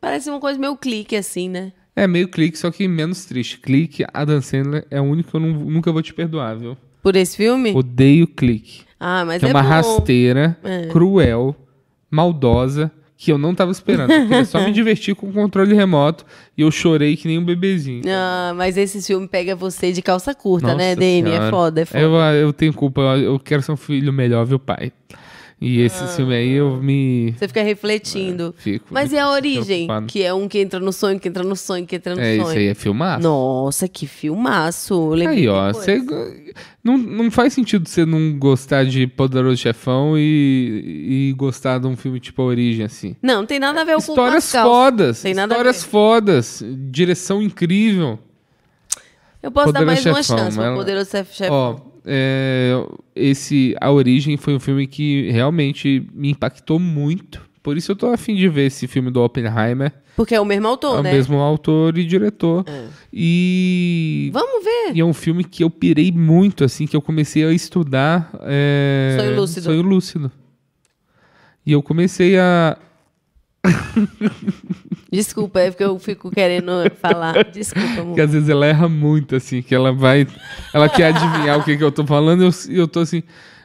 S1: Parece uma coisa meio clique, assim, né?
S2: É meio clique, só que menos triste. Clique, Adam Sandler é o único que eu nu- nunca vou te perdoar, viu?
S1: Por esse filme?
S2: Odeio clique.
S1: Ah, mas
S2: Que
S1: é,
S2: é uma
S1: bom.
S2: rasteira,
S1: É.
S2: cruel, maldosa, que eu não tava esperando. Eu queria
S1: (laughs)
S2: só me divertir com o controle remoto e eu chorei que nem um bebezinho.
S1: Ah, mas esse filme pega você de calça curta, né,
S2: Nossa
S1: Dani? É
S2: Senhora.
S1: foda, é foda.
S2: Eu, eu tenho culpa, eu eu quero ser um filho melhor, viu, pai? E esse filme aí eu me
S1: Você fica refletindo.
S2: fico.
S1: Ah. Mas e a origem?
S2: preocupado.
S1: Que é um que entra no sonho, que entra no sonho, que entra no
S2: É,
S1: sonho.
S2: isso aí é filmar.
S1: Nossa, que filmaço. Eu lembrei
S2: Aí, ó,
S1: depois.
S2: você go- não, não faz sentido você não gostar de Poderoso Chefão e, e gostar de um filme tipo A Origem, assim.
S1: Não, não tem nada a ver com o
S2: Histórias
S1: Pascal.
S2: fodas,
S1: Tem nada a
S2: histórias
S1: ver.
S2: fodas, direção incrível.
S1: Eu posso dar mais
S2: Poderoso
S1: uma
S2: Chefão,
S1: chance pro
S2: ela-
S1: Poderoso Chef- Chefão.
S2: Ó, é, esse A Origem foi um filme que realmente me impactou muito. Por isso eu tô afim de ver esse filme do Oppenheimer.
S1: Porque é o mesmo autor,
S2: é o
S1: né? É.
S2: mesmo autor e diretor. E...
S1: Vamos (laughs) ver.
S2: e é um filme que eu pirei muito, assim, que eu comecei a estudar... é,
S1: Sonho Lúcido.
S2: Sonho Lúcido. E eu comecei a...
S1: Desculpa, é porque eu fico querendo
S2: (laughs)
S1: falar. Desculpa, amor.
S2: Que às vezes ela erra muito, assim, que ela vai... Ela quer adivinhar o que, que eu tô falando e eu, e eu tô assim...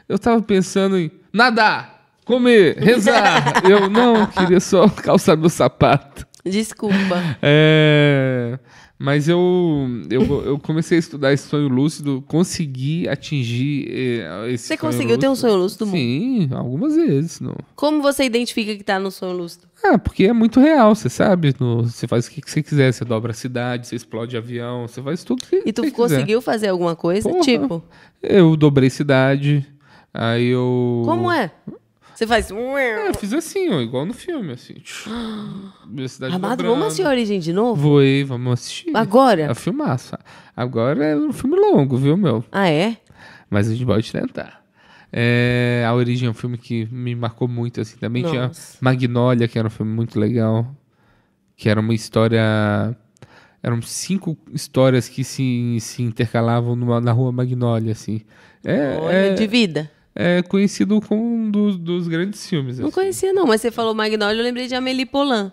S2: Eu tava pensando em nadar, comer,
S1: (laughs)
S2: rezar. eu não, queria só calçar meu sapato.
S1: Desculpa.
S2: É, mas eu, eu, eu comecei a estudar esse sonho lúcido, consegui atingir eh, esse
S1: Você
S2: sonho
S1: conseguiu ter um
S2: lúcido.
S1: sonho lúcido, amor?
S2: Sim, algumas vezes. Não.
S1: Como você identifica que tá no sonho lúcido?
S2: Ah, porque é muito real, você sabe. no- você faz o que que você quiser, você dobra a cidade, você explode avião, você faz tudo que
S1: E tu
S2: você quiser.
S1: conseguiu fazer alguma coisa?
S2: Porra.
S1: Tipo,
S2: Eu dobrei cidade, Aí eu.
S1: Como é? Você faz.
S2: É, eu fiz assim, ó, igual no filme, assim. Tchum, minha cidade
S1: Amado,
S2: vibrando.
S1: vamos assistir a Origem de novo?
S2: Voei, vamos assistir. É
S1: Agora?
S2: um filmaço. Agora é um filme longo, viu, meu?
S1: Ah, é?
S2: Mas a gente pode tentar. É, a Origem é um filme que me marcou muito, assim. Também tinha
S1: Nossa.
S2: Magnolia, que era um filme muito legal. Que era uma história... Eram cinco histórias que se, se intercalavam numa- na rua Magnolia, assim. É,
S1: Olha,
S2: é-
S1: de vida.
S2: é conhecido como um dos, dos grandes filmes.
S1: Não
S2: assim.
S1: conhecia, não, mas você falou Magnolia, eu lembrei de Amélie Polan.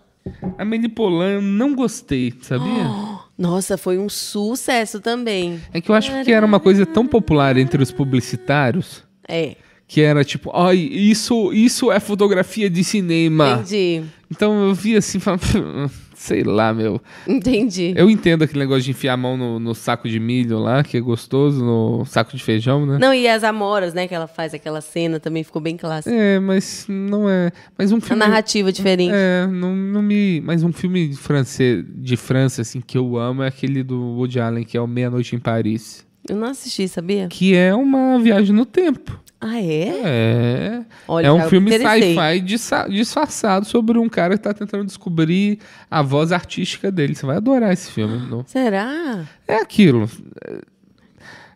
S2: A Menipolan eu não gostei, sabia?
S1: Oh, Nossa, foi um sucesso também.
S2: É que eu acho que era uma coisa tão popular entre os publicitários
S1: É,
S2: que era tipo, ai, isso, isso é fotografia de cinema.
S1: entendi.
S2: Então eu vi assim, (laughs) falava, sei lá, meu.
S1: Entendi.
S2: Eu entendo aquele negócio de enfiar a mão no, no saco de milho lá, que é gostoso, no saco de feijão, né?
S1: Não, e as amoras, né, que ela faz aquela cena também ficou bem clássica.
S2: É, mas não é. Mas um
S1: A
S2: filme.
S1: narrativa diferente.
S2: É, não, não me. Mas um filme francês, de França, assim, que eu amo é aquele do Woody Allen, que é o Meia-Noite em Paris.
S1: Eu não assisti, sabia?
S2: Que é uma viagem no tempo.
S1: Ah, é?
S2: É.
S1: Olha,
S2: é
S1: já
S2: um
S1: me
S2: filme
S1: interessei.
S2: sci-fi dissa- disfarçado sobre um cara que tá tentando descobrir a voz artística dele. Você vai adorar esse filme. não?
S1: Será?
S2: É aquilo. É,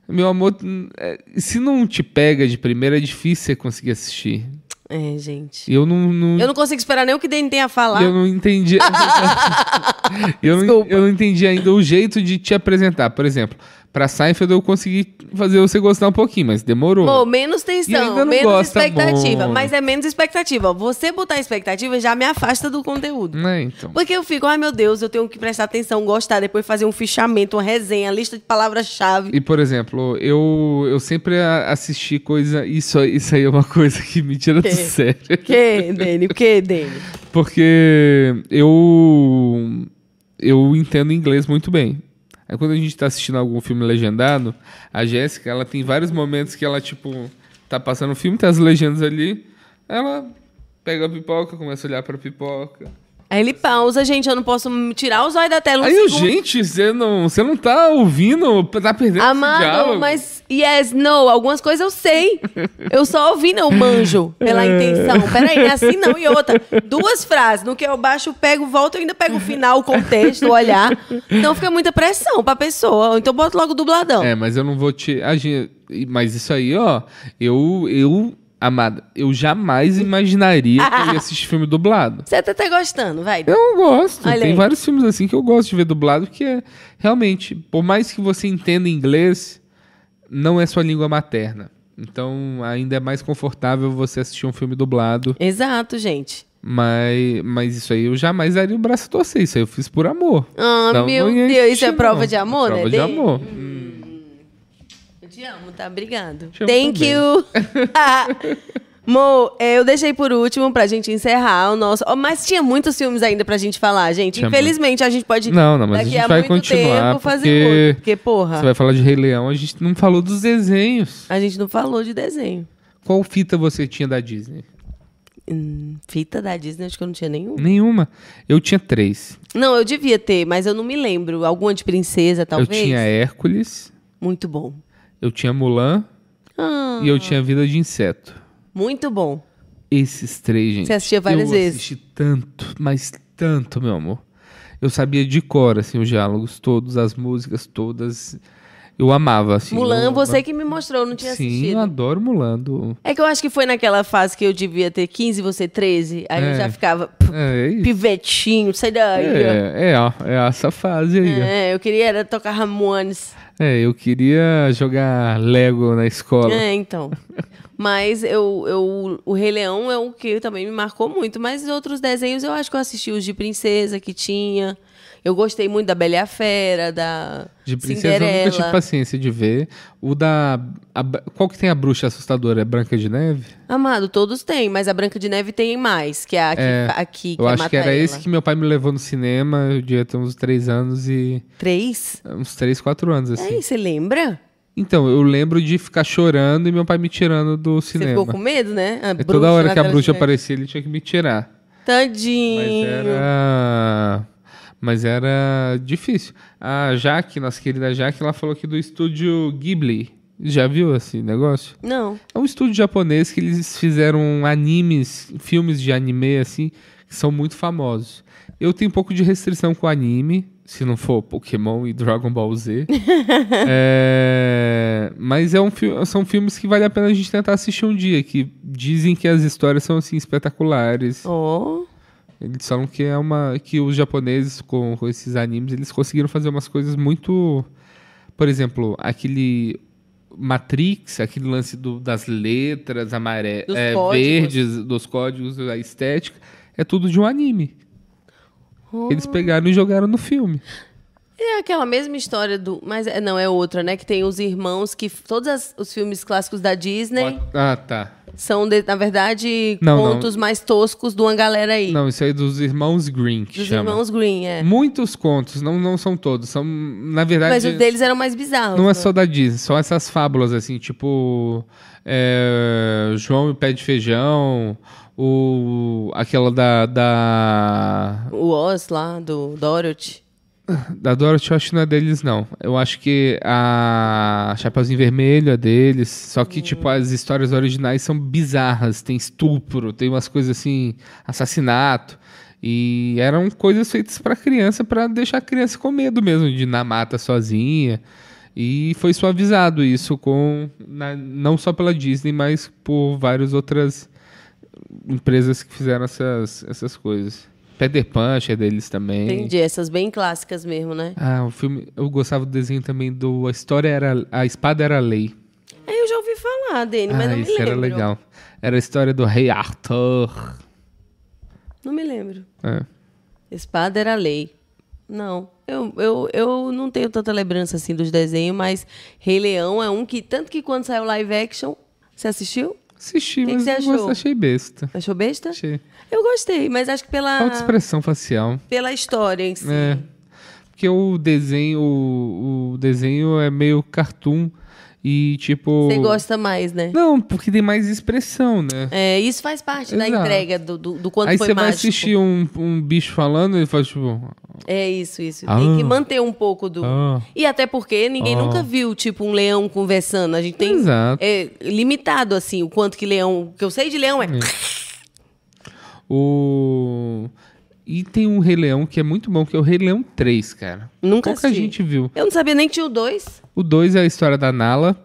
S2: Meu amor, é, se não te pega de primeira, é difícil você conseguir assistir.
S1: É, gente.
S2: Eu não- não
S1: Eu não consigo esperar nem o que Dani tem a falar.
S2: eu não entendi. eu, não,
S1: Desculpa.
S2: eu não entendi ainda o jeito de te apresentar. Por exemplo, pra Seinfeld eu consegui fazer você gostar um pouquinho, mas demorou.
S1: Pô, menos
S2: E ainda
S1: tensão,
S2: não
S1: menos
S2: gosta
S1: expectativa.
S2: muito.
S1: Mas é menos expectativa. Você botar expectativa já me afasta do conteúdo.
S2: Né, então.
S1: Porque eu fico, ai meu Deus, eu tenho que prestar atenção, gostar, depois fazer um fichamento, uma resenha, lista de palavras-chave.
S2: E, por exemplo, eu, eu sempre a- assisti coisa. Isso, aí- isso aí é uma coisa que me tira do
S1: Quê?
S2: sério. (laughs)
S1: Que, Dani? O que, Dani?
S2: Porque eu. Eu entendo inglês muito bem. Aí quando a gente tá assistindo algum filme legendado, a Jéssica, ela tem vários momentos que ela, tipo, tá passando o filme, tá as legendas ali, ela pega a pipoca, começa a olhar pra pipoca.
S1: Aí ele pausa, gente, eu não posso m- tirar os olhos da tela um
S2: Aí, eu,
S1: segundo.
S2: gente, você não, você não tá ouvindo, tá perdendo esse
S1: Amado,
S2: diálogo.
S1: mas yes, no, algumas coisas eu sei. Eu só ouvi, não manjo, pela intenção. Peraí, não é assim não. E outra, duas frases. No que eu baixo, eu pego, volto, eu ainda pego o final, o contexto, o olhar. Então fica muita pressão pra pessoa. Ou Então bota logo o dubladão.
S2: É, mas eu não vou te. a gen- Mas isso aí, ó, eu. eu Amada, eu jamais imaginaria que eu ia assistir filme dublado.
S1: Você tá até gostando, vai.
S2: Eu não gosto.
S1: Olha
S2: Tem
S1: aí.
S2: vários filmes assim que eu gosto de ver dublado, porque é, realmente, por mais que você entenda inglês, não é sua língua materna. Então, ainda é mais confortável você assistir um filme dublado.
S1: Exato, gente.
S2: Mas, mas isso aí eu jamais daria o braço a torcer. Isso aí eu fiz por amor. Então,
S1: Ah,
S2: Não,
S1: meu
S2: não ia
S1: Deus, isso
S2: assistir,
S1: é prova
S2: não.
S1: de amor,
S2: prova
S1: né?
S2: de
S1: Dei?
S2: amor.
S1: Eu te amo, tá? Obrigado.
S2: Te amo
S1: Thank
S2: também.
S1: you.
S2: (laughs)
S1: Ah, Mo, eh, eu deixei por último pra gente encerrar o nosso. Oh, mas tinha muitos filmes ainda pra gente falar, gente.
S2: Tinha
S1: Infelizmente, a gente pode.
S2: Não, não, mas a
S1: daqui
S2: gente vai
S1: muito
S2: continuar,
S1: Tempo, fazer
S2: porque
S1: outro, porque, porra,
S2: Você vai falar de Rei Leão, a gente não falou dos desenhos.
S1: a gente não falou de desenho.
S2: Qual fita você tinha da Disney?
S1: Hum, fita da Disney, acho que eu não tinha nenhum.
S2: Nenhuma. Eu tinha três.
S1: Não, eu devia ter, mas eu não me lembro. Alguma de princesa, talvez.
S2: Eu tinha Hércules,
S1: Muito bom.
S2: eu tinha Mulan,
S1: Ah,
S2: E eu tinha vida de inseto.
S1: muito bom.
S2: Esses três, gente.
S1: Você assistia várias
S2: eu
S1: vezes.
S2: assisti tanto, mas tanto, meu amor. Eu sabia de cor, assim, os diálogos todos, as músicas todas. Eu amava, assim.
S1: Mulan,
S2: eu,
S1: você que me mostrou, eu não tinha
S2: Sim,
S1: assistido.
S2: eu adoro Mulan. do-
S1: É que eu acho que foi naquela fase que eu devia ter 15, você 13. Aí eu
S2: É.
S1: já ficava "Pô,
S2: É, é isso.
S1: pivetinho, sai daí. ó."
S2: É, é, ó, é essa fase aí. ó.
S1: É, eu queria era tocar Ramones.
S2: É, eu queria jogar Lego na escola. (laughs)
S1: É, então. Mas eu, eu, o Rei Leão é o que também me marcou muito. Mas outros desenhos eu acho que eu assisti os de princesa que tinha. Eu gostei muito da Bela e a Fera, da
S2: De princesa eu nunca tive
S1: Cinderela.
S2: paciência de ver. O da. a- qual que tem a bruxa assustadora? É Branca de Neve?
S1: Amado, todos têm, mas a Branca de Neve tem mais, que é a que, a que
S2: Eu
S1: quer
S2: acho que
S1: matar
S2: era esse
S1: ela.
S2: que meu pai me levou no cinema. Eu devia ter uns três anos e.
S1: Três?
S2: Uns três, quatro anos, assim.
S1: Ei, você lembra?
S2: Então, eu lembro de ficar chorando e meu pai me tirando do
S1: Você
S2: cinema.
S1: ficou com medo, né? A
S2: E toda hora que a
S1: na
S2: bruxa
S1: tela de
S2: aparecia, ele tinha que me tirar.
S1: cinema.
S2: Mas
S1: Tadinho.
S2: era. Mas era difícil. A Jaque, nossa querida Jaque, ela falou aqui do estúdio Ghibli. Já viu esse negócio?
S1: Não.
S2: É um estúdio japonês que eles fizeram animes, filmes de anime, assim, que são muito famosos. Eu tenho um pouco de restrição com anime, se não for Pokémon e Dragon Ball Z. É, Mas é um fi- são filmes que vale a pena a gente tentar assistir um dia, que dizem que as histórias são, assim, espetaculares.
S1: Oh.
S2: Eles falam que é uma que os japoneses com, com esses animes eles conseguiram fazer umas coisas muito, por exemplo, aquele Matrix, aquele lance do- das letras amare...
S1: Dos
S2: é,
S1: códigos.
S2: verdes, dos códigos, da estética, é tudo de um anime.
S1: Oh.
S2: Eles pegaram e jogaram no filme.
S1: É aquela mesma história do. Mas é- não, é outra, né? Que tem os irmãos que. f- Todos as- os filmes clássicos da Disney
S2: Ah, tá.
S1: são, de- na verdade,
S2: Não, não.
S1: contos mais toscos de uma galera aí.
S2: Não, isso aí é dos irmãos Green que
S1: dos
S2: chama.
S1: irmãos Green, é.
S2: Muitos contos, não, não são todos, são na verdade
S1: Mas os deles eram mais bizarros.
S2: Não
S1: né?
S2: é só da Disney, são essas fábulas, assim, tipo. é, João e o Pé de Feijão, ou aquela da. Da,
S1: O Oz lá, do Dorothy.
S2: da Dorothy, eu acho que não é deles, não. Eu acho que a Chapeuzinho Vermelho é deles, só que, tipo, as histórias originais são bizarras, tem estupro, tem umas coisas assim, assassinato. E eram coisas feitas pra criança, pra deixar a criança com medo mesmo, de ir na mata sozinha. E foi suavizado isso com na- não só pela Disney, mas por várias outras empresas que fizeram essas, essas coisas. Peter Punch é deles também.
S1: Entendi, essas bem clássicas mesmo, né?
S2: Ah, o filme. Eu gostava do desenho também do A História Era. A Espada Era a Lei.
S1: É, eu já ouvi falar dele, mas
S2: ah,
S1: não me
S2: isso
S1: lembro.
S2: era legal. Era a história do Rei Arthur.
S1: Não me lembro.
S2: É.
S1: Espada era lei. Não, eu, eu, eu não tenho tanta lembrança assim dos desenhos, mas Rei Leão é um que, tanto que quando saiu live action, você assistiu?
S2: Assisti,
S1: Que que
S2: mas
S1: você
S2: eu
S1: achou?
S2: gost- achei besta.
S1: Achou besta?
S2: Achei.
S1: Eu gostei, mas acho que
S2: Falta
S1: pela,
S2: expressão facial.
S1: pela história em si.
S2: É. Porque o desenho. O, o desenho é meio cartoon. E tipo.
S1: Você gosta mais, né?
S2: Não, porque tem mais expressão, né?
S1: É, isso faz parte da
S2: Exato.
S1: entrega do, do, do quanto
S2: Aí
S1: foi
S2: você vai
S1: mágico.
S2: assistir um, um bicho falando e ele faz tipo.
S1: É isso, isso.
S2: Ah.
S1: Tem que manter um pouco do.
S2: Ah.
S1: E até porque ninguém
S2: Ah.
S1: nunca viu, tipo, um leão conversando. A gente tem.
S2: Exato.
S1: É limitado, assim, o quanto que leão. O que eu sei de leão é.
S2: O... E tem um Rei Leão que é muito bom, que é o Rei Leão 3, cara.
S1: Nunca
S2: Pouca
S1: assisti.
S2: gente viu.
S1: Eu não sabia nem que tinha o dois.
S2: O 2 é a história da Nala.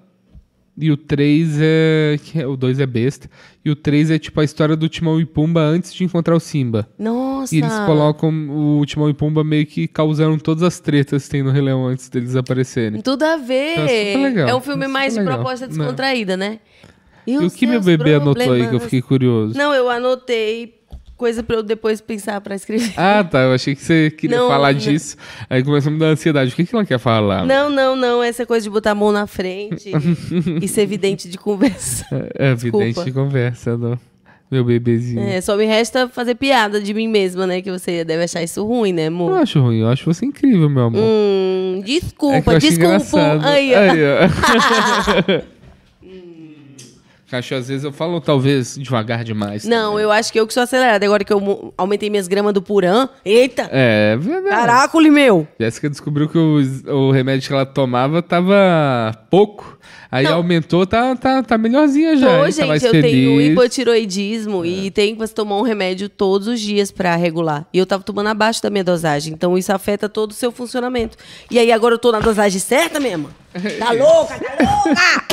S2: E o 3 é. que é- O 2 é besta. E o 3 é tipo a história do Timão e Pumba antes de encontrar o Simba.
S1: Nossa.
S2: E eles colocam o Timão e Pumba meio que causaram todas as tretas que tem no Rei Leão antes deles aparecerem.
S1: Tudo a ver.
S2: Então é super legal,
S1: É um filme
S2: super
S1: mais de
S2: legal.
S1: proposta
S2: Não.
S1: descontraída, né? E,
S2: E o
S1: os
S2: que meu
S1: seus
S2: bebê anotou aí que eu
S1: problemas?
S2: fiquei curioso?
S1: Não, eu anotei coisa pra eu depois pensar pra escrever.
S2: Ah, tá. Eu achei que você queria
S1: Não,
S2: falar
S1: não.
S2: disso. Aí começou a me dar ansiedade. O que, que ela quer falar?
S1: Não, não, não. Essa coisa de botar a mão
S2: (laughs)
S1: na frente e, e ser vidente de conversa.
S2: É evidente
S1: Desculpa.
S2: de conversa, não. meu bebezinho.
S1: É, só me resta fazer piada de mim mesma, né? Que você deve achar isso ruim, né,
S2: Eu não
S1: amor?
S2: acho ruim, eu acho você incrível, meu amor.
S1: Hum,
S2: É que eu
S1: desculpa,
S2: acho
S1: desculpa.
S2: engraçado. É
S1: Aí, ó.
S2: Aí, ó.
S1: (laughs)
S2: (laughs) Cacho, às vezes eu falo talvez devagar demais.
S1: Não,
S2: também.
S1: eu acho que eu que sou acelerada. Agora que eu mu- aumentei minhas gramas do Puran. Eita!
S2: É, é verdade.
S1: Caracoles, meu!
S2: Jéssica descobriu que o, o remédio que ela tomava tava pouco. Aí
S1: Não.
S2: aumentou, tá, tá, tá melhorzinha já. hein?
S1: Tô,
S2: Tá mais
S1: gente, eu tenho um
S2: feliz. É.
S1: hipotiroidismo e tem que você tomar um remédio todos os dias pra regular. E eu tava tomando abaixo da minha dosagem, então isso afeta todo o seu funcionamento. E aí agora eu tô na dosagem
S2: (laughs)
S1: certa mesmo?
S2: É
S1: Tá louca, tá louca!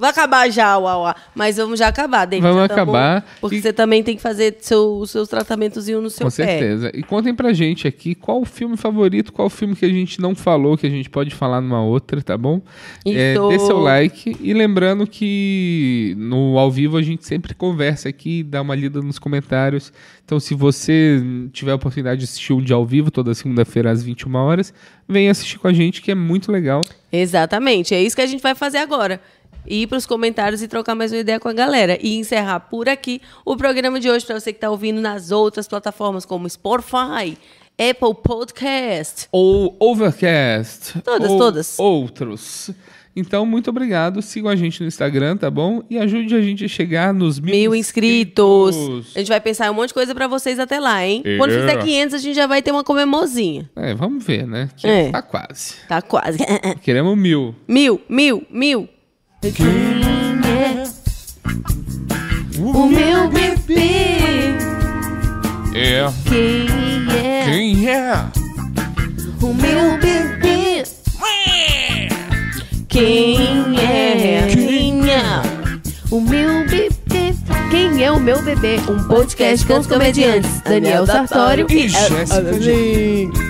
S1: Vai acabar já, Uauá. Mas vamos já acabar, David.
S2: Vamos
S1: já tá bom?
S2: acabar.
S1: Porque
S2: E-
S1: você também tem que fazer seu, os seus tratamentozinhos no seu
S2: Com
S1: pé.
S2: certeza. E contem pra gente aqui qual o filme favorito, qual o filme que a gente não falou, que a gente pode falar numa outra, tá bom? É,
S1: Isso.
S2: dê seu like. E lembrando que no ao vivo a gente sempre conversa aqui, dá uma lida nos comentários. Então, se você tiver a oportunidade de assistir um dia ao vivo, toda segunda-feira às 21 horas, vem assistir com a gente, que é muito legal.
S1: Exatamente, é isso que a gente vai fazer agora. Ir para os comentários e trocar mais uma ideia com a galera. E encerrar por aqui o programa de hoje para você que está ouvindo nas outras plataformas como Spotify, Apple Podcast.
S2: Ou Overcast.
S1: Todas,
S2: ou
S1: todas.
S2: Outros. Então, muito obrigado. Sigam a gente no Instagram, tá bom? E ajude a gente a chegar nos mil,
S1: Mil inscritos.
S2: inscritos.
S1: A gente vai pensar em um monte de coisa para vocês até lá, hein?
S2: É.
S1: Quando fizer 500, a gente já vai ter uma comemozinha.
S2: É, vamos ver, né? Que
S1: É.
S2: Tá quase.
S1: Tá quase. (laughs)
S2: Queremos mil.
S1: mil, mil, mil.
S4: Pequeno é o meu bebê.
S2: É.
S4: Quem é
S2: Quem é?
S4: o meu bebê? Quem é? Quem é o meu bebê? Quem é o meu bebê? Um podcast com os comediantes Daniel Sartório
S2: E Jéssica
S4: Lin.